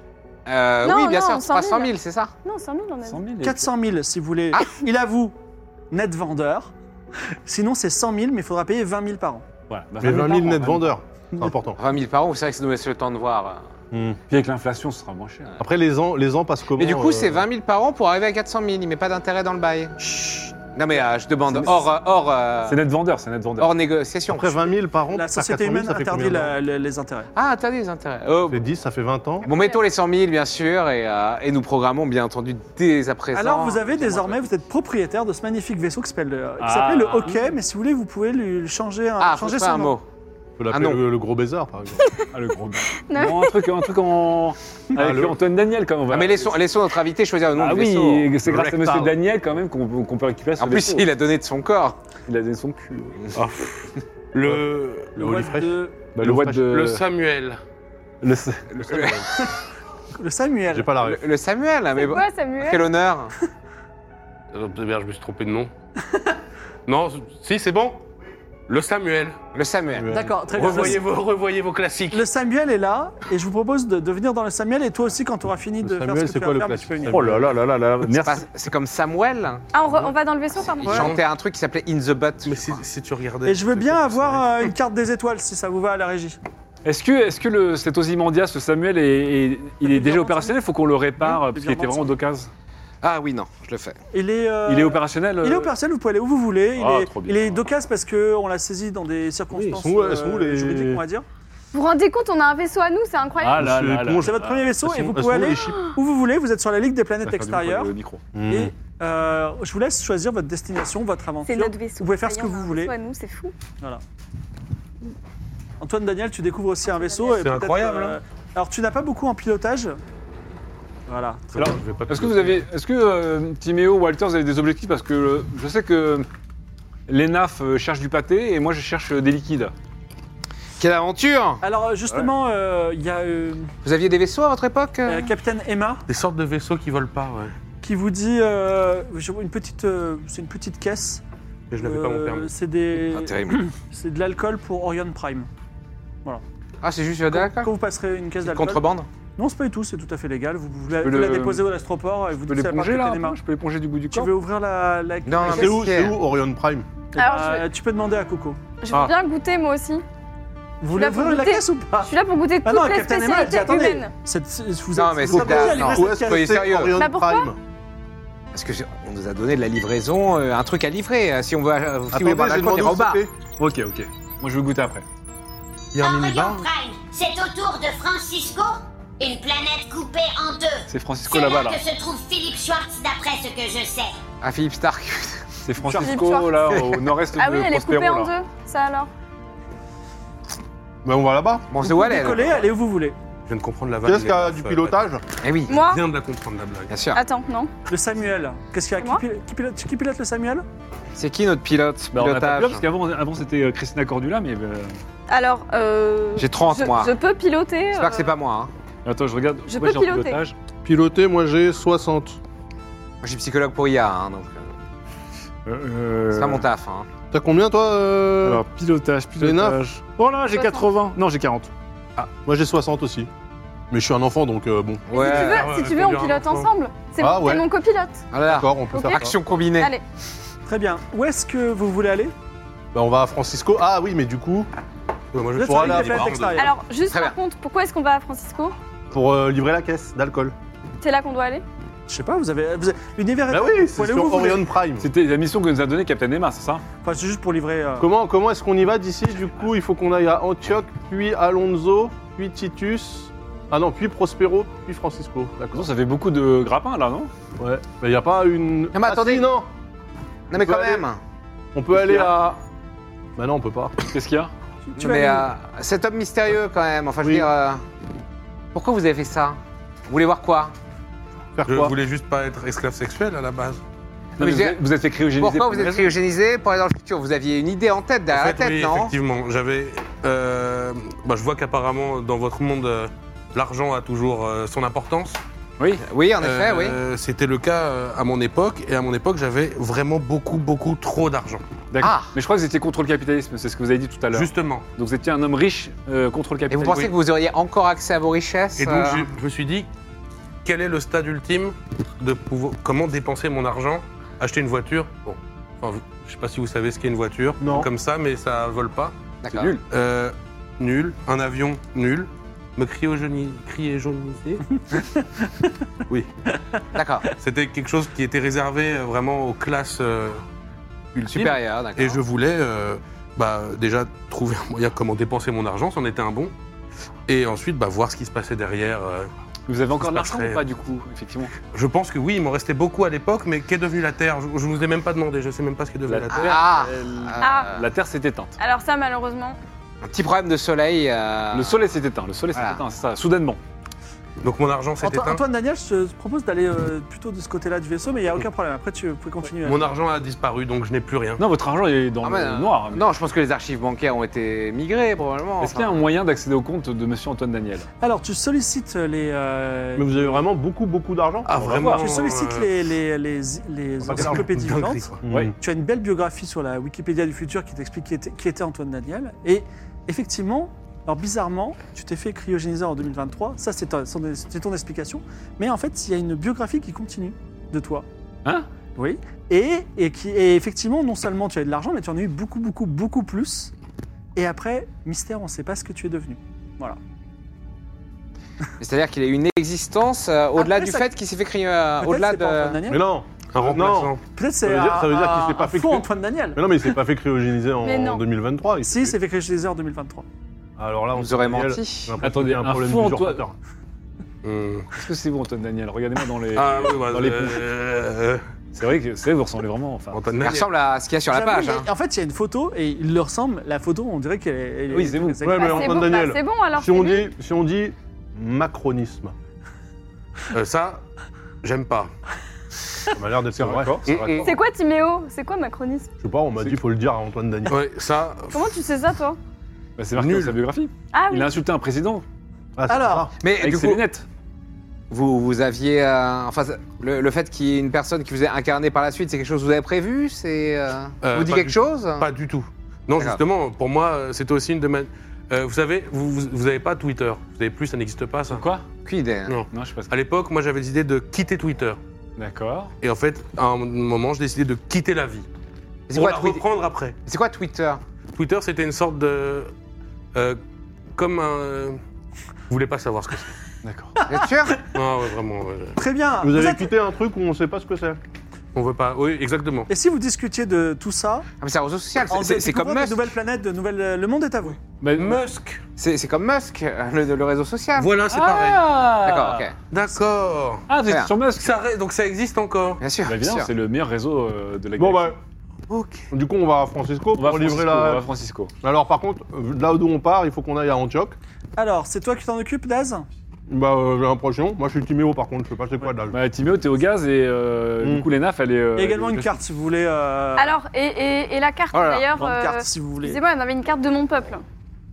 Speaker 6: Euh,
Speaker 5: Non,
Speaker 6: oui, bien
Speaker 5: non,
Speaker 6: sûr,
Speaker 5: 100 000.
Speaker 6: 300 000, c'est ça
Speaker 5: Non, 100 000, on a dit.
Speaker 3: 100 000.
Speaker 4: 400 000 si vous
Speaker 6: Ah
Speaker 4: voulez. Il avoue, net vendeur. Sinon, c'est 100 000, mais il faudra payer 20 000 par an. hein.
Speaker 3: Voilà, bah,
Speaker 7: Mais 20 000 net
Speaker 3: par an,
Speaker 7: vendeurs, c'est important.
Speaker 6: 20 000 par an, c'est vrai que ça nous laisse le temps de voir.
Speaker 3: Puis avec l'inflation, ce sera moins cher.
Speaker 7: Après, les ans, les ans passent comment
Speaker 6: Mais Hmm. du coup,
Speaker 7: euh,
Speaker 6: c'est 20 000 par an pour arriver à 400 000. Il met pas d'intérêt dans le bail. Non, mais euh, je demande hors, euh, hors, euh,
Speaker 3: C'est net vendeur, c'est net vendeur.
Speaker 6: hors négociation.
Speaker 7: Après 20 000 par an,
Speaker 4: La
Speaker 7: par 400
Speaker 4: société
Speaker 7: 000,
Speaker 4: humaine
Speaker 7: ça fait
Speaker 4: interdit
Speaker 7: combien d'ans
Speaker 4: la- la- les intérêts.
Speaker 6: Ah, interdit les intérêts. Euh,
Speaker 7: Ça fait 10, ça fait 20 ans.
Speaker 6: bon, mettons les 100 000, bien sûr, et, euh, et nous programmons, bien entendu, dès à présent.
Speaker 4: Alors vous avez désormais, vous êtes propriétaire de ce magnifique vaisseau qui s'appelle le- qui s'appelait le
Speaker 3: Ah.
Speaker 4: Hockey, mais si vous voulez, vous pouvez lui changer, un-
Speaker 6: Ah, faut
Speaker 4: changer
Speaker 6: faire
Speaker 4: son
Speaker 6: un
Speaker 4: nom.
Speaker 6: mot.
Speaker 7: Je l'appelle
Speaker 6: Ah, non.
Speaker 7: le, le gros baiser, par exemple.
Speaker 3: Ah, le gros gars.
Speaker 5: Non.
Speaker 3: Non, un truc, un truc en. Avec
Speaker 7: le-
Speaker 3: Antoine Daniel, quand même. on va-
Speaker 6: Ah, mais laissons, laissons notre invité choisir le nom
Speaker 3: Ah
Speaker 6: du
Speaker 3: oui,
Speaker 6: vaisseau.
Speaker 3: et c'est grâce à
Speaker 6: Rectal.
Speaker 3: monsieur Daniel, quand même, qu'on qu'on peut récupérer ce
Speaker 6: En plus,
Speaker 3: vaisseau.
Speaker 6: il a donné de son corps.
Speaker 3: Ah, Il a donné son cul.
Speaker 8: Le,
Speaker 7: Ah. le
Speaker 4: What
Speaker 7: Holy Fresh.
Speaker 4: de-
Speaker 3: Bah,
Speaker 7: Le
Speaker 3: le what
Speaker 7: Fresh-
Speaker 3: de.
Speaker 8: le Samuel.
Speaker 3: le-
Speaker 4: le
Speaker 7: J'ai
Speaker 4: Samuel.
Speaker 7: pas la
Speaker 6: Le,
Speaker 7: ref.
Speaker 6: le Samuel, hein, mais
Speaker 5: C'est
Speaker 6: bon.
Speaker 5: quoi, Samuel
Speaker 6: Quel honneur.
Speaker 8: Attends, merde, je me suis trompé Ah, de nom. non, si, c'est bon Le Samuel.
Speaker 6: Le Samuel.
Speaker 4: D'accord, très bien.
Speaker 8: Revoyez
Speaker 4: Le,
Speaker 8: vos, revoyez vos classiques.
Speaker 4: le Samuel est là, et je vous propose de, de venir dans le Samuel, et toi aussi, quand tu auras fini
Speaker 7: Le
Speaker 4: de faire
Speaker 7: Samuel,
Speaker 4: ce que
Speaker 7: c'est
Speaker 4: tu
Speaker 7: quoi
Speaker 4: vas
Speaker 7: le
Speaker 4: faire,
Speaker 7: classique
Speaker 4: tu peux venir.
Speaker 3: Oh là là là là là,
Speaker 6: C'est
Speaker 3: merci.
Speaker 6: pas- C'est comme Samuel.
Speaker 5: Ah, on, re- on va dans le vaisseau, pardon
Speaker 6: Il chantait un truc qui s'appelait In the Butt.
Speaker 8: Mais si, si tu regardais.
Speaker 4: Et je veux bien avoir euh, une carte des étoiles, si ça vous va à la régie.
Speaker 3: Est-ce que, est-ce que le, cet Ozymandias, le Samuel, est, est- il est déjà
Speaker 4: virement,
Speaker 3: opérationnel Faut qu'on le répare,
Speaker 4: Oui,
Speaker 3: euh, parce qu'il était
Speaker 4: virement,
Speaker 3: vraiment d'occasion.
Speaker 6: Ah oui, non, je le fais.
Speaker 4: Il est, euh,
Speaker 3: Il est opérationnel
Speaker 4: Il est
Speaker 3: euh,
Speaker 4: au personnel, vous pouvez aller où vous voulez. Il
Speaker 3: Ah,
Speaker 4: est,
Speaker 3: trop bien.
Speaker 4: il est d'occasion parce qu'on l'a saisi dans des circonstances euh,
Speaker 7: sont où, elles sont où, les-
Speaker 4: juridiques, on va dire.
Speaker 5: Vous vous rendez compte, on a un vaisseau à nous, c'est
Speaker 3: Ah
Speaker 5: incroyable.
Speaker 3: là
Speaker 7: Monsieur
Speaker 3: là là.
Speaker 7: Éponge.
Speaker 4: C'est votre premier vaisseau
Speaker 7: Elles
Speaker 4: et
Speaker 7: sont-
Speaker 4: vous
Speaker 7: elles
Speaker 4: pouvez
Speaker 7: sont où,
Speaker 4: aller
Speaker 7: les chips
Speaker 4: où vous voulez. Vous êtes sur la Ligue des
Speaker 3: Ça
Speaker 4: planètes
Speaker 3: fait du bruit
Speaker 4: extérieures.
Speaker 3: pour le micro.
Speaker 8: Hmm.
Speaker 4: Et euh, je vous laisse choisir votre destination, votre
Speaker 5: C'est
Speaker 4: aventure.
Speaker 5: notre vaisseau.
Speaker 4: Vous pouvez faire ce
Speaker 5: Ça y
Speaker 4: que
Speaker 5: est, on a
Speaker 4: vous
Speaker 5: un
Speaker 4: voulez.
Speaker 5: vaisseau à nous, c'est fou.
Speaker 4: Antoine Daniel, tu découvres aussi un vaisseau. et
Speaker 8: C'est
Speaker 4: peut-être,
Speaker 8: incroyable, hein.
Speaker 4: euh, alors, tu n'as pas beaucoup en pilotage. Voilà.
Speaker 3: Alors, est-ce que vous avez, est-ce que euh, Timéo, Walter, vous avez des objectifs Parce que euh, je sais que l'ENAF euh, cherche du pâté et moi je cherche euh, des liquides.
Speaker 6: Quelle aventure
Speaker 4: Alors, euh, justement, euh, il y a euh,
Speaker 6: Vous aviez des vaisseaux à votre époque
Speaker 4: euh, Capitaine Emma
Speaker 8: Des sortes de vaisseaux qui volent pas, ouais.
Speaker 4: qui vous dit euh, je vois une petite, euh, c'est une petite caisse.
Speaker 8: Mais je n'avais pas mon
Speaker 4: Euh,
Speaker 8: permis.
Speaker 4: C'est des,
Speaker 6: Ah, terrible.
Speaker 4: c'est de l'alcool pour Orion Prime.
Speaker 6: Ah, c'est juste d'accord.
Speaker 4: Quand vous passerez une caisse d'alcool.
Speaker 6: Contrebande
Speaker 4: Non, c'est pas du tout, c'est tout à fait légal. Vous, vous la,
Speaker 3: peux
Speaker 4: vous la
Speaker 3: le-
Speaker 4: déposez au Astroport et vous
Speaker 3: Je peux
Speaker 4: dites c'est la part
Speaker 3: l'éponger là un
Speaker 4: Capitaine
Speaker 3: peu
Speaker 4: Emma.
Speaker 3: Je peux l'éponger du bout du
Speaker 4: Tu
Speaker 3: corps
Speaker 4: veux ouvrir
Speaker 6: Euh,
Speaker 4: la, la
Speaker 6: Non,
Speaker 4: la
Speaker 6: mais
Speaker 7: C'est où,
Speaker 6: Pierre.
Speaker 7: c'est où Orion Prime
Speaker 4: Eh ben,
Speaker 5: Alors, je-
Speaker 4: Tu peux demander à Coco.
Speaker 5: Je veux
Speaker 6: Ah.
Speaker 5: bien goûter, moi aussi.
Speaker 4: Vous voulez
Speaker 5: là pour
Speaker 4: ouvrir la
Speaker 5: goûter.
Speaker 4: caisse ou pas
Speaker 5: Je suis là pour goûter
Speaker 4: Ah
Speaker 5: toutes
Speaker 4: non,
Speaker 5: les
Speaker 4: Captain Emma, elle dit
Speaker 5: spécialités
Speaker 4: attendez.
Speaker 5: humaines.
Speaker 4: cette- c'est- vous
Speaker 6: Non,
Speaker 4: êtes-
Speaker 6: mais
Speaker 4: vous
Speaker 6: c'est
Speaker 4: êtes obligé
Speaker 6: de la-
Speaker 4: à livrer
Speaker 6: non.
Speaker 4: cette
Speaker 7: Où est-ce
Speaker 4: caisse.
Speaker 7: que
Speaker 6: c'est
Speaker 7: c'est
Speaker 6: sérieux.
Speaker 7: Orion
Speaker 5: Bah, pourquoi
Speaker 7: Prime
Speaker 6: Parce que c'est- on nous a donné de la livraison, euh, un truc à livrer. euh, Si on veut, euh, si on veut boire
Speaker 7: Attendez, j'ai
Speaker 6: d'alcool, on
Speaker 7: demandé
Speaker 6: est
Speaker 7: où
Speaker 6: au bar.
Speaker 7: c'était.
Speaker 3: Ok, ok. Moi je veux goûter après.
Speaker 8: Il y
Speaker 4: Ah,
Speaker 8: a un minibar
Speaker 1: Orion Prime, c'est au tour de Francisco, une planète coupée en deux.
Speaker 3: C'est Francisco
Speaker 1: C'est là,
Speaker 3: là-bas là.
Speaker 1: que se trouve Philippe Schwartz, d'après ce que je sais.
Speaker 6: Ah, Philippe Stark.
Speaker 3: C'est
Speaker 5: Charles.
Speaker 3: Francisco là au nord-est
Speaker 5: Ah oui,
Speaker 3: de
Speaker 5: elle est
Speaker 3: Prospero
Speaker 5: coupée en
Speaker 3: là.
Speaker 5: deux, ça alors.
Speaker 7: Bah, on va là-bas.
Speaker 6: Bon,
Speaker 4: Vous
Speaker 6: c'est
Speaker 4: pouvez
Speaker 6: où elle
Speaker 4: décoller, allez où vous voulez.
Speaker 8: Je viens de comprendre la vanne.
Speaker 7: Qu'est-ce qu'il y a
Speaker 8: mais-
Speaker 7: du pilotage
Speaker 6: Eh oui,
Speaker 5: Moi
Speaker 8: Je viens de la comprendre, la blague.
Speaker 6: bien sûr.
Speaker 5: Attends, non.
Speaker 4: Le Samuel. Qu'est-ce qu'il y a
Speaker 5: C'est
Speaker 4: qui,
Speaker 5: moi
Speaker 4: pil- qui pilote, qui pilote le Samuel
Speaker 6: C'est qui notre pilote
Speaker 3: Bah, on a pas
Speaker 6: Pilotage.
Speaker 3: pu, parce qu'avant avant, c'était euh, Christina Cordula, mais euh,
Speaker 5: Alors, euh.
Speaker 6: J'ai 30
Speaker 5: je,
Speaker 6: moi.
Speaker 5: je peux piloter.
Speaker 6: J'espère que
Speaker 5: euh,
Speaker 6: c'est pas moi. Hein.
Speaker 3: attends, je regarde.
Speaker 5: Je
Speaker 3: Moi,
Speaker 5: peux
Speaker 3: j'ai un
Speaker 5: piloter.
Speaker 3: pilotage.
Speaker 7: Piloté, moi j'ai 60.
Speaker 6: Moi, je suis psychologue pour IA, hein, donc euh,
Speaker 3: Euh,
Speaker 6: c'est pas mon taf. Hein.
Speaker 7: T'as combien toi euh
Speaker 3: Alors pilotage, pilotage. Oh là, j'ai
Speaker 5: 60.
Speaker 3: 80. Non, j'ai 40.
Speaker 6: Ah.
Speaker 7: Moi j'ai 60 aussi. Mais je suis un enfant donc euh, bon.
Speaker 5: Si tu veux,
Speaker 8: Ah ouais,
Speaker 5: si tu veux
Speaker 8: faut
Speaker 5: on
Speaker 8: bien
Speaker 5: pilote
Speaker 8: ensemble.
Speaker 5: ensemble. C'est
Speaker 7: Ah
Speaker 5: mon- c'est
Speaker 7: ouais.
Speaker 5: mon copilote.
Speaker 6: Oh là là.
Speaker 7: D'accord, on peut
Speaker 5: Ok.
Speaker 7: faire ça.
Speaker 6: Action combinée.
Speaker 5: Allez,
Speaker 4: Très bien. Où est-ce que vous voulez aller Ah.
Speaker 7: Bah, on va à Francisco. Ah oui, mais du coup,
Speaker 8: Ouais, moi,
Speaker 4: Vous êtes
Speaker 7: Pour
Speaker 4: sur
Speaker 8: pourrais
Speaker 4: la
Speaker 7: aller
Speaker 4: ligne des
Speaker 8: aller
Speaker 4: planètes
Speaker 8: voir
Speaker 4: extérieures.
Speaker 5: alors juste
Speaker 6: Très
Speaker 5: par contre, pourquoi est-ce qu'on va à Francisco
Speaker 7: pour euh, livrer la caisse d'alcool.
Speaker 5: C'est là qu'on doit aller
Speaker 4: Je sais pas, vous avez. vous avez- L'univers est.
Speaker 7: Bah oui,
Speaker 4: Vous
Speaker 7: c'est
Speaker 4: allez où vous
Speaker 7: sur
Speaker 4: voulez
Speaker 7: Orion Prime.
Speaker 3: C'était la mission que nous a donnée Captain Emma, c'est ça
Speaker 4: Enfin, c'est juste pour livrer. euh,
Speaker 7: Comment, comment est-ce qu'on y va d'ici Du coup, il faut qu'on aille à Antioche, puis Alonso, puis Titus. Ah non, puis Prospero, puis Francisco.
Speaker 3: Non,
Speaker 7: D'accord.
Speaker 3: ça fait beaucoup de grappins là, non
Speaker 7: Ouais. Mais y a pas une.
Speaker 6: mais attendez.
Speaker 7: si, non
Speaker 6: Non mais
Speaker 7: peut
Speaker 6: quand
Speaker 7: aller.
Speaker 6: même.
Speaker 7: On peut aller à. Bah non, on peut pas.
Speaker 3: Qu'est-ce qu'il y a
Speaker 4: tu
Speaker 6: Mais
Speaker 4: vas-
Speaker 6: euh, cet homme mystérieux, quand même, enfin, je veux
Speaker 7: Oui.
Speaker 6: dire. euh, pourquoi vous avez fait ça Vous voulez voir quoi
Speaker 7: Faire
Speaker 8: Je
Speaker 7: quoi
Speaker 8: voulais juste pas être esclave sexuel à la base.
Speaker 3: Non, mais
Speaker 6: Mais
Speaker 3: vous,
Speaker 6: j'ai-
Speaker 3: êtes, vous êtes fait cryogéniser
Speaker 6: Pourquoi
Speaker 3: pour
Speaker 6: vous
Speaker 3: une
Speaker 6: êtes
Speaker 3: raison.
Speaker 6: cryogénisé pour aller dans le futur Vous aviez une idée en tête,
Speaker 8: En
Speaker 6: derrière
Speaker 8: fait,
Speaker 6: la tête,
Speaker 8: oui,
Speaker 6: non
Speaker 8: effectivement. J'avais. euh, bah, je vois qu'apparemment, dans votre monde, euh, l'argent a toujours euh, son importance.
Speaker 3: Oui,
Speaker 6: Oui, en effet, oui.
Speaker 8: Euh, C'était le cas euh, à mon époque, et à mon époque, j'avais vraiment beaucoup, beaucoup trop d'argent.
Speaker 3: d'accord.
Speaker 6: Ah.
Speaker 3: Mais je crois que vous étiez contre le capitalisme, c'est ce que vous avez dit tout à l'heure.
Speaker 8: Justement.
Speaker 3: Donc vous étiez un homme riche euh, contre
Speaker 6: Et
Speaker 3: le
Speaker 6: vous
Speaker 3: capitalisme.
Speaker 6: pensez que vous auriez encore accès à vos richesses
Speaker 8: Et donc,
Speaker 6: euh,
Speaker 8: je, je me suis dit, quel est le stade ultime de pouvoir, comment dépenser mon argent Acheter une voiture Bon, enfin, vous- je sais pas si vous savez ce qu'est une voiture,
Speaker 7: Non.
Speaker 8: comme ça, mais ça vole pas.
Speaker 3: C'est
Speaker 6: D'accord.
Speaker 3: nul.
Speaker 8: Euh, nul. Un avion, nul. Me cryogéni- cryogéniser
Speaker 6: D'accord.
Speaker 8: C'était quelque chose qui était réservé euh, vraiment aux classes euh, ultimes.
Speaker 6: Supérieur, d'accord.
Speaker 8: Et je voulais euh, bah, déjà trouver un moyen comment dépenser mon argent, c'en était un bon. Et ensuite, bah, voir ce qui se passait derrière. euh.
Speaker 3: Vous avez encore
Speaker 8: Ça
Speaker 3: de l'argent
Speaker 8: passerait.
Speaker 3: ou pas, du coup, effectivement
Speaker 8: Je pense que oui, il m'en restait beaucoup à l'époque, mais qu'est devenue la Terre je, je vous ai même pas demandé, je sais même pas ce qu'est devenue
Speaker 3: La
Speaker 8: la, Terre.
Speaker 3: Terre,
Speaker 6: Ah.
Speaker 3: elle-
Speaker 5: Ah.
Speaker 3: La Terre s'est éteinte.
Speaker 5: Alors ça, malheureusement,
Speaker 6: Un petit problème de soleil. euh,
Speaker 3: Le soleil s'est éteint, le soleil s'est
Speaker 6: Voilà.
Speaker 3: éteint, c'est ça, soudainement.
Speaker 8: Donc mon argent s'est
Speaker 4: Anto-
Speaker 8: éteint.
Speaker 4: Antoine Daniel, je te propose d'aller euh, plutôt de ce côté-là du vaisseau, mais il n'y a aucun problème. Après, tu peux continuer.
Speaker 8: Mon argent a disparu, donc je n'ai plus rien.
Speaker 3: Non, votre argent est dans
Speaker 6: ah,
Speaker 3: le
Speaker 6: mais, euh,
Speaker 3: noir.
Speaker 6: Non, je pense que les archives bancaires ont été migrées, probablement.
Speaker 3: Est-ce qu'il y a un
Speaker 6: enfin.
Speaker 3: moyen d'accéder au compte de monsieur Antoine Daniel
Speaker 4: Alors, tu sollicites les. euh,
Speaker 7: Mais vous avez vraiment beaucoup, beaucoup d'argent euh,
Speaker 8: Ah, vraiment Euh,
Speaker 4: tu sollicites les, les, les, les encyclopédies
Speaker 8: Dinguerie,
Speaker 4: vivantes.
Speaker 8: quoi.
Speaker 3: Oui.
Speaker 4: Tu as une belle biographie sur la Wikipédia du futur qui t'explique qui était, qui était Antoine Daniel. Et effectivement, alors bizarrement, tu t'es fait cryogéniser en 2023. Ça, c'est ton, c'est ton explication. Mais en fait, il y a une biographie qui continue de toi.
Speaker 3: Hein
Speaker 4: Oui. Et, et, qui, et effectivement, non seulement tu as eu de l'argent, mais tu en as eu beaucoup, beaucoup, beaucoup plus. Et après, mystère, on ne sait pas ce que tu es devenu.
Speaker 6: C'est-à-dire qu'il a eu une existence euh, au-delà
Speaker 4: Après,
Speaker 6: du
Speaker 4: ça-
Speaker 6: fait qu'il s'est fait crier euh,
Speaker 4: Peut-être
Speaker 6: au-delà
Speaker 4: c'est pas Antoine
Speaker 6: de.
Speaker 4: Daniel.
Speaker 7: Mais non
Speaker 8: Un remplaçant.
Speaker 7: Non.
Speaker 4: Peut-être
Speaker 7: Ça
Speaker 4: c'est
Speaker 7: veut dire- ça veut dire
Speaker 4: un-
Speaker 7: qu'il s'est pas
Speaker 4: un
Speaker 7: fait
Speaker 4: faux
Speaker 7: que-
Speaker 4: Antoine Daniel.
Speaker 7: Mais non, mais il s'est pas fait cryogéniser en,
Speaker 5: Mais non.
Speaker 7: 2023. il
Speaker 4: Si, il
Speaker 7: s'est
Speaker 4: s'est fait cryogéniser en 2023.
Speaker 7: fait- Alors là, on
Speaker 6: Vous aurez
Speaker 7: Daniel,
Speaker 6: menti.
Speaker 7: j'ai l'impression
Speaker 3: Attendez,
Speaker 7: qu'il y a
Speaker 3: un faux Antoine-
Speaker 7: d'usurpateur.
Speaker 8: Hum.
Speaker 3: Est-ce que c'est vous, Antoine Daniel Regardez-moi dans les.
Speaker 8: Ah oui, bah,
Speaker 3: Dans les
Speaker 8: euh,
Speaker 3: poufs.
Speaker 8: euh,
Speaker 3: C'est vrai que c'est vrai, que vous ressemblez vraiment. Enfin,
Speaker 8: Antoine
Speaker 6: Il
Speaker 8: Daniel.
Speaker 6: ressemble à ce qu'il y a sur la
Speaker 4: J'avoue,
Speaker 6: page.
Speaker 4: il y a-
Speaker 6: hein.
Speaker 4: En fait, il y a une photo et il leur ressemble. La photo, on dirait qu'elle est. elle est-
Speaker 3: Oui, c'est vous.
Speaker 4: elle est-
Speaker 7: Ouais, mais
Speaker 5: bah, c'est
Speaker 7: Antoine
Speaker 5: bon, bah,
Speaker 7: Daniel.
Speaker 5: c'est bon, alors
Speaker 7: Si on,
Speaker 5: c'est lui.
Speaker 7: dit, si on dit macronisme,
Speaker 8: Euh, ça, j'aime pas.
Speaker 7: ça m'a l'air d'être
Speaker 3: C'est
Speaker 7: vrai.
Speaker 3: raccord, c'est raccord.
Speaker 6: Oh.
Speaker 5: C'est quoi Timéo C'est quoi macronisme
Speaker 7: Je sais pas, on m'a
Speaker 3: C'est-
Speaker 7: dit, il faut le dire à Antoine Daniel.
Speaker 8: Ouais, ça,
Speaker 5: Comment tu sais ça, toi
Speaker 3: Bah, c'est marqué
Speaker 8: Nul.
Speaker 3: dans sa biographie.
Speaker 5: Ah oui.
Speaker 3: Il a insulté un président
Speaker 7: Ah, c'est
Speaker 4: Alors.
Speaker 7: ça.
Speaker 6: Mais
Speaker 3: avec
Speaker 6: du
Speaker 3: ses
Speaker 6: coup,
Speaker 3: lunettes.
Speaker 6: vous, vous aviez. euh, enfin, le, le fait qu'il y ait une personne qui vous ait incarné par la suite, c'est quelque chose que vous avez prévu C'est. euh,
Speaker 8: Euh,
Speaker 6: vous dit
Speaker 8: pas
Speaker 6: quelque
Speaker 8: du-
Speaker 6: chose
Speaker 8: pas du tout. Non,
Speaker 6: D'accord.
Speaker 8: justement, pour moi, euh, c'était aussi une demande. Euh, vous savez, vous, vous, vous avez pas Twitter. Vous avez plus, ça n'existe pas, ça.
Speaker 3: Quoi
Speaker 6: Aucune idée.
Speaker 8: Non.
Speaker 3: Non, je sais pas. ce
Speaker 8: À
Speaker 3: que-
Speaker 8: l'époque, moi, j'avais l'idée de quitter Twitter.
Speaker 3: D'accord.
Speaker 8: Et en fait, à un moment, j'ai décidé de quitter la vie.
Speaker 6: C'est
Speaker 8: Pour
Speaker 6: quoi,
Speaker 8: la
Speaker 6: Twi-
Speaker 8: reprendre après.
Speaker 6: c'est quoi Twitter
Speaker 8: Twitter, c'était une sorte de... euh, comme un... Vous voulez pas savoir ce que c'est.
Speaker 3: D'accord.
Speaker 6: Vous êtes sûr
Speaker 8: Ah ouais, vraiment. ouais.
Speaker 4: Très bien.
Speaker 7: Vous avez
Speaker 4: êtes-
Speaker 7: quitté un truc où on sait pas ce que c'est.
Speaker 8: On veut pas... Oui, exactement.
Speaker 4: Et si vous discutiez de tout ça,
Speaker 6: Ah, mais C'est un réseau social, c'est-
Speaker 4: en
Speaker 6: c'est c'est comme
Speaker 4: découvrant de
Speaker 6: Musk.
Speaker 4: nouvelles planètes, de nouvelles, euh, le monde est à vous.
Speaker 3: Mais-
Speaker 8: Musk
Speaker 6: C'est c'est comme Musk, euh, le, le réseau social.
Speaker 8: Voilà, c'est pareil.
Speaker 3: Ah
Speaker 6: D'accord, ok.
Speaker 8: D'accord.
Speaker 3: Ah, vous êtes
Speaker 6: Voilà.
Speaker 3: sur Musk
Speaker 8: Ça ré- Donc ça existe encore.
Speaker 6: Bien sûr.
Speaker 3: Bah,
Speaker 6: bien
Speaker 3: évidemment,
Speaker 6: sûr.
Speaker 3: c'est le meilleur réseau euh, de la
Speaker 7: Bon, bah,
Speaker 3: galaxie.
Speaker 8: Ok.
Speaker 7: du coup, on va à Francisco
Speaker 3: On
Speaker 7: pour
Speaker 3: va à
Speaker 7: livrer
Speaker 3: Francisco,
Speaker 7: la.
Speaker 3: on va à Francisco.
Speaker 7: Alors, par contre, euh, là d'où on part, il faut qu'on aille à Antioche.
Speaker 4: Alors, c'est toi qui t'en occupes, Daz
Speaker 7: Bah, euh, j'ai l'impression. Moi, je suis Timéo, par contre, je sais pas c'est quoi là.
Speaker 3: Bah, Timéo, t'es au gaz et euh,
Speaker 7: Mm.
Speaker 3: du coup, l'ENAF, elle est. euh,
Speaker 4: Il y a également
Speaker 3: elle est-
Speaker 4: une carte si vous voulez. euh,
Speaker 5: Alors, et, et- et la carte,
Speaker 6: Voilà,
Speaker 5: d'ailleurs
Speaker 4: grande
Speaker 5: euh,
Speaker 4: carte si vous voulez.
Speaker 5: Excusez-moi, on avait une carte de mon peuple,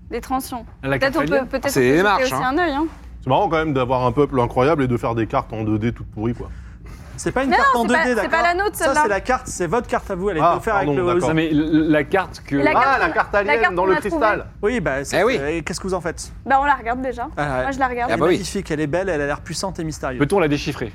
Speaker 5: des transients.
Speaker 3: La carte
Speaker 5: Peut-être on
Speaker 3: alien.
Speaker 5: peut, peut-être
Speaker 6: C'est
Speaker 5: on peut
Speaker 6: des
Speaker 5: jeter
Speaker 6: marches,
Speaker 5: aussi
Speaker 6: hein.
Speaker 5: un œil. Hein.
Speaker 7: C'est marrant quand même d'avoir un peuple incroyable et de faire des cartes en 2D toutes pourries, quoi.
Speaker 4: C'est pas une
Speaker 5: Mais
Speaker 4: carte en
Speaker 5: c'est pas-
Speaker 4: 2D,
Speaker 5: c'est
Speaker 4: d'accord
Speaker 5: pas la nôtre,
Speaker 4: Ça,
Speaker 5: celle-là.
Speaker 4: c'est la carte, c'est votre carte à vous, elle a été
Speaker 7: Ah,
Speaker 4: offerte avec
Speaker 7: pardon,
Speaker 4: le.
Speaker 3: Non,
Speaker 7: d'accord.
Speaker 3: mais l- la carte que.
Speaker 5: Et la carte-
Speaker 7: Ah, la carte alien
Speaker 5: carte
Speaker 7: dans
Speaker 5: qu'on
Speaker 7: le
Speaker 5: a trouvée.
Speaker 7: cristal
Speaker 4: Oui, bah, c'est-
Speaker 6: Eh oui.
Speaker 4: et qu'est-ce que vous en faites
Speaker 5: Bah, on la regarde déjà.
Speaker 4: Ah,
Speaker 5: Moi, je la
Speaker 4: Elle
Speaker 5: regarde.
Speaker 6: Ah
Speaker 4: est
Speaker 6: bah oui.
Speaker 4: magnifique, elle est belle, elle a l'air puissante et mystérieuse.
Speaker 3: Peut-on la déchiffrer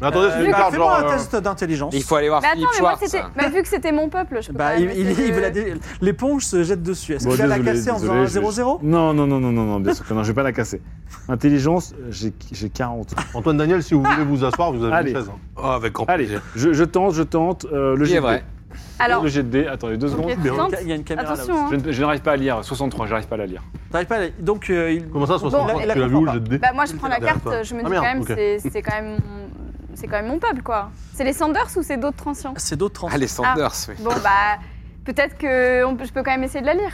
Speaker 7: Mais attendez,
Speaker 4: Euh,
Speaker 7: c'est une
Speaker 4: bah,
Speaker 7: carte genre.
Speaker 4: Fais-moi un
Speaker 7: euh,
Speaker 4: test d'intelligence.
Speaker 6: Il faut aller voir
Speaker 5: mais attends,
Speaker 6: Philippe
Speaker 5: mais moi,
Speaker 6: Schwartz.
Speaker 5: c'était... bah, vu que c'était mon peuple, je peux
Speaker 4: Bah,
Speaker 5: pas
Speaker 4: il,
Speaker 5: essayer
Speaker 4: il- il
Speaker 5: de-
Speaker 4: veut la dé- L'éponge se jette dessus. Est-ce
Speaker 9: Bon,
Speaker 4: qu'il va la
Speaker 9: désolé,
Speaker 4: casser en
Speaker 9: désolé,
Speaker 4: faisant un
Speaker 9: je-
Speaker 4: 0-0
Speaker 9: Non, non, non, non, non, non, bien sûr que non, je vais pas la casser. Intelligence, j'ai j'ai 40.
Speaker 7: Antoine Daniel, si vous
Speaker 5: Ah.
Speaker 7: voulez vous asseoir, vous avez
Speaker 9: Allez.
Speaker 7: une chaise. hein.
Speaker 8: Oh, avec grand
Speaker 9: Allez,
Speaker 8: plaisir.
Speaker 9: je, je tente, je tente. euh, le
Speaker 6: Il
Speaker 9: jet
Speaker 6: est
Speaker 9: de
Speaker 6: vrai.
Speaker 9: dés.
Speaker 5: Alors,
Speaker 3: Le jet de dés, attendez deux
Speaker 5: ok,
Speaker 3: secondes.
Speaker 5: tu sentes
Speaker 4: Il y a une caméra là-haut.
Speaker 5: Attention,
Speaker 3: Je,
Speaker 5: hein.
Speaker 3: ne- je n'arrive pas à lire, 63, j'arrive pas à la lire.
Speaker 4: T'arrives pas à la- Donc, euh, il...
Speaker 7: Comment ça,
Speaker 4: Bon,
Speaker 7: 60
Speaker 4: la- la
Speaker 7: Tu l'as vu où,
Speaker 4: comprends
Speaker 7: j'ai de dés
Speaker 5: Bah, moi, je prends la
Speaker 7: Derrière
Speaker 5: carte,
Speaker 7: toi.
Speaker 5: je me
Speaker 7: Ah,
Speaker 5: dis
Speaker 7: merde,
Speaker 5: quand même,
Speaker 7: ok.
Speaker 5: c'est- c'est quand même. mon- C'est quand même mon peuple, quoi. C'est les Sanders ou c'est d'autres transients
Speaker 4: c'est d'autres trans.
Speaker 6: Ah, les Sanders, oui.
Speaker 5: Bon, bah, peut-être que on peut- je peux quand même essayer de la lire.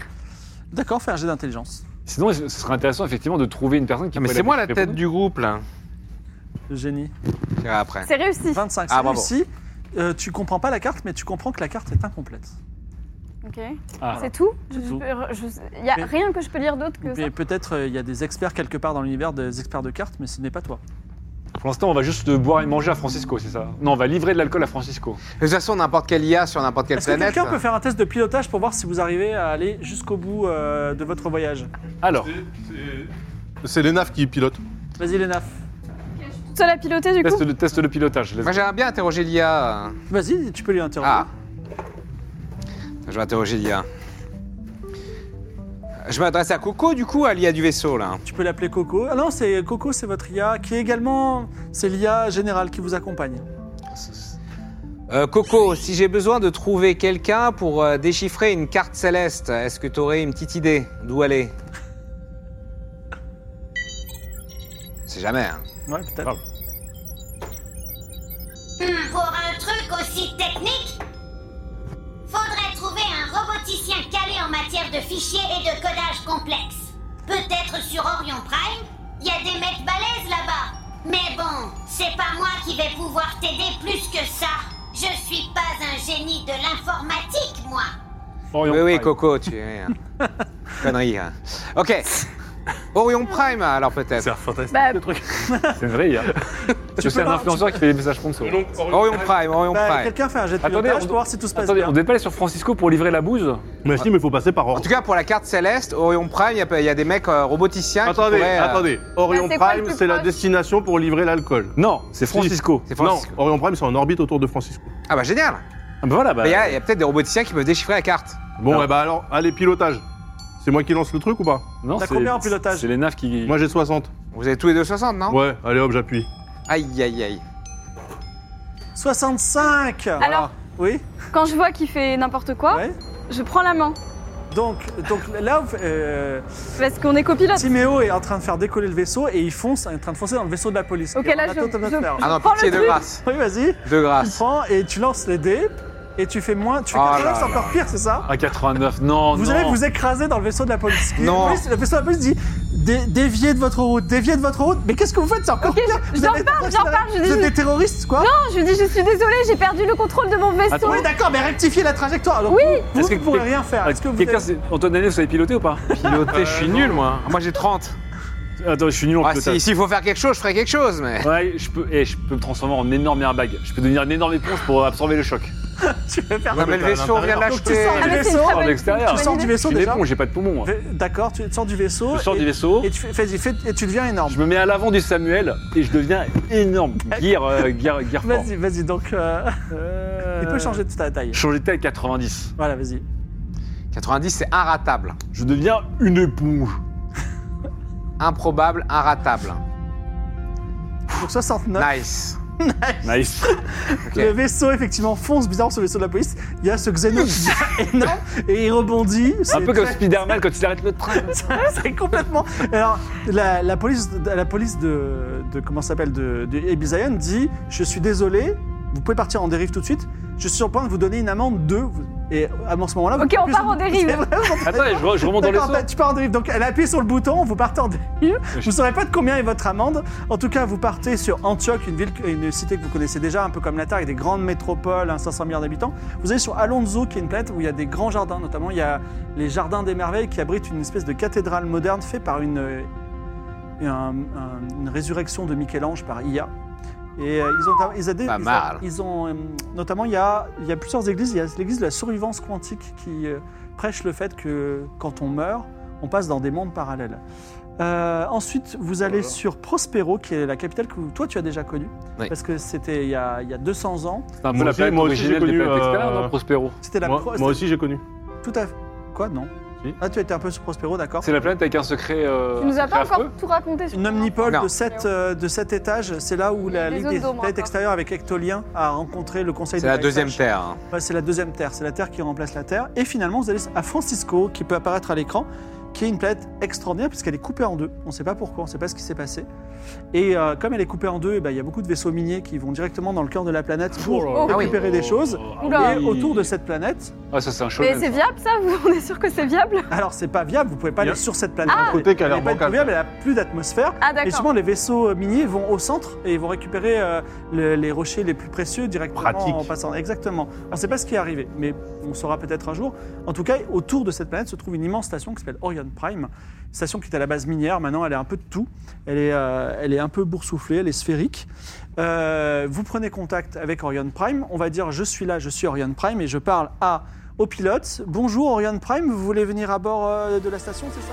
Speaker 4: D'accord, fais un jet d'intelligence.
Speaker 3: Sinon, ce serait intéressant effectivement de trouver une personne qui.
Speaker 6: mais
Speaker 3: pourrait
Speaker 6: c'est moi la
Speaker 3: répondre.
Speaker 6: tête du groupe là.
Speaker 4: Le Oh, génie.
Speaker 6: J'irai après.
Speaker 5: C'est réussi.
Speaker 4: 25,
Speaker 6: Ah,
Speaker 4: c'est
Speaker 6: bravo.
Speaker 4: réussi. Euh, tu comprends pas la carte, mais tu comprends que la carte est incomplète.
Speaker 5: Ok.
Speaker 3: Ah.
Speaker 5: C'est tout
Speaker 4: C'est tout.
Speaker 5: Il n'y a
Speaker 4: Mais-
Speaker 5: rien que je peux lire d'autre que ça.
Speaker 4: Et peut-être euh, il y a des experts quelque part dans l'univers, des experts de cartes, mais ce n'est pas toi.
Speaker 3: Pour l'instant, on va juste boire et manger à Francisco, c'est ça Non, on va livrer de l'alcool à Francisco.
Speaker 6: De toute façon, n'importe quelle IA sur n'importe quelle
Speaker 4: Est-ce que
Speaker 6: planète.
Speaker 4: quelqu'un peut faire un test de pilotage pour voir si vous arrivez à aller jusqu'au bout euh, de votre voyage
Speaker 3: Alors,
Speaker 7: C'est les nafs qui pilotent.
Speaker 4: Vas-y, les nafs.
Speaker 5: Toute seule à piloter du
Speaker 3: test
Speaker 5: coup
Speaker 3: de, test de pilotage. let's
Speaker 6: Moi,
Speaker 3: go.
Speaker 6: j'aimerais bien interroger l'IA.
Speaker 4: Vas-y, tu peux lui interroger.
Speaker 6: Ah. Je vais interroger l'IA. Je m'adresse à Coco, du coup, à l'IA du vaisseau, là.
Speaker 4: Tu peux l'appeler Coco. Ah non, c'est Coco, c'est votre IA qui est également. C'est l'IA générale qui vous accompagne.
Speaker 6: Euh, Coco, si j'ai besoin de trouver quelqu'un pour euh, déchiffrer une carte céleste, est-ce que tu aurais une petite idée d'où aller C'est jamais, hein.
Speaker 4: Ouais, peut-être.
Speaker 3: Bravo.
Speaker 1: Hmm, pour un truc aussi technique, faudrait trouver un roboticien calé en matière de fichiers et de codage complexe. Peut-être sur Orion Prime, il y a des mecs balèzes là-bas. Mais bon, c'est pas moi qui vais pouvoir t'aider plus que ça. Je suis pas un génie de l'informatique, moi.
Speaker 3: Orion
Speaker 6: oui, oui,
Speaker 3: Prime.
Speaker 6: Coco, tu es... Connerie, hein. Ok. Orion Prime, alors, peut-être.
Speaker 8: C'est fantastique
Speaker 5: Bah,
Speaker 8: le truc.
Speaker 3: C'est vrai, IA.
Speaker 4: Tu
Speaker 3: C'est
Speaker 4: peux
Speaker 3: un
Speaker 4: pas-
Speaker 3: influenceur qui fait des messages sponsors.
Speaker 6: Orion Prime, Orion
Speaker 4: Bah,
Speaker 6: Prime.
Speaker 4: Quelqu'un fait un jet de
Speaker 3: Attendez,
Speaker 4: pilotage
Speaker 3: on-
Speaker 4: pour voir si tout se passe
Speaker 3: Attendez,
Speaker 4: bien.
Speaker 3: on devait pas aller sur Francisco pour livrer la bouse
Speaker 7: Mais si, mais faut passer par
Speaker 6: En tout
Speaker 7: Orion.
Speaker 6: cas, pour la carte céleste, Orion Prime, il y a- il y, a des mecs euh, roboticiens
Speaker 7: Attendez,
Speaker 6: qui pourraient, euh,
Speaker 7: attendez. Orion
Speaker 5: Bah, c'est quoi le
Speaker 7: Prime,
Speaker 5: plus
Speaker 7: c'est la
Speaker 5: proche
Speaker 7: destination pour livrer l'alcool.
Speaker 9: Non, c'est Francisco.
Speaker 6: C'est
Speaker 7: Non,
Speaker 6: Francisco.
Speaker 7: Orion Prime, c'est en orbite autour de Francisco.
Speaker 6: Ah bah génial
Speaker 9: Ah bah voilà, bah,
Speaker 6: Mais Il y a, il
Speaker 3: euh,
Speaker 6: y a peut-être des roboticiens qui peuvent déchiffrer la carte.
Speaker 7: Bon,
Speaker 9: Alors.
Speaker 7: eh ben alors, allez, pilotage. C'est moi qui lance le truc ou pas
Speaker 3: Non,
Speaker 4: T'as
Speaker 3: c'est-
Speaker 4: combien en pilotage
Speaker 3: C'est les nafs qui.
Speaker 7: Moi, j'ai 60.
Speaker 6: Vous avez tous les deux 60, non
Speaker 7: Ouais, allez, hop, j'appuie.
Speaker 6: Aïe, aïe, aïe.
Speaker 4: 65
Speaker 5: Alors,
Speaker 4: Oui
Speaker 5: quand je vois qu'il fait n'importe quoi,
Speaker 4: ouais.
Speaker 5: je prends la main.
Speaker 4: Donc, donc là, vous- euh,
Speaker 5: Parce qu'on est copilote.
Speaker 4: Timéo est en train de faire décoller le vaisseau et ils foncent, en train de foncer dans le vaisseau de la police.
Speaker 5: Ok,
Speaker 4: Et on
Speaker 5: là,
Speaker 4: a
Speaker 5: je-
Speaker 4: tout à notre
Speaker 5: je-
Speaker 4: faire.
Speaker 6: Ah non,
Speaker 5: prends
Speaker 6: pitié,
Speaker 5: le
Speaker 6: de
Speaker 5: truc.
Speaker 6: grâce.
Speaker 4: Oui, vas-y.
Speaker 6: De
Speaker 4: Tu
Speaker 6: grâce.
Speaker 4: prends et tu lances les dés et tu fais moins. Tu fais
Speaker 6: Oh
Speaker 4: 89,
Speaker 6: là
Speaker 4: c'est encore
Speaker 6: là.
Speaker 4: pire, c'est ça
Speaker 3: À 89, non,
Speaker 4: Vous
Speaker 3: Oh non.
Speaker 4: allez vous écraser dans le vaisseau de la police. Et
Speaker 6: Non.
Speaker 4: La police- le vaisseau de la police dit dé- déviez de votre route, déviez de votre route. Mais qu'est-ce que vous faites C'est encore
Speaker 5: Ok,
Speaker 4: pire.
Speaker 5: je-
Speaker 4: Vous
Speaker 5: j'en
Speaker 4: avez-
Speaker 5: parle,
Speaker 4: vous
Speaker 5: j'en
Speaker 4: avez-
Speaker 5: parle, je
Speaker 4: Vous
Speaker 5: dis-
Speaker 4: êtes des terroristes, quoi
Speaker 5: Non, je lui dis, je suis désolée, j'ai perdu le contrôle de mon vaisseau.
Speaker 3: Attends.
Speaker 4: Oui, d'accord, mais rectifiez la trajectoire. Alors,
Speaker 5: Oui.
Speaker 4: vous,
Speaker 3: Est-ce
Speaker 4: vous,
Speaker 3: que
Speaker 4: ne pourrez
Speaker 3: quel-
Speaker 4: rien faire. Est-ce que vous
Speaker 3: Quelqu'un, c'est- Antoine Daniel, vous savez piloter ou pas
Speaker 6: Piloté, je suis nul, moi. moi, j'ai 30.
Speaker 3: Attends, je suis nul en
Speaker 6: Ah,
Speaker 3: pilotage.
Speaker 6: si- S'il faut faire quelque chose, je ferai quelque chose, mais...
Speaker 3: Ouais, je peux, eh, je peux me transformer en énorme airbag. Je peux devenir une énorme éponge pour absorber le choc.
Speaker 4: faites- tu veux faire
Speaker 6: Non, mais le vaisseau, on vient de
Speaker 4: Donc, tu
Speaker 6: l'acheter.
Speaker 4: sors
Speaker 5: Ah,
Speaker 4: du
Speaker 5: mais c'est une
Speaker 4: vaisseau.
Speaker 5: très
Speaker 3: de
Speaker 5: bonne-
Speaker 3: l'extérieur.
Speaker 5: une
Speaker 4: Tu
Speaker 5: très
Speaker 4: sors
Speaker 5: bonne
Speaker 4: du
Speaker 5: idée.
Speaker 3: Je
Speaker 4: vaisseau
Speaker 3: suis une
Speaker 4: déjà.
Speaker 3: éponge, j'ai pas de poumon. moi.
Speaker 4: Vais- D'accord, tu sors du vaisseau.
Speaker 3: Je sors
Speaker 4: et-
Speaker 3: du vaisseau.
Speaker 4: Et tu, fais, vas-y, fais- et tu deviens énorme.
Speaker 3: Je me mets à l'avant du Samuel et je deviens énorme. Gear, euh, gear, gear fort.
Speaker 4: Vas-y, vas-y, donc. euh,
Speaker 3: Euh,
Speaker 4: Il peut changer de ta taille.
Speaker 3: Changer de taille 90.
Speaker 4: Voilà, vas-y.
Speaker 6: 90, c'est inratable.
Speaker 3: Je deviens une éponge.
Speaker 6: Improbable, inratable.
Speaker 4: Donc 69.
Speaker 6: Nice.
Speaker 3: Nice.
Speaker 6: Ok.
Speaker 4: Le vaisseau, effectivement, fonce bizarre sur le vaisseau de la police. Il y a ce xéno qui devient énorme et il rebondit.
Speaker 3: Un
Speaker 4: C'est
Speaker 3: peu comme
Speaker 4: très-
Speaker 3: Spider-Man quand il arrête le train.
Speaker 4: C'est complètement. Alors, la, la police, la police de, de comment ça s'appelle de, de Ebizaïon dit Je suis désolé, vous pouvez partir en dérive tout de suite. Je suis sur le point de vous donner une amende de. Et à ce moment-là, vous
Speaker 5: Ok, on
Speaker 4: appuyez
Speaker 5: part
Speaker 4: sur-
Speaker 5: en dérive.
Speaker 4: C'est vrai, vous entendez
Speaker 3: Attends, je, re- je remonte dans les
Speaker 4: D'accord,
Speaker 3: sauts.
Speaker 4: t'as- bah, tu pars en dérive. Donc elle appuie sur le bouton, vous partez en dérive. Vous saurez pas de combien est votre amende. En tout cas, vous partez sur Antioche, une ville, une cité que vous connaissez déjà, un peu comme la Terre, avec des grandes métropoles, hein, 500 milliards d'habitants. Vous allez sur Alonso, qui est une planète où il y a des grands jardins. Notamment, il y a les jardins des merveilles qui abritent une espèce de cathédrale moderne faite par une euh, un- un- une résurrection de Michel-Ange par IA. Et euh, ils ont, ils ont, des-
Speaker 6: Pas
Speaker 4: ils ont-
Speaker 6: mal.
Speaker 4: ils ont, euh, notamment, il y a, il y a plusieurs églises. Il y a l'église de la survivance quantique qui euh, prêche le fait que quand on meurt, on passe dans des mondes parallèles. Euh, ensuite, vous allez sur Prospero, qui est la capitale que vous- toi tu as déjà connue,
Speaker 6: Oui.
Speaker 4: parce que c'était il, y a- il y a 200 ans.
Speaker 3: C'est un peu
Speaker 7: Moi
Speaker 3: la
Speaker 7: aussi-
Speaker 3: planète
Speaker 7: moi aussi,
Speaker 3: originelle
Speaker 7: j'ai
Speaker 3: des
Speaker 7: connu,
Speaker 3: planètes extérieures,
Speaker 7: euh,
Speaker 3: non, Prospero
Speaker 4: C'était la
Speaker 7: Moi,
Speaker 4: pro-
Speaker 7: moi aussi, j'ai connu.
Speaker 4: Tout à fait. Quoi non
Speaker 7: Si.
Speaker 4: Ah, tu étais un peu sur Prospero, d'accord.
Speaker 3: C'est la planète avec un secret. euh,
Speaker 5: Tu nous as
Speaker 3: secret
Speaker 5: pas
Speaker 3: affreux.
Speaker 5: encore tout raconté sur
Speaker 4: Une omnipole
Speaker 6: Non.
Speaker 4: de 7, de sept étages, c'est là où
Speaker 5: Il y
Speaker 4: la
Speaker 5: a des
Speaker 4: Ligue
Speaker 5: zones
Speaker 4: des
Speaker 5: d'ombre hein.
Speaker 4: planètes
Speaker 5: encore.
Speaker 4: extérieures avec Ectolien a rencontré le conseil
Speaker 6: C'est
Speaker 4: de
Speaker 6: la
Speaker 4: la
Speaker 6: deuxième
Speaker 4: SH.
Speaker 6: Terre. hein.
Speaker 4: Ouais, c'est la deuxième Terre, c'est la Terre qui remplace la Terre. Et finalement, vous allez à Francisco, qui peut apparaître à l'écran, qui est une planète extraordinaire puisqu'elle est coupée en deux. On ne sait pas pourquoi, on ne sait pas ce qui s'est passé. Et euh, comme elle est coupée en deux, eh ben, il y a beaucoup de vaisseaux miniers qui vont directement dans le cœur de la planète pour euh,
Speaker 3: Oh là là.
Speaker 4: récupérer des choses.
Speaker 5: Oh. Oula.
Speaker 4: Et autour de cette planète,
Speaker 3: Ah, ça, c'est un
Speaker 5: Mais
Speaker 3: shonen.
Speaker 5: c'est viable ça vous- On est sûr que c'est viable
Speaker 4: alors c'est pas viable, vous pouvez pas
Speaker 3: Il y a-
Speaker 4: aller sur cette planète.
Speaker 7: Un côté qui a
Speaker 4: elle
Speaker 7: l'air
Speaker 4: n'est pas du tout
Speaker 7: bancal.
Speaker 4: viable, elle a plus d'atmosphère.
Speaker 5: Ah
Speaker 4: Et
Speaker 5: d'accord.
Speaker 4: justement, les vaisseaux euh, miniers vont au centre et ils vont récupérer euh, le- les rochers les plus précieux directement
Speaker 7: Pratique.
Speaker 4: en passant. Exactement. On ne sait pas ce qui est arrivé, mais on saura peut-être un jour. En tout cas, autour de cette planète se trouve une immense station qui s'appelle Orion Prime, station qui est à la base minière. Maintenant, elle est un peu de tout. Elle est, euh, elle est un peu boursouflée, elle est sphérique. Euh, vous prenez contact avec Orion Prime. On va dire je suis là, je suis Orion Prime et je parle à au pilote. Bonjour Orion Prime, vous voulez venir à bord euh, de la station, c'est ça